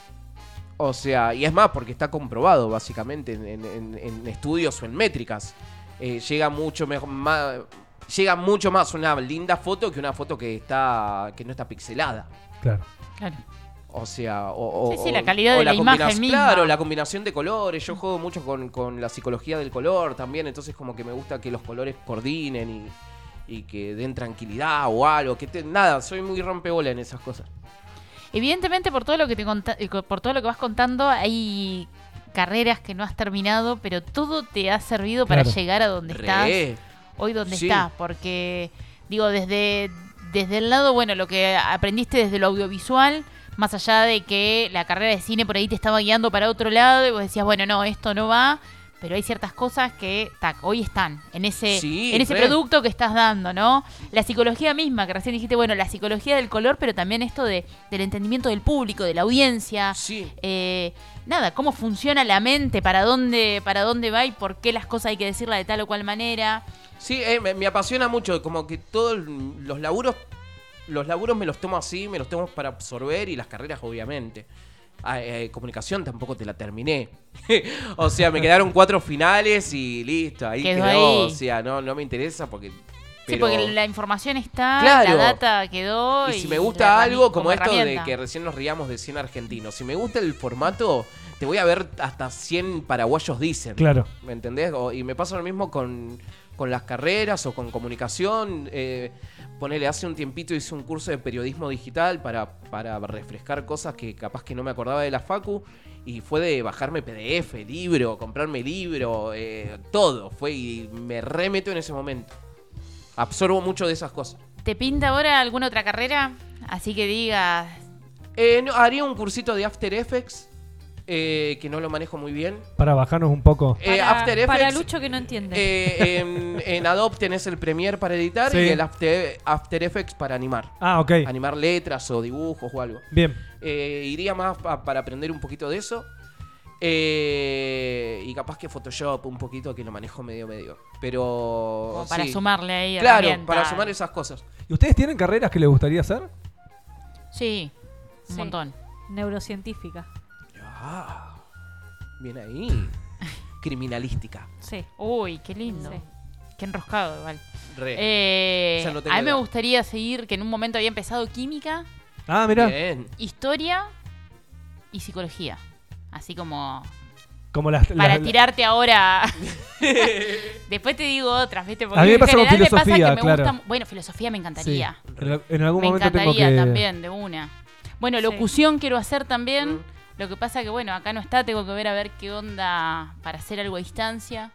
Speaker 8: O sea, y es más, porque está comprobado básicamente en, en- en- en estudios o en métricas. Eh, llega mucho mejor más, llega mucho más una linda foto que una foto que está que no está pixelada.
Speaker 4: Claro.
Speaker 3: Claro.
Speaker 8: O sea, o, o-
Speaker 3: Sí, sí,
Speaker 8: o-
Speaker 3: la calidad
Speaker 8: o
Speaker 3: de la imagen
Speaker 8: combinación-
Speaker 3: misma.
Speaker 8: Claro, la combinación de colores. Yo juego mucho con, con la psicología del color también, entonces como que me gusta que los colores coordinen y, y que den tranquilidad o algo. Que te- nada, soy muy rompebola en esas cosas.
Speaker 3: Evidentemente, por todo lo que te conta- eh, co- por todo lo que vas contando, hay carreras que no has terminado, pero todo te ha servido para
Speaker 4: Claro.
Speaker 3: llegar a donde
Speaker 8: Re.
Speaker 3: estás. Hoy donde
Speaker 8: Sí.
Speaker 3: estás, porque digo, desde, desde el lado, bueno, lo que aprendiste desde lo audiovisual, más allá de que la carrera de cine por ahí te estaba guiando para otro lado, y vos decías, bueno, no, esto no va. Pero hay ciertas cosas que tac, hoy están en ese,
Speaker 8: Sí,
Speaker 3: en ese
Speaker 8: re.
Speaker 3: producto que estás dando, ¿no? La psicología misma, que recién dijiste, bueno, la psicología del color, pero también esto de, del entendimiento del público, de la audiencia.
Speaker 8: Sí.
Speaker 3: Eh, nada, cómo funciona la mente, para dónde, para dónde va y por qué las cosas hay que decirla de tal o cual manera.
Speaker 8: Sí, eh, me, me apasiona mucho, como que todos los laburos, los laburos me los tomo así, me los tomo para absorber y las carreras obviamente. Ah, eh, comunicación tampoco te la terminé. o sea, me quedaron cuatro finales y listo, ahí
Speaker 3: Quedó
Speaker 8: quedó.
Speaker 3: ahí.
Speaker 8: O sea, no, no me interesa porque...
Speaker 3: Sí,
Speaker 8: pero-
Speaker 3: porque la información está,
Speaker 8: Claro.
Speaker 3: la data quedó.
Speaker 8: y si me
Speaker 3: la
Speaker 8: gusta
Speaker 3: herrami-
Speaker 8: algo como, esto de
Speaker 3: herramienta.
Speaker 8: que recién nos ríamos de 100 argentinos, si me gusta el formato, te voy a ver hasta 100 paraguayos dicen.
Speaker 4: Claro.
Speaker 8: ¿Me entendés? O- y me pasa lo mismo con, con las carreras o con comunicación. Eh, ponele, hace un tiempito hice un curso de periodismo digital para, para refrescar cosas que capaz que no me acordaba de la Facu. Y fue de bajarme PDF, libro, comprarme libro, eh, todo. Fue y me remeto en ese momento. Absorbo mucho de esas cosas.
Speaker 3: ¿Te pinta ahora alguna otra carrera? Así que digas,
Speaker 8: Eh, no, haría un cursito de After Effects, eh, que no lo manejo muy bien.
Speaker 4: Para bajarnos un poco.
Speaker 8: Eh,
Speaker 5: para,
Speaker 8: After Effects.
Speaker 5: para Lucho que no entiende.
Speaker 8: eh, en, en Adobe tenés el Premiere para editar
Speaker 4: Sí.
Speaker 8: y el After, After Effects para animar.
Speaker 4: Ah, ok.
Speaker 8: Animar letras o dibujos o algo.
Speaker 4: Bien.
Speaker 8: Eh, iría más pa- para aprender un poquito de eso. Eh, y capaz que Photoshop un poquito que lo manejo medio medio. Pero.
Speaker 3: como para
Speaker 8: sí.
Speaker 3: sumarle ahí
Speaker 8: Claro,
Speaker 3: herramientas.
Speaker 8: para sumar esas cosas.
Speaker 4: ¿Y ustedes tienen carreras que les gustaría hacer?
Speaker 3: Sí, un
Speaker 5: Sí.
Speaker 3: montón.
Speaker 5: Neurocientífica.
Speaker 8: Ah, bien ahí. Criminalística.
Speaker 5: Sí.
Speaker 3: Uy, qué lindo.
Speaker 5: Sí.
Speaker 3: Qué enroscado igual.
Speaker 8: Re.
Speaker 3: Eh,
Speaker 8: Ya no tengo
Speaker 3: a mí me
Speaker 8: edad.
Speaker 3: gustaría seguir, que en un momento había empezado química,
Speaker 4: Ah, mira,
Speaker 8: Bien.
Speaker 3: historia y psicología. Así como
Speaker 4: como las. las-
Speaker 3: para
Speaker 4: las-
Speaker 3: tirarte ahora. Después te digo otras, ¿viste? Porque
Speaker 4: A mí me
Speaker 3: en
Speaker 4: pasa con
Speaker 3: general me
Speaker 4: filosofía,
Speaker 3: pasa que
Speaker 4: claro.
Speaker 3: me gusta. Bueno, filosofía me
Speaker 4: Sí.
Speaker 3: encantaría.
Speaker 4: En, en algún
Speaker 3: Me
Speaker 4: momento tengo
Speaker 3: encantaría
Speaker 4: que.
Speaker 3: también, de una. Bueno,
Speaker 5: Sí.
Speaker 3: locución quiero hacer también.
Speaker 8: Mm.
Speaker 3: Lo que pasa que, bueno, acá no está, tengo que ver a ver qué onda para hacer algo a distancia.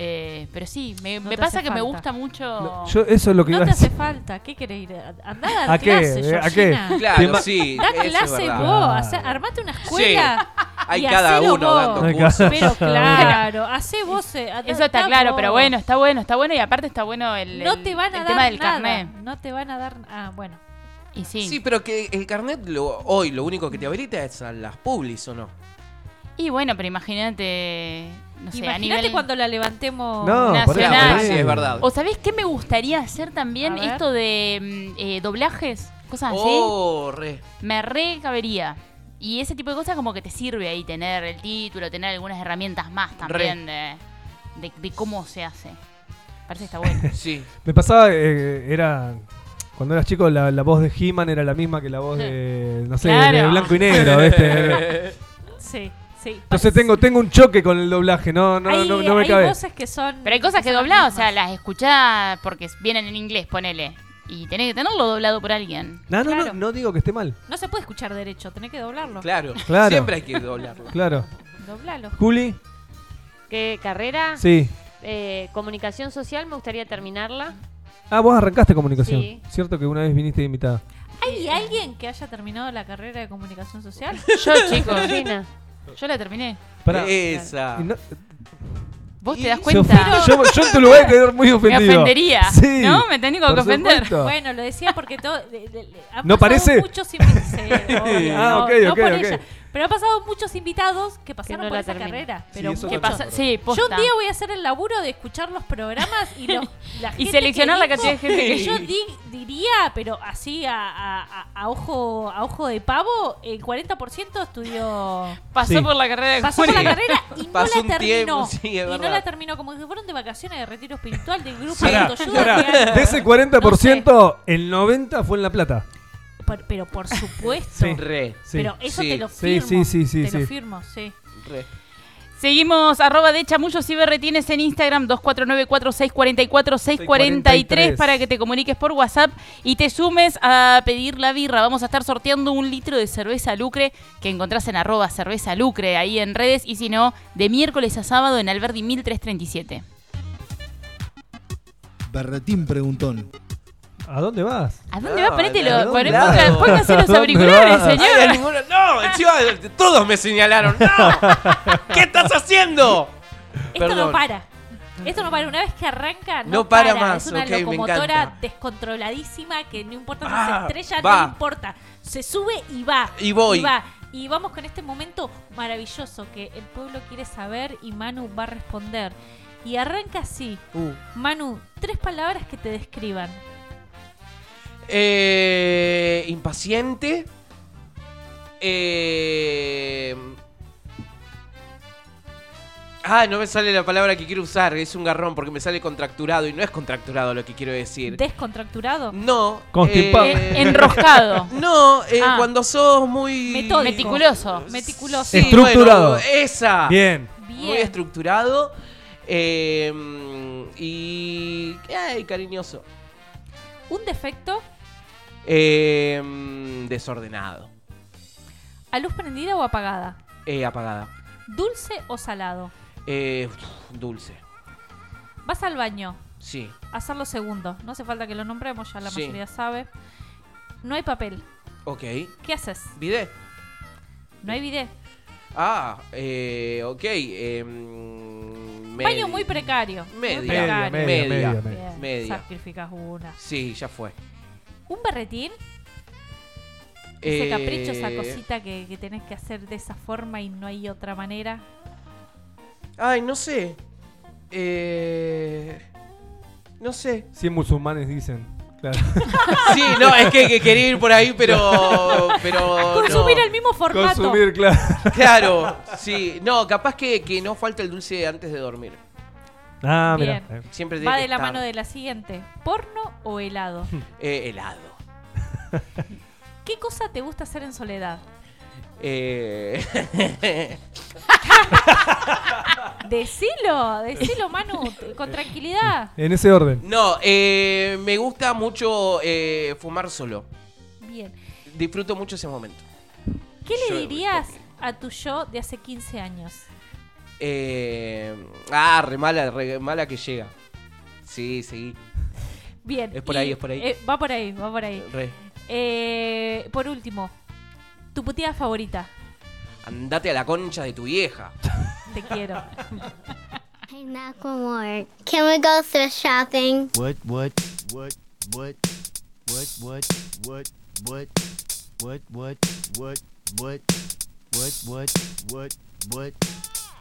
Speaker 3: Eh, pero sí, me,
Speaker 5: No
Speaker 3: me
Speaker 5: te
Speaker 3: pasa
Speaker 5: hace
Speaker 3: que me
Speaker 5: falta.
Speaker 3: gusta mucho.
Speaker 4: No, yo eso es lo que
Speaker 5: No
Speaker 4: iba
Speaker 5: te
Speaker 4: a
Speaker 5: hace
Speaker 4: decir.
Speaker 5: falta. ¿Qué querés ir? a- Andá a dar
Speaker 4: ¿A qué?
Speaker 5: clase,
Speaker 4: Eh, ¿a qué?
Speaker 5: Georgina.
Speaker 8: Claro,
Speaker 4: Tema-
Speaker 8: sí.
Speaker 5: Da
Speaker 8: eso es
Speaker 5: clase
Speaker 8: verdad.
Speaker 5: vos, hacé- armate una escuela.
Speaker 8: Hay
Speaker 5: y
Speaker 8: cada
Speaker 5: hacelo
Speaker 8: uno
Speaker 5: vos.
Speaker 4: Hay
Speaker 8: dando
Speaker 4: cada-
Speaker 8: cursos.
Speaker 5: Pero claro, hacé vos. eh, andá-
Speaker 3: Eso está
Speaker 5: andá
Speaker 3: claro,
Speaker 5: vos.
Speaker 3: pero bueno, está bueno, está bueno. Y aparte está bueno el,
Speaker 5: No
Speaker 3: el-
Speaker 5: te van a
Speaker 3: el
Speaker 5: dar
Speaker 3: tema del
Speaker 5: nada.
Speaker 3: carnet.
Speaker 5: No te van a dar. Ah, bueno.
Speaker 3: Y sí.
Speaker 8: Sí, pero que el carnet lo- hoy lo único que te habilita es a las publis, ¿o no?
Speaker 3: Y bueno, pero imagínate, no sé, a
Speaker 5: Imagínate
Speaker 3: nivel...
Speaker 5: cuando la levantemos.
Speaker 4: No,
Speaker 3: Nacional.
Speaker 4: por eso, por
Speaker 8: Claro,
Speaker 4: eso.
Speaker 8: sí, es verdad.
Speaker 3: ¿O sabés qué me gustaría hacer también?
Speaker 5: A ver.
Speaker 3: Esto de mm, eh, doblajes, cosas así.
Speaker 8: Oh, re.
Speaker 3: me re cabería. Y ese tipo de cosas como que te sirve ahí tener el título, tener algunas herramientas más también de, de, de cómo se hace. Parece que está bueno.
Speaker 8: Sí.
Speaker 4: Me pasaba, eh, era. Cuando eras chico, la, la voz de He-Man era la misma que la voz de. No sé, de
Speaker 3: Hmm. Claro.
Speaker 4: blanco y negro, ¿viste?
Speaker 5: Sí, sí.
Speaker 4: Entonces tengo, tengo un choque con el doblaje, no, no,
Speaker 5: hay,
Speaker 4: no, no me
Speaker 5: hay
Speaker 4: cabe.
Speaker 5: voces que son.
Speaker 3: Pero hay cosas que
Speaker 5: son
Speaker 3: dobladas, o
Speaker 5: las
Speaker 3: sea,
Speaker 5: mismas.
Speaker 3: las escuchás porque vienen en inglés, ponele. Y tenés que tenerlo doblado por alguien.
Speaker 4: No, no, no,
Speaker 5: Claro.
Speaker 4: no digo que esté mal.
Speaker 5: No se puede escuchar derecho, tenés que doblarlo.
Speaker 8: Claro.
Speaker 4: Claro.
Speaker 8: Siempre hay que doblarlo.
Speaker 4: Claro.
Speaker 5: Doblalo.
Speaker 4: ¿Juli?
Speaker 6: ¿Qué carrera?
Speaker 4: Sí.
Speaker 6: Eh, comunicación social, me gustaría terminarla.
Speaker 4: Ah, vos arrancaste comunicación.
Speaker 6: Sí.
Speaker 4: Cierto que una vez viniste invitada.
Speaker 5: ¿Hay alguien que haya terminado la carrera de comunicación social?
Speaker 3: Yo, chicos,
Speaker 6: Georgina.
Speaker 3: yo la terminé.
Speaker 4: Pará.
Speaker 8: Esa.
Speaker 4: Y no-
Speaker 3: ¿Vos
Speaker 8: Y
Speaker 3: te das
Speaker 8: se
Speaker 3: cuenta?
Speaker 4: yo, yo en tu lugar quedé muy
Speaker 3: Me
Speaker 4: ofendido.
Speaker 3: ofendería.
Speaker 4: Sí.
Speaker 3: ¿No? Me tengo que
Speaker 4: por
Speaker 3: ofender.
Speaker 4: supuesto.
Speaker 5: Bueno, lo decía porque todo. le- le- le- han
Speaker 4: Ah. ¿No
Speaker 5: pasado
Speaker 4: parece?
Speaker 5: Muchos invitados.
Speaker 4: Ah, ok,
Speaker 5: no
Speaker 4: ok,
Speaker 5: por
Speaker 4: ok.
Speaker 5: ella. Pero han pasado muchos invitados que pasaron
Speaker 6: no
Speaker 5: por
Speaker 6: la
Speaker 5: esa
Speaker 6: terminan.
Speaker 5: carrera.
Speaker 4: Sí,
Speaker 5: Pero
Speaker 4: eso
Speaker 5: muchos.
Speaker 3: ¿Qué
Speaker 4: también.
Speaker 3: pasa? Sí,
Speaker 5: Yo
Speaker 3: posta.
Speaker 5: un día voy a hacer el laburo de escuchar los programas y, los, la gente
Speaker 3: Y
Speaker 5: que
Speaker 3: seleccionar la
Speaker 5: dijo,
Speaker 3: cantidad de gente que...
Speaker 5: Yo di- diría, pero así a, a- a- a ojo, a ojo de pavo, el 40% estudió.
Speaker 3: pasó
Speaker 4: Sí.
Speaker 3: por la carrera de
Speaker 5: Pasó por la
Speaker 3: Juli.
Speaker 5: carrera y no
Speaker 8: Pasó un
Speaker 5: la terminó.
Speaker 8: tiempo, sí, es
Speaker 5: y no
Speaker 8: verdad.
Speaker 5: la terminó, como que fueron de vacaciones de retiro espiritual del grupo de
Speaker 4: Pará,
Speaker 5: autoayuda.
Speaker 4: pará.
Speaker 5: que hay.
Speaker 4: De ese 40%, el 90% fue en La Plata.
Speaker 5: Por- pero por supuesto.
Speaker 8: Re.
Speaker 4: Sí.
Speaker 5: Pero eso
Speaker 8: Sí,
Speaker 5: te lo
Speaker 4: sí,
Speaker 5: firmo.
Speaker 4: sí, sí, sí,
Speaker 5: Te
Speaker 4: sí.
Speaker 5: lo firmo, sí.
Speaker 8: Re.
Speaker 3: Seguimos arroba de chamullos y berretines en Instagram 249-4644-643 para que te comuniques por WhatsApp y te sumes a pedir la birra. Vamos a estar sorteando un litro de cerveza lucre que encontrás en arroba cerveza lucre ahí en redes y si no, de miércoles a sábado en Alberdi 1337.
Speaker 1: Berretín preguntón.
Speaker 4: ¿A dónde vas?
Speaker 3: ¿A dónde
Speaker 8: No,
Speaker 3: va? Ponete
Speaker 8: no,
Speaker 3: lo- poné-
Speaker 8: claro.
Speaker 3: ponga- Póngase
Speaker 4: ¿A
Speaker 3: los
Speaker 4: dónde
Speaker 3: auriculares,
Speaker 4: vas?
Speaker 8: Ay, a
Speaker 3: señor.
Speaker 8: ninguno- No, encima todos me señalaron. ¡No! ¿Qué estás haciendo?
Speaker 5: Esto
Speaker 8: Perdón.
Speaker 5: no para. Esto no para. Una vez que arranca, no,
Speaker 8: No para más,
Speaker 5: Es una
Speaker 8: ok, me
Speaker 5: locomotora
Speaker 8: encanta.
Speaker 5: descontroladísima que no importa si
Speaker 8: Ah,
Speaker 5: se estrella,
Speaker 8: va.
Speaker 5: no importa. Se sube y va.
Speaker 8: Y voy.
Speaker 5: Y va. Y vamos con este momento maravilloso que el pueblo quiere saber y Manu va a responder. Y arranca así.
Speaker 4: Uh.
Speaker 5: Manu, tres palabras que te describan.
Speaker 8: Eh, impaciente. Eh, ah, no me sale la palabra que quiero usar. Es un garrón porque me sale contracturado y no es contracturado lo que quiero decir.
Speaker 5: Descontracturado.
Speaker 8: no.
Speaker 4: Constipado.
Speaker 8: eh,
Speaker 3: Enroscado.
Speaker 8: No, eh,
Speaker 3: Ah.
Speaker 8: cuando sos muy.
Speaker 5: Metódico.
Speaker 3: Meticuloso.
Speaker 5: Meticuloso.
Speaker 8: Sí,
Speaker 4: Estructurado.
Speaker 8: bueno, esa.
Speaker 4: Bien.
Speaker 5: Bien.
Speaker 8: Muy estructurado. Eh, y. ¡Ay, cariñoso!
Speaker 5: Un defecto
Speaker 8: Eh, desordenado.
Speaker 5: a luz prendida o apagada.
Speaker 8: Eh, apagada.
Speaker 5: Dulce o salado.
Speaker 8: Eh, uf, dulce.
Speaker 5: Vas al baño.
Speaker 8: Sí.
Speaker 5: Hacerlo segundo. No hace falta que lo nombremos, ya la
Speaker 8: Sí.
Speaker 5: mayoría sabe. No hay papel.
Speaker 8: Ok.
Speaker 5: ¿Qué haces?
Speaker 8: Bidet.
Speaker 5: No hay bidet.
Speaker 8: Ah, eh, ok. eh, mm,
Speaker 5: Baño muy precario.
Speaker 8: Media,
Speaker 5: Muy
Speaker 8: media,
Speaker 5: precario.
Speaker 8: media, media,
Speaker 5: Bien, Sacrificas una.
Speaker 8: Sí, ya fue.
Speaker 5: Un berretín. Ese
Speaker 8: Eh,
Speaker 5: capricho, esa cosita que, que tenés que hacer de esa forma y no hay otra manera.
Speaker 8: Ay, no sé. Eh, no sé.
Speaker 4: 100 musulmanes dicen. Claro.
Speaker 8: Sí, no, es que, que quería ir por ahí, pero. pero
Speaker 5: Consumir
Speaker 8: Oh, no.
Speaker 5: el mismo formato.
Speaker 4: Consumir, claro.
Speaker 8: Claro, sí. No, capaz que, que no falta el dulce antes de dormir.
Speaker 4: Ah, mira.
Speaker 5: Bien.
Speaker 8: Siempre tiene
Speaker 5: Va
Speaker 8: que
Speaker 5: de la
Speaker 8: estar,
Speaker 5: mano de la siguiente. ¿Porno o helado?
Speaker 8: eh, helado.
Speaker 5: ¿Qué cosa te gusta hacer en soledad?
Speaker 8: Eh,
Speaker 5: Decilo, decilo, Manu, t- con tranquilidad.
Speaker 4: En ese orden.
Speaker 8: no, eh, me gusta mucho eh, fumar solo.
Speaker 5: Bien.
Speaker 8: Disfruto mucho ese momento.
Speaker 5: ¿Qué
Speaker 8: Yo-
Speaker 5: le dirías a tu yo de hace 15 años?
Speaker 8: Eh, ah, re mala, re mala que llega. Sí, sí.
Speaker 5: Bien.
Speaker 8: Es por ahí, es por ahí.
Speaker 5: eh, va por ahí, va por ahí.
Speaker 8: Re.
Speaker 5: Eh, por último, tu puteada favorita.
Speaker 8: Andate a la concha de tu vieja.
Speaker 5: Te quiero.
Speaker 9: I'm not gonna work. Can we go thrift shopping?
Speaker 11: What, what, what, what, what, what, what, what, what, what, what, what, what, what, what, what, what, what, what,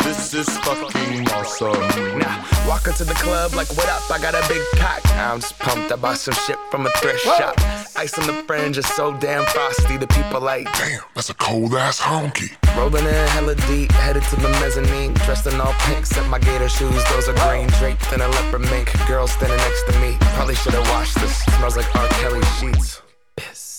Speaker 12: This is fucking awesome.
Speaker 13: Nah, walk into the club like, what up? I got a big pack. I'm just pumped. I bought some shit from a thrift shop. Ice on the fringe is so damn frosty. The people like, damn,
Speaker 12: That's a cold ass honky.
Speaker 13: Rolling in hella deep, headed to the mezzanine. Dressed in all pink, except my gator shoes. Those are green, draped in a leopard mink. Girl standing next to me. Probably should have washed this. Smells like R. Kelly sheets. Piss.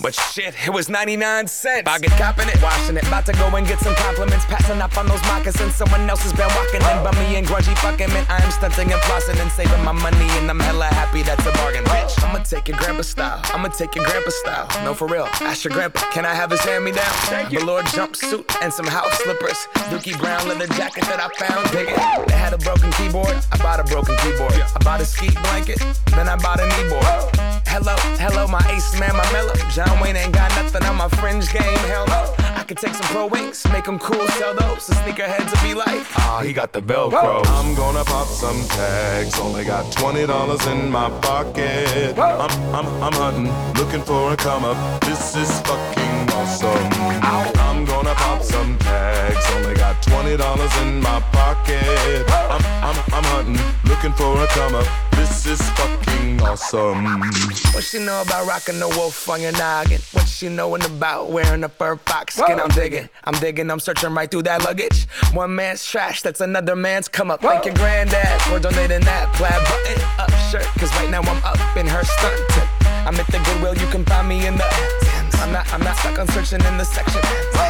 Speaker 13: But shit, it was 99 cents. I get copping it, washing it. About to go and get some compliments. Passing up on those moccasins. Someone else has been walking in. Bummy and grungy fucking man. I am stunting and flossing and saving my money. And I'm hella happy that's a bargain, bitch. I'ma take your grandpa style. I'ma take your grandpa style. No, for real. Ask your grandpa, can I have his hand me down? Thank you. Velour jumpsuit and some house slippers. Dookie brown leather jacket that I found. Dig it. They had a broken keyboard. I bought a broken keyboard. I bought a ski blanket. Then I bought a kneeboard. Hello, hello, my ace man, my mellow. John Wayne ain't got nothing on my fringe game. Hell no. I could take some pro wings, make them cool, sell those. The sneakerheads will be like,
Speaker 12: Ah, he got the Velcro. I'm gonna pop some tags. Only got twenty dollars in my pocket. I'm, I'm, I'm hunting, looking for a come up. This is fucking awesome. I'm gonna pop some tags. Only got twenty dollars in my pocket. I'm, I'm, I'm hunting, looking for a come up. This is fucking awesome.
Speaker 13: What she know about rocking the wolf on your noggin? What she knowin' about wearing a fur fox skin? I'm digging, I'm digging, I'm searching right through that luggage. One man's trash, that's another man's come up. Thank your granddad for donating that plaid button up shirt. Cause right now I'm up in her stunt. I'm at the Goodwill, you can find me in the. I'm not, I'm not stuck on searching in the section.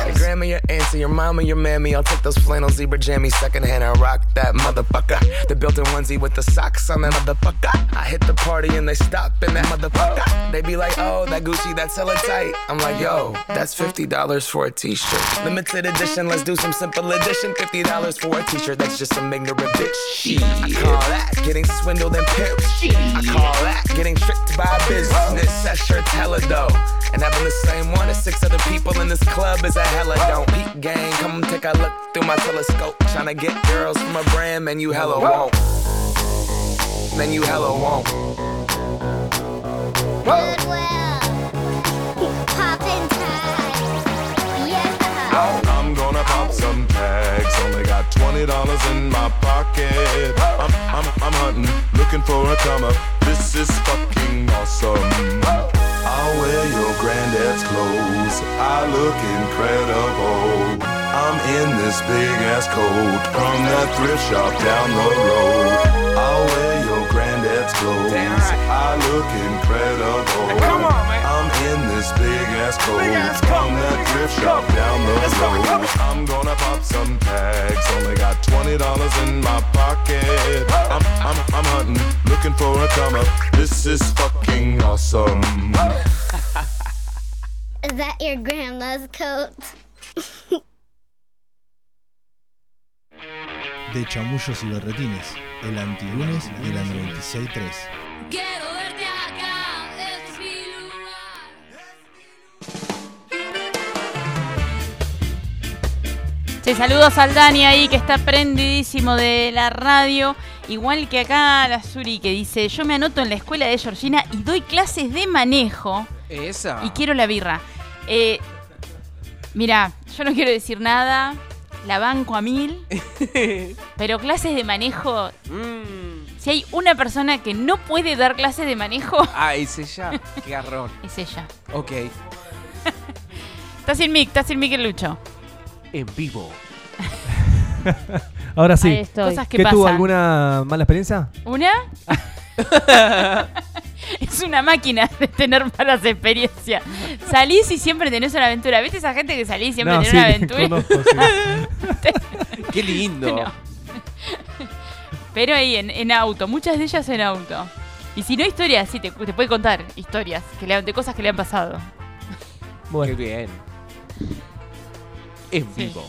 Speaker 13: Your grandma, your auntie, your mama, your mammy. I'll take those flannel zebra jammies secondhand and rock that motherfucker. The built-in onesie with the socks on that motherfucker. I hit the party and they stop in that motherfucker. They be like, oh, that Gucci, that's hella tight. I'm like, yo, that's $50 for a t-shirt. Limited edition, let's do some simple edition. $50 for a t-shirt, that's just some ignorant bitch. Shit. I call that getting swindled and pimped. Shit. I call that getting tricked by a business. That shirt's hella dope. And having the same one as six other people in this club is a hella don't. Peak gang, come take a look through my telescope. Tryna get girls from a brand, man, you hella won't. Man, you hella won't.
Speaker 12: I'm gonna pop some tags. Only got twenty dollars in my pocket. I'm, I'm, for a come up. This is fucking awesome. I'll wear your granddad's clothes. I look incredible. I'm in this big ass coat from that thrift shop down the road. I'll wear your granddad's clothes. I look incredible. Come on, man. I'm in this big ass coat from that thrift shop down the road. I'm gonna pop some tags. Only got twenty dollars in my pocket. I'm, I'm, I'm hunting, looking for a come up. This is fucking awesome.
Speaker 14: Is that your grandma's coat?
Speaker 1: De chamullos y berretines, el antilunes de la 963.
Speaker 9: Quiero verte acá, este es mi lugar.
Speaker 3: Che, saludos al Dani ahí que está prendidísimo de la radio. Igual que acá la Suri que dice, yo me anoto en la escuela de Georgina y doy clases de manejo
Speaker 8: Esa.
Speaker 3: y quiero la birra. Eh, mirá, yo no quiero decir nada, la banco a mil, pero clases de manejo...
Speaker 8: Mm.
Speaker 3: Si hay una persona que no puede dar clases de manejo,
Speaker 8: Ah, es ella. Qué garrón.
Speaker 3: es ella.
Speaker 8: Ok.
Speaker 3: Está sin mic, está sin mic el Lucho.
Speaker 8: En vivo.
Speaker 4: Ahora sí.
Speaker 3: Ahí estoy. Cosas que
Speaker 4: ¿Qué tuvo
Speaker 3: pasan.
Speaker 4: alguna mala experiencia?
Speaker 3: ¿Una? es una máquina de tener malas experiencias. Salís y siempre tenés una aventura. ¿Viste esa gente que salís y siempre
Speaker 8: No,
Speaker 3: tenés
Speaker 8: sí,
Speaker 3: una aventura?
Speaker 8: conozco, Qué lindo.
Speaker 3: Pero ahí en, en auto, muchas de ellas en auto. Y si no historias, sí, te, te puede contar historias que le han- de cosas que le han pasado.
Speaker 8: Qué bien. En vivo.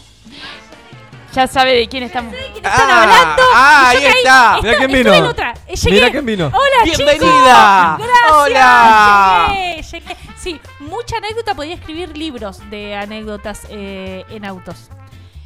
Speaker 3: Ya sabe de quién estamos.
Speaker 5: están hablando.
Speaker 8: ah,
Speaker 5: Y yo
Speaker 8: ahí
Speaker 5: caí-
Speaker 8: está.
Speaker 5: esta-
Speaker 8: Mirá quién
Speaker 5: estuve
Speaker 8: vino.
Speaker 5: en otra. Eh, llegué.
Speaker 4: Mirá quién vino.
Speaker 5: Hola,
Speaker 8: Bienvenida.
Speaker 5: chicos. Gracias.
Speaker 8: Hola.
Speaker 5: Llegué, llegué. Sí, mucha anécdota. Podía escribir libros de anécdotas eh, en autos.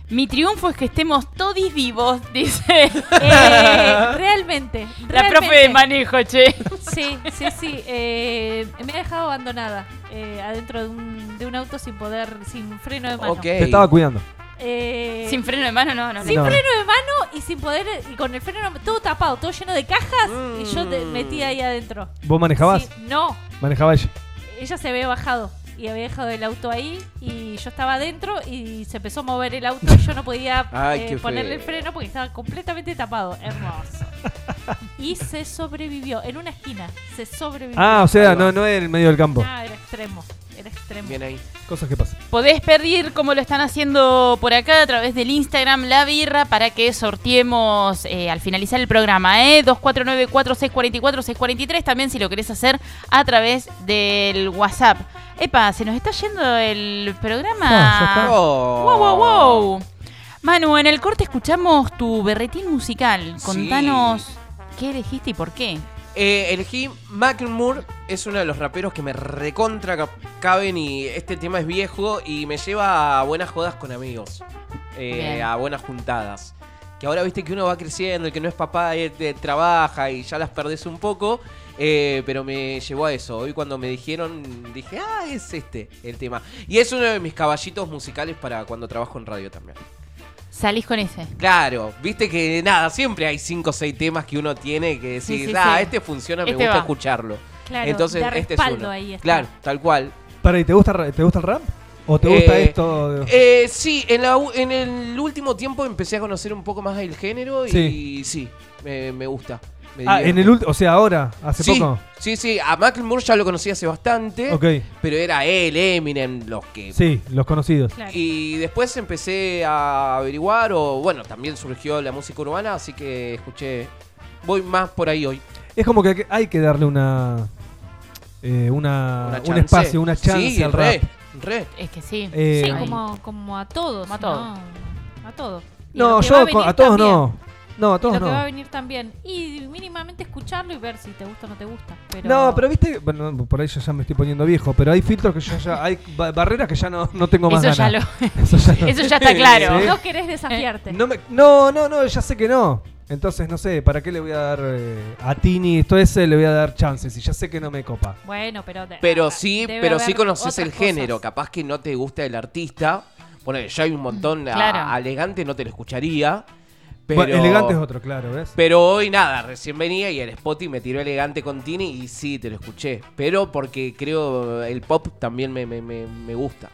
Speaker 3: Mi triunfo es que estemos todos vivos, dice.
Speaker 5: Eh, realmente,
Speaker 3: La profe
Speaker 5: realmente.
Speaker 3: de manejo, che.
Speaker 5: Sí, sí, sí. eh, me ha dejado abandonada eh, adentro de un, de un auto sin poder, sin freno de mano.
Speaker 4: Ok. Te estaba cuidando.
Speaker 5: Eh,
Speaker 3: Sin freno de mano, no, no.
Speaker 5: Sin
Speaker 4: No.
Speaker 5: freno de mano y sin poder, y con el freno todo tapado, todo lleno de cajas y yo de-
Speaker 4: Mm.
Speaker 5: metida ahí adentro.
Speaker 4: ¿Vos manejabas?
Speaker 5: Sí, no,
Speaker 4: Manejaba ella.
Speaker 5: ella se había bajado y había dejado el auto ahí y yo estaba adentro y se empezó a mover el auto y yo no podía
Speaker 8: Ay,
Speaker 5: eh,
Speaker 8: qué
Speaker 5: ponerle el
Speaker 8: feo.
Speaker 5: freno porque estaba completamente tapado. Hermoso. Y se sobrevivió en una esquina. Se sobrevivió.
Speaker 4: Ah, o sea, no, no era en el medio del campo.
Speaker 5: Ah, era extremo. Era extremo.
Speaker 8: ahí.
Speaker 4: Cosas que pasan.
Speaker 3: Podés pedir, como lo están haciendo por acá, a través del Instagram, la birra, para que sorteemos eh, al finalizar el programa, ¿eh? 249-4644-643. También si lo querés hacer a través del WhatsApp. Epa, se nos está yendo el
Speaker 5: Ah, ya
Speaker 3: programa.
Speaker 5: está.
Speaker 8: Oh.
Speaker 3: wow, wow, wow. Manu, en el corte escuchamos tu berretín musical. Contanos qué elegiste y por qué.
Speaker 8: Eh, elegí Macklemore, es uno de los raperos que me recontra ca- caben y este tema es viejo y me lleva a buenas jodas con amigos, eh,
Speaker 15: Bien.
Speaker 8: a buenas juntadas. Que ahora viste que uno va creciendo, el que no es papá eh, te- trabaja y ya las perdés un poco, eh, pero me llevó a eso. Hoy cuando me dijeron, dije, ah, es este el tema. Y es uno de mis caballitos musicales para cuando trabajo en radio también.
Speaker 3: Salís con ese.
Speaker 8: Claro, viste que nada, siempre hay cinco o seis temas que uno tiene que decir,
Speaker 3: Sí, sí,
Speaker 8: ah,
Speaker 3: sí.
Speaker 8: este funciona, me
Speaker 3: Este
Speaker 8: gusta
Speaker 3: va".
Speaker 8: escucharlo.
Speaker 3: Claro,
Speaker 8: Entonces,
Speaker 3: da
Speaker 8: este es
Speaker 3: respaldo
Speaker 8: uno.
Speaker 3: ahí está.
Speaker 8: Claro, tal cual.
Speaker 4: Para, ¿y te gusta, ra- te gusta el rap? ¿O te gusta
Speaker 8: Eh,
Speaker 4: esto? de-
Speaker 8: Eh, sí, en, la u- en el último tiempo empecé a conocer un poco más el género y sí,
Speaker 4: Sí.
Speaker 8: me, me gusta. me
Speaker 4: ah,
Speaker 8: divierte.
Speaker 4: en el último, o sea, ahora, hace
Speaker 8: sí,
Speaker 4: poco.
Speaker 8: Sí, sí, a Macklemore ya lo conocí hace
Speaker 5: ¿Eh?
Speaker 8: bastante,
Speaker 4: Ok.
Speaker 8: pero era él, Eminem, los que
Speaker 4: Sí, los conocidos.
Speaker 8: Y después empecé a averiguar, o bueno, también surgió la música urbana, así que escuché. Voy más por ahí hoy.
Speaker 4: Es como que hay que darle una. eh, una,
Speaker 8: Una
Speaker 4: un
Speaker 8: chance.
Speaker 4: espacio, una chance
Speaker 8: Sí,
Speaker 4: al rap.
Speaker 8: re, re.
Speaker 3: Es que sí.
Speaker 4: Eh,
Speaker 5: sí, como, como a todos.
Speaker 3: a todos.
Speaker 5: ¿no? A todos. Y
Speaker 4: No,
Speaker 5: lo que
Speaker 4: yo
Speaker 5: va
Speaker 4: co-
Speaker 5: venir
Speaker 4: a todos
Speaker 5: también.
Speaker 4: no. No, a todos
Speaker 5: lo que
Speaker 4: no.
Speaker 5: va a venir también. Y mínimamente escucharlo y ver si te gusta o no te gusta. Pero...
Speaker 4: No, pero viste, bueno, por ahí yo ya me estoy poniendo viejo, pero hay filtros que yo ya, hay ba- barreras que ya no, no tengo más
Speaker 5: Eso ya
Speaker 4: ganas.
Speaker 5: lo- eso ya está claro. No
Speaker 3: Eh,
Speaker 5: querés desafiarte.
Speaker 4: No, me- no, no, no, ya sé que no. Entonces, no sé, ¿para qué le voy a dar eh, a Tini esto ese? Le voy a dar chances y ya sé que no me copa.
Speaker 5: Bueno, pero. de-
Speaker 8: Pero sí,
Speaker 5: debe
Speaker 8: pero sí
Speaker 5: haber
Speaker 8: conoces
Speaker 5: otras
Speaker 8: el
Speaker 5: cosas.
Speaker 8: género. Capaz que no te gusta el artista. Bueno, ya hay un montón. a-
Speaker 5: Claro.
Speaker 8: a Elegante no te lo escucharía. Pero,
Speaker 4: Bueno, elegante es otro, claro, ¿ves?
Speaker 8: Pero hoy nada, recién venía y el Spotty me tiró elegante con Tini y sí, te lo escuché. Pero porque creo el pop también me, me- me- me gusta.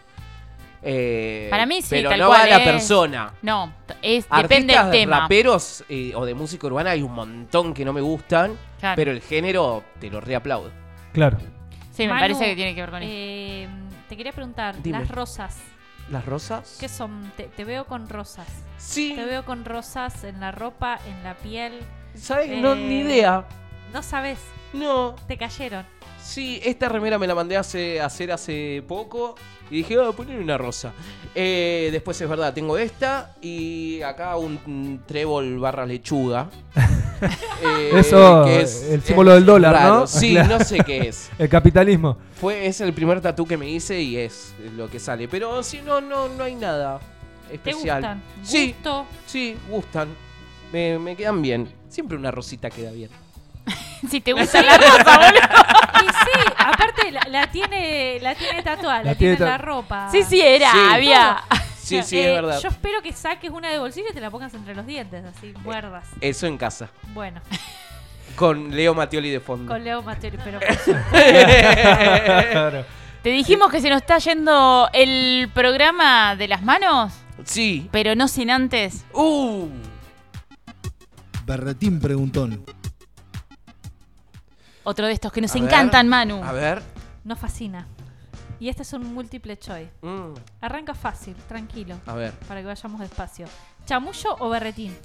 Speaker 8: Eh,
Speaker 3: Para mí sí,
Speaker 8: Pero
Speaker 3: tal
Speaker 8: no
Speaker 3: cual.
Speaker 8: va a la
Speaker 3: es-
Speaker 8: persona.
Speaker 3: No, t- es, depende
Speaker 8: Artistas
Speaker 3: del
Speaker 8: de
Speaker 3: tema.
Speaker 8: raperos eh, o de música urbana hay un montón que no me gustan.
Speaker 3: Claro.
Speaker 8: Pero el género te lo reaplaudo.
Speaker 4: Claro.
Speaker 3: Sí, me
Speaker 5: Manu,
Speaker 3: parece que tiene que ver con eso.
Speaker 5: eh, te quería preguntar,
Speaker 8: Dime.
Speaker 5: las rosas,
Speaker 8: ¿Las rosas?
Speaker 5: ¿qué son? Te, te veo con rosas.
Speaker 8: Sí.
Speaker 5: Te veo con rosas en la ropa, en la piel.
Speaker 8: ¿Sabes?
Speaker 3: eh,
Speaker 8: No, ni idea.
Speaker 5: No sabes.
Speaker 8: No.
Speaker 5: Te cayeron.
Speaker 8: Sí, esta remera me la mandé hace, a hacer hace poco y dije, oh, poner una rosa. Eh, después es verdad, tengo esta y acá un mm, trébol barra lechuga. Eh,
Speaker 4: Eso,
Speaker 8: que
Speaker 4: el símbolo del dólar,
Speaker 8: raro.
Speaker 4: ¿no?
Speaker 8: Sí,
Speaker 4: Claro.
Speaker 8: no sé qué es.
Speaker 4: El capitalismo.
Speaker 8: Fue, es el primer tatú que me hice y es lo que sale. Pero si no, no, no hay nada especial.
Speaker 5: gustan?
Speaker 8: Sí,
Speaker 5: ¿Gusto?
Speaker 8: sí, gustan. Me, me quedan bien. Siempre una rosita queda bien.
Speaker 3: Si te gusta la rosa, boludo.
Speaker 5: Y sí, aparte la, la tiene, la tiene tatuada, la,
Speaker 8: La
Speaker 5: tiene
Speaker 8: tiene
Speaker 5: en la
Speaker 8: tatu-
Speaker 5: ropa.
Speaker 3: Sí, sí, era,
Speaker 8: Sí.
Speaker 3: había.
Speaker 8: Sí, sí,
Speaker 5: Eh,
Speaker 8: es verdad.
Speaker 5: Yo espero que saques una de bolsillo y te la pongas entre los dientes, así, muerdas.
Speaker 8: Eso en casa.
Speaker 5: Bueno,
Speaker 8: Con Leo Matioli de fondo.
Speaker 5: con Leo Materi, pero por supuesto.
Speaker 8: Claro.
Speaker 3: Te dijimos que se nos está yendo el programa de las manos.
Speaker 8: Sí.
Speaker 3: Pero no sin antes.
Speaker 8: ¡Uh!
Speaker 1: Barretín preguntón.
Speaker 3: Otro de estos que nos
Speaker 1: A ver,
Speaker 3: encantan, Manu.
Speaker 1: a ver.
Speaker 5: Nos fascina. Y este es un múltiple choice. Arranca fácil, tranquilo.
Speaker 8: Mm, A ver.
Speaker 5: Para que vayamos despacio. ¿Chamullo o berretín?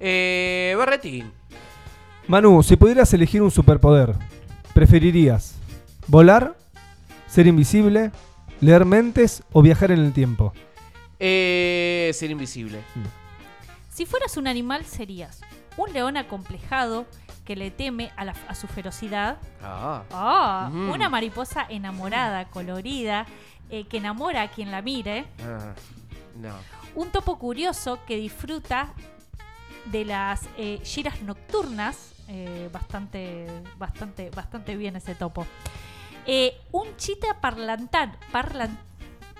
Speaker 8: Eh, Barretín.
Speaker 4: Manu, si pudieras elegir un superpoder, ¿preferirías volar, ser invisible, leer mentes o viajar en el tiempo?
Speaker 8: Eh, ser invisible.
Speaker 5: Si fueras un animal, serías un león acomplejado que le teme a, la- a su ferocidad.
Speaker 8: Ah.
Speaker 5: Ah,
Speaker 8: Mm.
Speaker 5: Una mariposa enamorada, colorida, eh, que enamora a quien la mire.
Speaker 8: Ah, no.
Speaker 5: Un topo curioso que disfruta de las eh, giras nocturnas. Eh, bastante, bastante, bastante bien ese topo. Eh, un chita parlantan, parlan-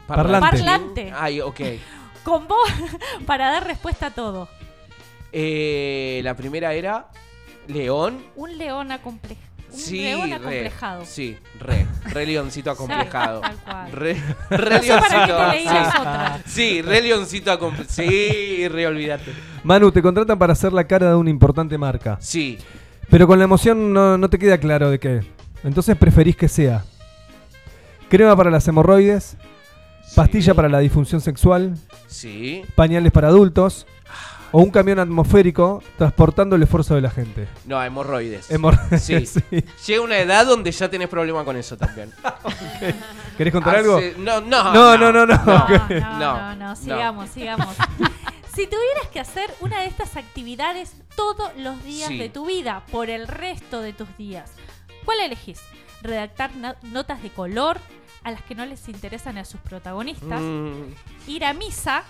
Speaker 8: Parlante.
Speaker 5: Parlante.
Speaker 8: Ay, ok.
Speaker 5: con voz para dar respuesta a todo.
Speaker 8: Eh, la primera era León.
Speaker 5: Un león acomplejado. Un
Speaker 8: Sí,
Speaker 5: león
Speaker 8: re.
Speaker 5: acomplejado.
Speaker 8: Sí, re. Re leoncito acomplejado.
Speaker 5: tal cual.
Speaker 8: Re,
Speaker 5: No
Speaker 8: re
Speaker 5: sé para qué te
Speaker 8: leoncito.
Speaker 5: leí
Speaker 8: sí.
Speaker 5: las otras.
Speaker 8: Sí, re leoncito acomplejado. Sí, re olvidate.
Speaker 4: Manu, te contratan para hacer la cara de una importante marca.
Speaker 8: Sí.
Speaker 4: Pero con la emoción no, no te queda claro de qué. Entonces preferís que sea crema para las hemorroides, pastilla para la disfunción sexual,
Speaker 8: Sí.
Speaker 4: pañales para adultos o un camión atmosférico transportando el esfuerzo de la gente.
Speaker 8: No, hemorroides.
Speaker 4: Hemorroides,
Speaker 8: Sí.
Speaker 4: sí.
Speaker 8: Llega una edad donde ya tenés problema con eso también.
Speaker 4: ¿Querés contar
Speaker 8: Hace-
Speaker 4: algo?
Speaker 8: No, no.
Speaker 4: No, no, no, no.
Speaker 5: No,
Speaker 4: Ok.
Speaker 5: no, no, no, sigamos, sigamos. Si tuvieras que hacer una de estas actividades todos los días
Speaker 8: Sí.
Speaker 5: de tu vida, por el resto de tus días, ¿cuál elegís? ¿Redactar no- notas de color a las que no les interesan a sus protagonistas?
Speaker 8: Mm.
Speaker 5: ¿Ir a misa?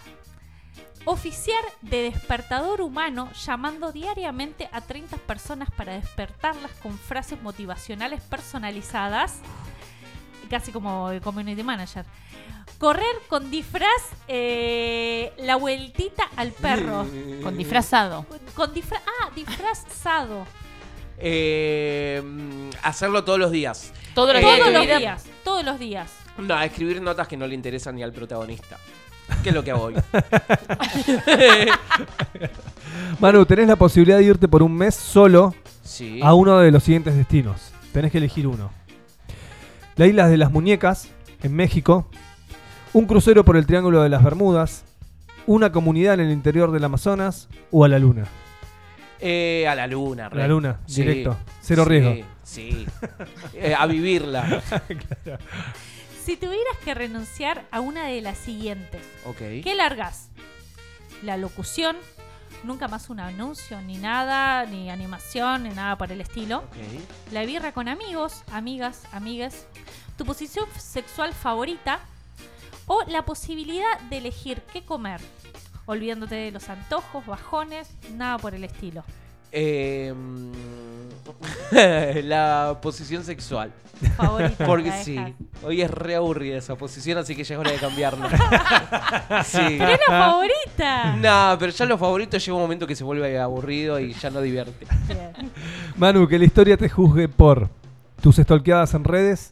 Speaker 5: ¿Oficiar de despertador humano llamando diariamente a 30 personas para despertarlas con frases motivacionales personalizadas? Casi como el community manager. Correr con disfraz eh, la vueltita al perro.
Speaker 3: Con disfrazado.
Speaker 5: Con disfraz. Ah, disfrazado.
Speaker 8: Eh, mm, hacerlo todos los días.
Speaker 3: Todos
Speaker 8: Eh,
Speaker 5: todos los días. Todos los días.
Speaker 8: No, escribir notas que no le interesan ni al protagonista. ¿Qué es lo que hago hoy?
Speaker 4: Manu, tenés la posibilidad de irte por un mes solo
Speaker 8: Sí.
Speaker 4: a uno de los siguientes destinos. Tenés que elegir uno. La isla de las muñecas, en México. Un crucero por el Triángulo de las Bermudas. Una comunidad en el interior del Amazonas o a la luna.
Speaker 8: Eh, a la luna. re.
Speaker 4: A la luna,
Speaker 8: Sí.
Speaker 4: directo. Cero
Speaker 8: Sí,
Speaker 4: riesgo.
Speaker 8: Sí. Eh, a vivirla.
Speaker 5: Si tuvieras que renunciar a una de las siguientes,
Speaker 8: Ok.
Speaker 5: ¿Qué largas? La locución, nunca más un anuncio, ni nada, ni animación, ni nada por el estilo.
Speaker 8: Ok.
Speaker 5: La birra con amigos, amigas, amigues. Tu posición sexual favorita. O la posibilidad de elegir qué comer, olvidándote de los antojos, bajones, nada por el estilo.
Speaker 8: Eh, mm, la posición sexual.
Speaker 5: Favorita,
Speaker 8: Porque
Speaker 5: la
Speaker 8: sí,
Speaker 5: dejas.
Speaker 8: hoy es re aburrida esa posición, así que ya es hora de cambiarla. sí.
Speaker 5: Pero es la favorita.
Speaker 8: Nah, pero ya los favoritos llega un momento que se vuelve aburrido y ya no divierte.
Speaker 4: Manu, que la historia te juzgue por tus estolqueadas en redes,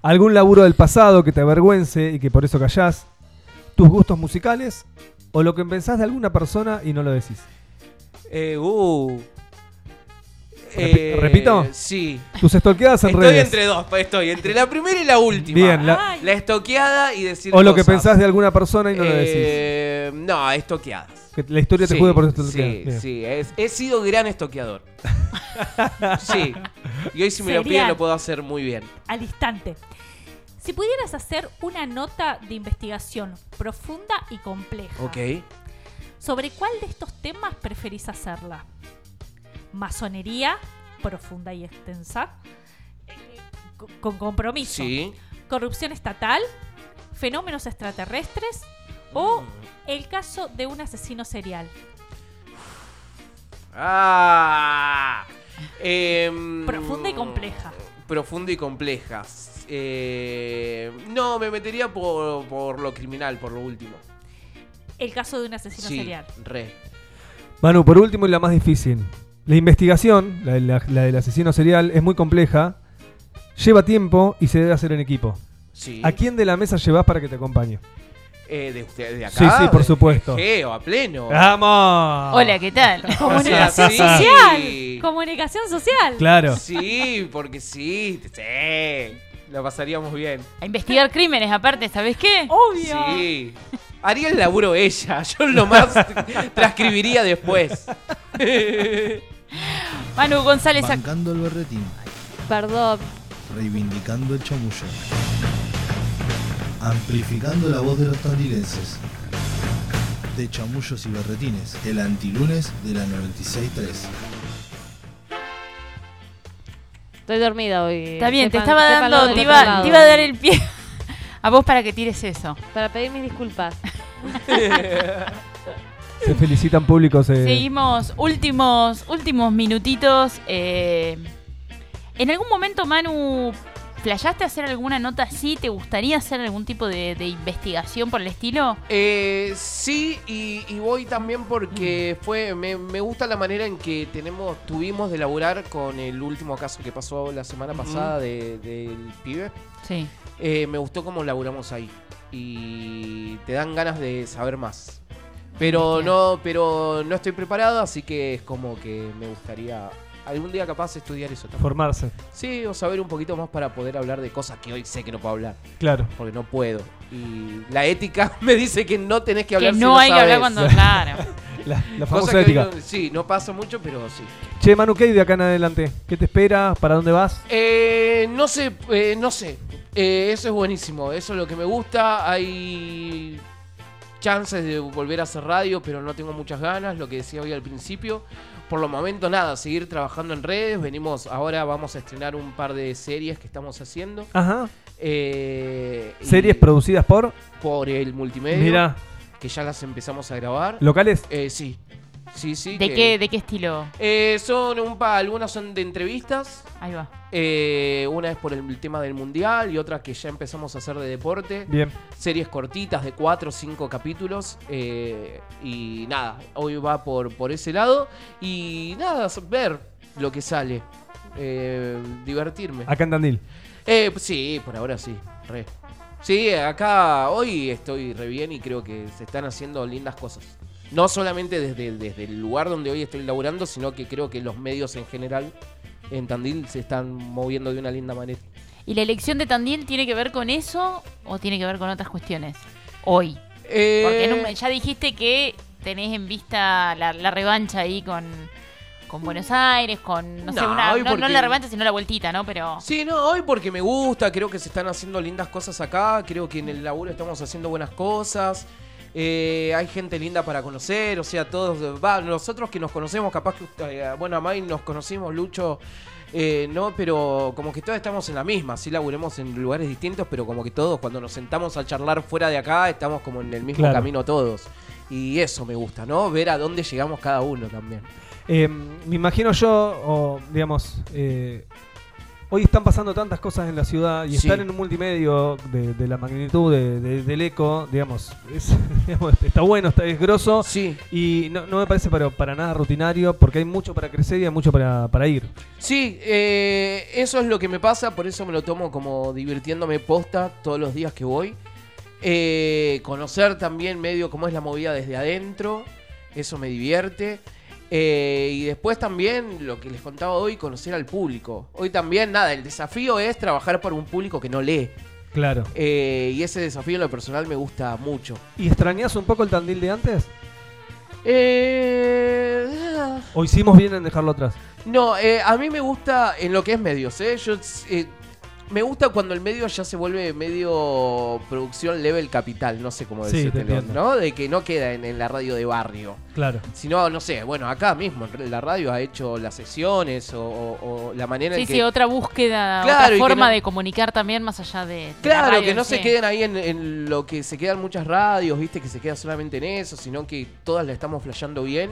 Speaker 4: algún laburo del pasado que te avergüence y que por eso callás, tus gustos musicales o lo que pensás de alguna persona y no lo decís.
Speaker 8: Eh, uh.
Speaker 4: Repi-
Speaker 8: Eh,
Speaker 4: ¿Repito?
Speaker 8: Sí.
Speaker 4: Tus estolqueadas en
Speaker 8: Estoy
Speaker 4: redes.
Speaker 8: entre dos, pa- estoy entre la primera y la última.
Speaker 4: Bien, la-
Speaker 8: la, estoqueada y decir
Speaker 4: O lo que
Speaker 8: cosas.
Speaker 4: pensás de alguna persona y no lo decís.
Speaker 8: Eh, no, estoqueadas.
Speaker 4: Que la historia te juzgue por tus estolqueadas.
Speaker 8: Sí, sí,
Speaker 4: Bien.
Speaker 8: es- he sido gran estoqueador. sí. Y hoy si me lo
Speaker 5: Serial.
Speaker 8: piden lo puedo hacer muy bien.
Speaker 5: Al instante. Si pudieras hacer una nota de investigación profunda y compleja,
Speaker 8: Ok.
Speaker 5: ¿sobre cuál de estos temas preferís hacerla? Masonería, profunda y extensa, eh, co- con compromiso.
Speaker 8: Sí.
Speaker 5: Corrupción estatal, fenómenos extraterrestres
Speaker 8: Mm.
Speaker 5: o el caso de un asesino serial.
Speaker 8: Ah. Em,
Speaker 5: Profunda y compleja.
Speaker 8: Profunda y compleja. Eh, no, me metería por, por lo criminal, por lo último.
Speaker 5: El caso de un asesino
Speaker 8: sí,
Speaker 5: serial.
Speaker 8: re.
Speaker 4: Manu, por último y la más difícil. La investigación, la, del- la del asesino serial, es muy compleja, lleva tiempo y se debe hacer en equipo.
Speaker 8: Sí.
Speaker 4: ¿A quién de la mesa llevas para que te acompañe?
Speaker 8: Eh, de, usted- de acá.
Speaker 4: Sí, sí, por
Speaker 8: de-
Speaker 4: supuesto.
Speaker 8: de Geo, a pleno.
Speaker 4: ¡Vamos!
Speaker 3: Hola, ¿qué tal?
Speaker 5: Comunicación
Speaker 8: sí.
Speaker 5: social. Comunicación social.
Speaker 4: Claro.
Speaker 8: Sí, porque sí, sí. Lo pasaríamos bien.
Speaker 3: A investigar crímenes, aparte, ¿sabes qué?
Speaker 5: Obvio.
Speaker 8: Sí. Haría el laburo ella. Yo lo más transcribiría después.
Speaker 3: Manu González. ac-
Speaker 1: Bancando el berretín,
Speaker 6: Perdón.
Speaker 1: reivindicando el chamullo, amplificando la voz de los taurilenses. De chamullos y berretines, el antilunes de la 96.3.
Speaker 6: Estoy dormida hoy.
Speaker 3: Está bien, te
Speaker 6: Sepan-
Speaker 3: estaba
Speaker 6: sépanlo
Speaker 3: dando,
Speaker 6: del
Speaker 3: te
Speaker 6: otro
Speaker 3: iba,
Speaker 6: lado.
Speaker 3: te iba a dar el pie a vos para que tires eso.
Speaker 6: Para pedir mis disculpas.
Speaker 4: Se felicitan públicos. eh.
Speaker 3: Seguimos, últimos, últimos minutitos. eh, ¿En algún momento, Manu, flayaste hacer alguna nota así? ¿Te gustaría hacer algún tipo de, de investigación por el estilo?
Speaker 8: Eh, sí, y, y voy también porque fue me, me gusta la manera en que tenemos tuvimos de laburar con el último caso que pasó la semana pasada de- del pibe.
Speaker 3: Sí.
Speaker 8: Eh, me gustó cómo laburamos ahí y te dan ganas de saber más. Pero no, pero no estoy preparado, así que es como que me gustaría algún día capaz estudiar eso también.
Speaker 4: Formarse.
Speaker 8: Sí, o saber un poquito más para poder hablar de cosas que hoy sé que no puedo hablar.
Speaker 4: Claro.
Speaker 8: Porque no puedo. Y la ética me dice que no tenés que hablar
Speaker 3: Que
Speaker 8: si
Speaker 3: no hay que hablar
Speaker 8: sabés.
Speaker 3: cuando- claro.
Speaker 4: La,
Speaker 8: Cosa
Speaker 4: la famosa
Speaker 8: que
Speaker 4: ética.
Speaker 8: hoy no- sí, no pasa mucho, pero sí.
Speaker 4: Che, Manu, ¿qué hay de acá en adelante? ¿Qué te espera? ¿Para dónde vas?
Speaker 8: Eh, no sé, eh, no sé. Eh, eso es buenísimo, eso es lo que me gusta. Hay chances de volver a hacer radio, pero no tengo muchas ganas, lo que decía hoy al principio. Por lo momento nada, seguir trabajando en redes. Venimos, ahora vamos a estrenar un par de series que estamos haciendo.
Speaker 4: Ajá.
Speaker 8: Eh, y
Speaker 4: Series producidas por
Speaker 8: por el multimedia.
Speaker 4: Mirá.
Speaker 8: Que ya las empezamos a grabar.
Speaker 4: locales.
Speaker 8: Eh, sí. Sí, sí.
Speaker 3: ¿De
Speaker 8: que-
Speaker 3: qué, de qué estilo?
Speaker 8: Eh, son un pa- algunas son de entrevistas.
Speaker 3: Ahí va.
Speaker 8: Eh, una es por el tema del mundial y otra que ya empezamos a hacer de deporte.
Speaker 4: Bien.
Speaker 8: Series cortitas de 4 o 5 capítulos. eh, y nada, hoy va por, por ese lado. Y nada, ver lo que sale. Eh, divertirme.
Speaker 4: Acá en Tandil.
Speaker 8: Eh, pues sí, por ahora sí, re. Sí, acá hoy estoy re bien y creo que se están haciendo lindas cosas. No solamente desde, desde el lugar donde hoy estoy laburando, sino que creo que los medios en general en Tandil se están moviendo de una linda manera.
Speaker 3: ¿Y la elección de Tandil tiene que ver con eso o tiene que ver con otras cuestiones? Hoy.
Speaker 8: Eh,
Speaker 3: Porque en un- ya dijiste que tenés en vista la, la revancha ahí con, con Buenos Aires, con, no, sé,
Speaker 8: No,
Speaker 3: una,
Speaker 8: hoy
Speaker 3: no, no
Speaker 8: porque-
Speaker 3: la revancha, sino la vueltita, ¿no? Pero...
Speaker 8: Sí, no, hoy porque me gusta, creo que se están haciendo lindas cosas acá, creo que en el laburo estamos haciendo buenas cosas. eh, hay gente linda para conocer, o sea, todos, va, nosotros que nos conocemos, capaz que, eh, bueno, a May nos conocimos, Lucho, eh, no, pero como que todos estamos en la misma, sí laburemos en lugares distintos, pero como que todos cuando nos sentamos a charlar fuera de acá, estamos como en el mismo
Speaker 4: Claro.
Speaker 8: camino todos. Y eso me gusta, ¿no? Ver a dónde llegamos cada uno también.
Speaker 4: Eh, me imagino yo, o, digamos, eh, hoy están pasando tantas cosas en la ciudad y
Speaker 8: Sí.
Speaker 4: estar en un multimedio de, de la magnitud de- de- del eco, digamos, es- digamos, está bueno, está, es grosso. Y no, no me parece para, para nada rutinario porque hay mucho para crecer y hay mucho para, para ir.
Speaker 8: Sí, eh, eso es lo que me pasa, por eso me lo tomo como divirtiéndome posta todos los días que voy. Eh, conocer también medio cómo es la movida desde adentro, eso me divierte. Eh, y después también lo que les contaba hoy, conocer al público. Hoy también, nada, el desafío es trabajar para un público que no lee.
Speaker 4: Claro.
Speaker 8: Eh, y ese desafío en lo personal me gusta mucho.
Speaker 4: ¿Y extrañas un poco el Tandil de antes?
Speaker 8: Eh, ah.
Speaker 4: ¿O hicimos bien en dejarlo atrás?
Speaker 8: No, eh, a mí me gusta en lo que es medios, ¿eh? Yo, eh, me gusta cuando el medio ya se vuelve medio producción level capital, no sé cómo
Speaker 4: Sí, te
Speaker 8: decírtelo,
Speaker 4: entiendo.
Speaker 8: ¿no? De que no queda en, en la radio de barrio.
Speaker 4: Claro.
Speaker 8: Sino, no sé, bueno, acá mismo en la radio ha hecho las sesiones o, o- o la manera
Speaker 3: Sí,
Speaker 8: en que...
Speaker 3: sí, otra búsqueda,
Speaker 8: Claro, y
Speaker 3: otra
Speaker 8: que
Speaker 3: forma
Speaker 8: no-
Speaker 3: de comunicar también más allá de. de la
Speaker 8: Claro,
Speaker 3: radio
Speaker 8: que
Speaker 3: en
Speaker 8: no se
Speaker 3: sí.
Speaker 8: queden ahí en, en lo que se quedan muchas radios, viste, que se queda solamente en eso, sino que todas la estamos flasheando bien.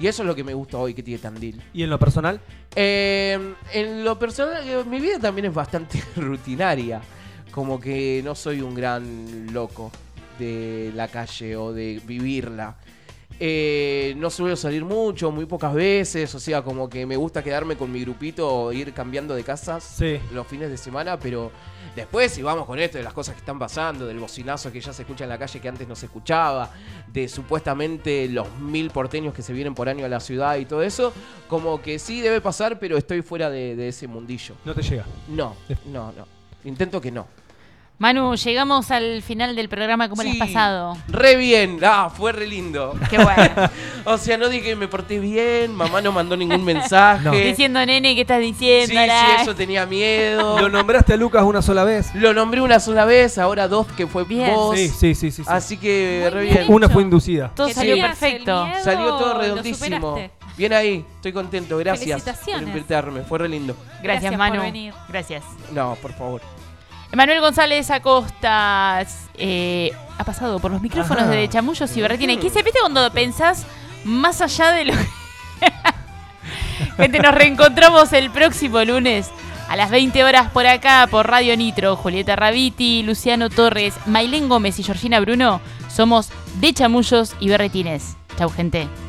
Speaker 8: Y eso es lo que me gusta hoy que tiene Tandil.
Speaker 4: ¿Y en lo personal?
Speaker 8: Eh, en lo personal, eh, mi vida también es bastante rutinaria. Como que no soy un gran loco de la calle o de vivirla. Eh, no suelo salir mucho, muy pocas veces. O sea, como que me gusta quedarme con mi grupito, ir cambiando de casas
Speaker 4: Sí.
Speaker 8: los fines de semana. Pero después, si vamos con esto de las cosas que están pasando, del bocinazo que ya se escucha en la calle que antes no se escuchaba, de supuestamente los mil porteños que se vienen por año a la ciudad y todo eso, como que sí debe pasar, pero estoy fuera de, de ese mundillo.
Speaker 4: No te llega.
Speaker 8: No, no, no. Intento que no.
Speaker 3: Manu, llegamos al final del programa. ¿Cómo
Speaker 8: Sí.
Speaker 3: le has pasado?
Speaker 8: Re bien, ah, fue re lindo. Qué bueno. o sea, no dije que me porté bien, mamá no mandó ningún mensaje.
Speaker 3: Diciendo, nene, ¿qué estás
Speaker 8: Sí,
Speaker 3: diciendo?
Speaker 8: sí,
Speaker 3: Ara?
Speaker 8: eso tenía miedo.
Speaker 4: Lo nombraste a Lucas una sola vez.
Speaker 8: Lo nombré una sola vez, ahora dos que fue
Speaker 3: Bien.
Speaker 8: vos.
Speaker 4: Sí, sí, sí, sí, sí.
Speaker 8: Así que re bien.
Speaker 4: Una fue inducida.
Speaker 3: Todo
Speaker 8: Sí.
Speaker 3: salió perfecto.
Speaker 8: Salió todo redondísimo. Bien ahí, estoy contento, gracias por
Speaker 3: Felicitaciones.
Speaker 8: invitarme, fue re lindo.
Speaker 3: Gracias,
Speaker 5: por
Speaker 3: Manu.
Speaker 5: venir.
Speaker 3: Gracias.
Speaker 8: No, por favor.
Speaker 3: Emanuel González Acosta eh, ha pasado por los micrófonos
Speaker 8: Ajá.
Speaker 3: de Chamullos y Berretines. ¿Qué se viste cuando pensás más allá de lo Gente, nos reencontramos el próximo lunes a las 20 horas por acá, por Radio Nitro. Julieta Raviti, Luciano Torres, Mailén Gómez y Georgina Bruno somos de Chamullos y Berretines. Chau, gente.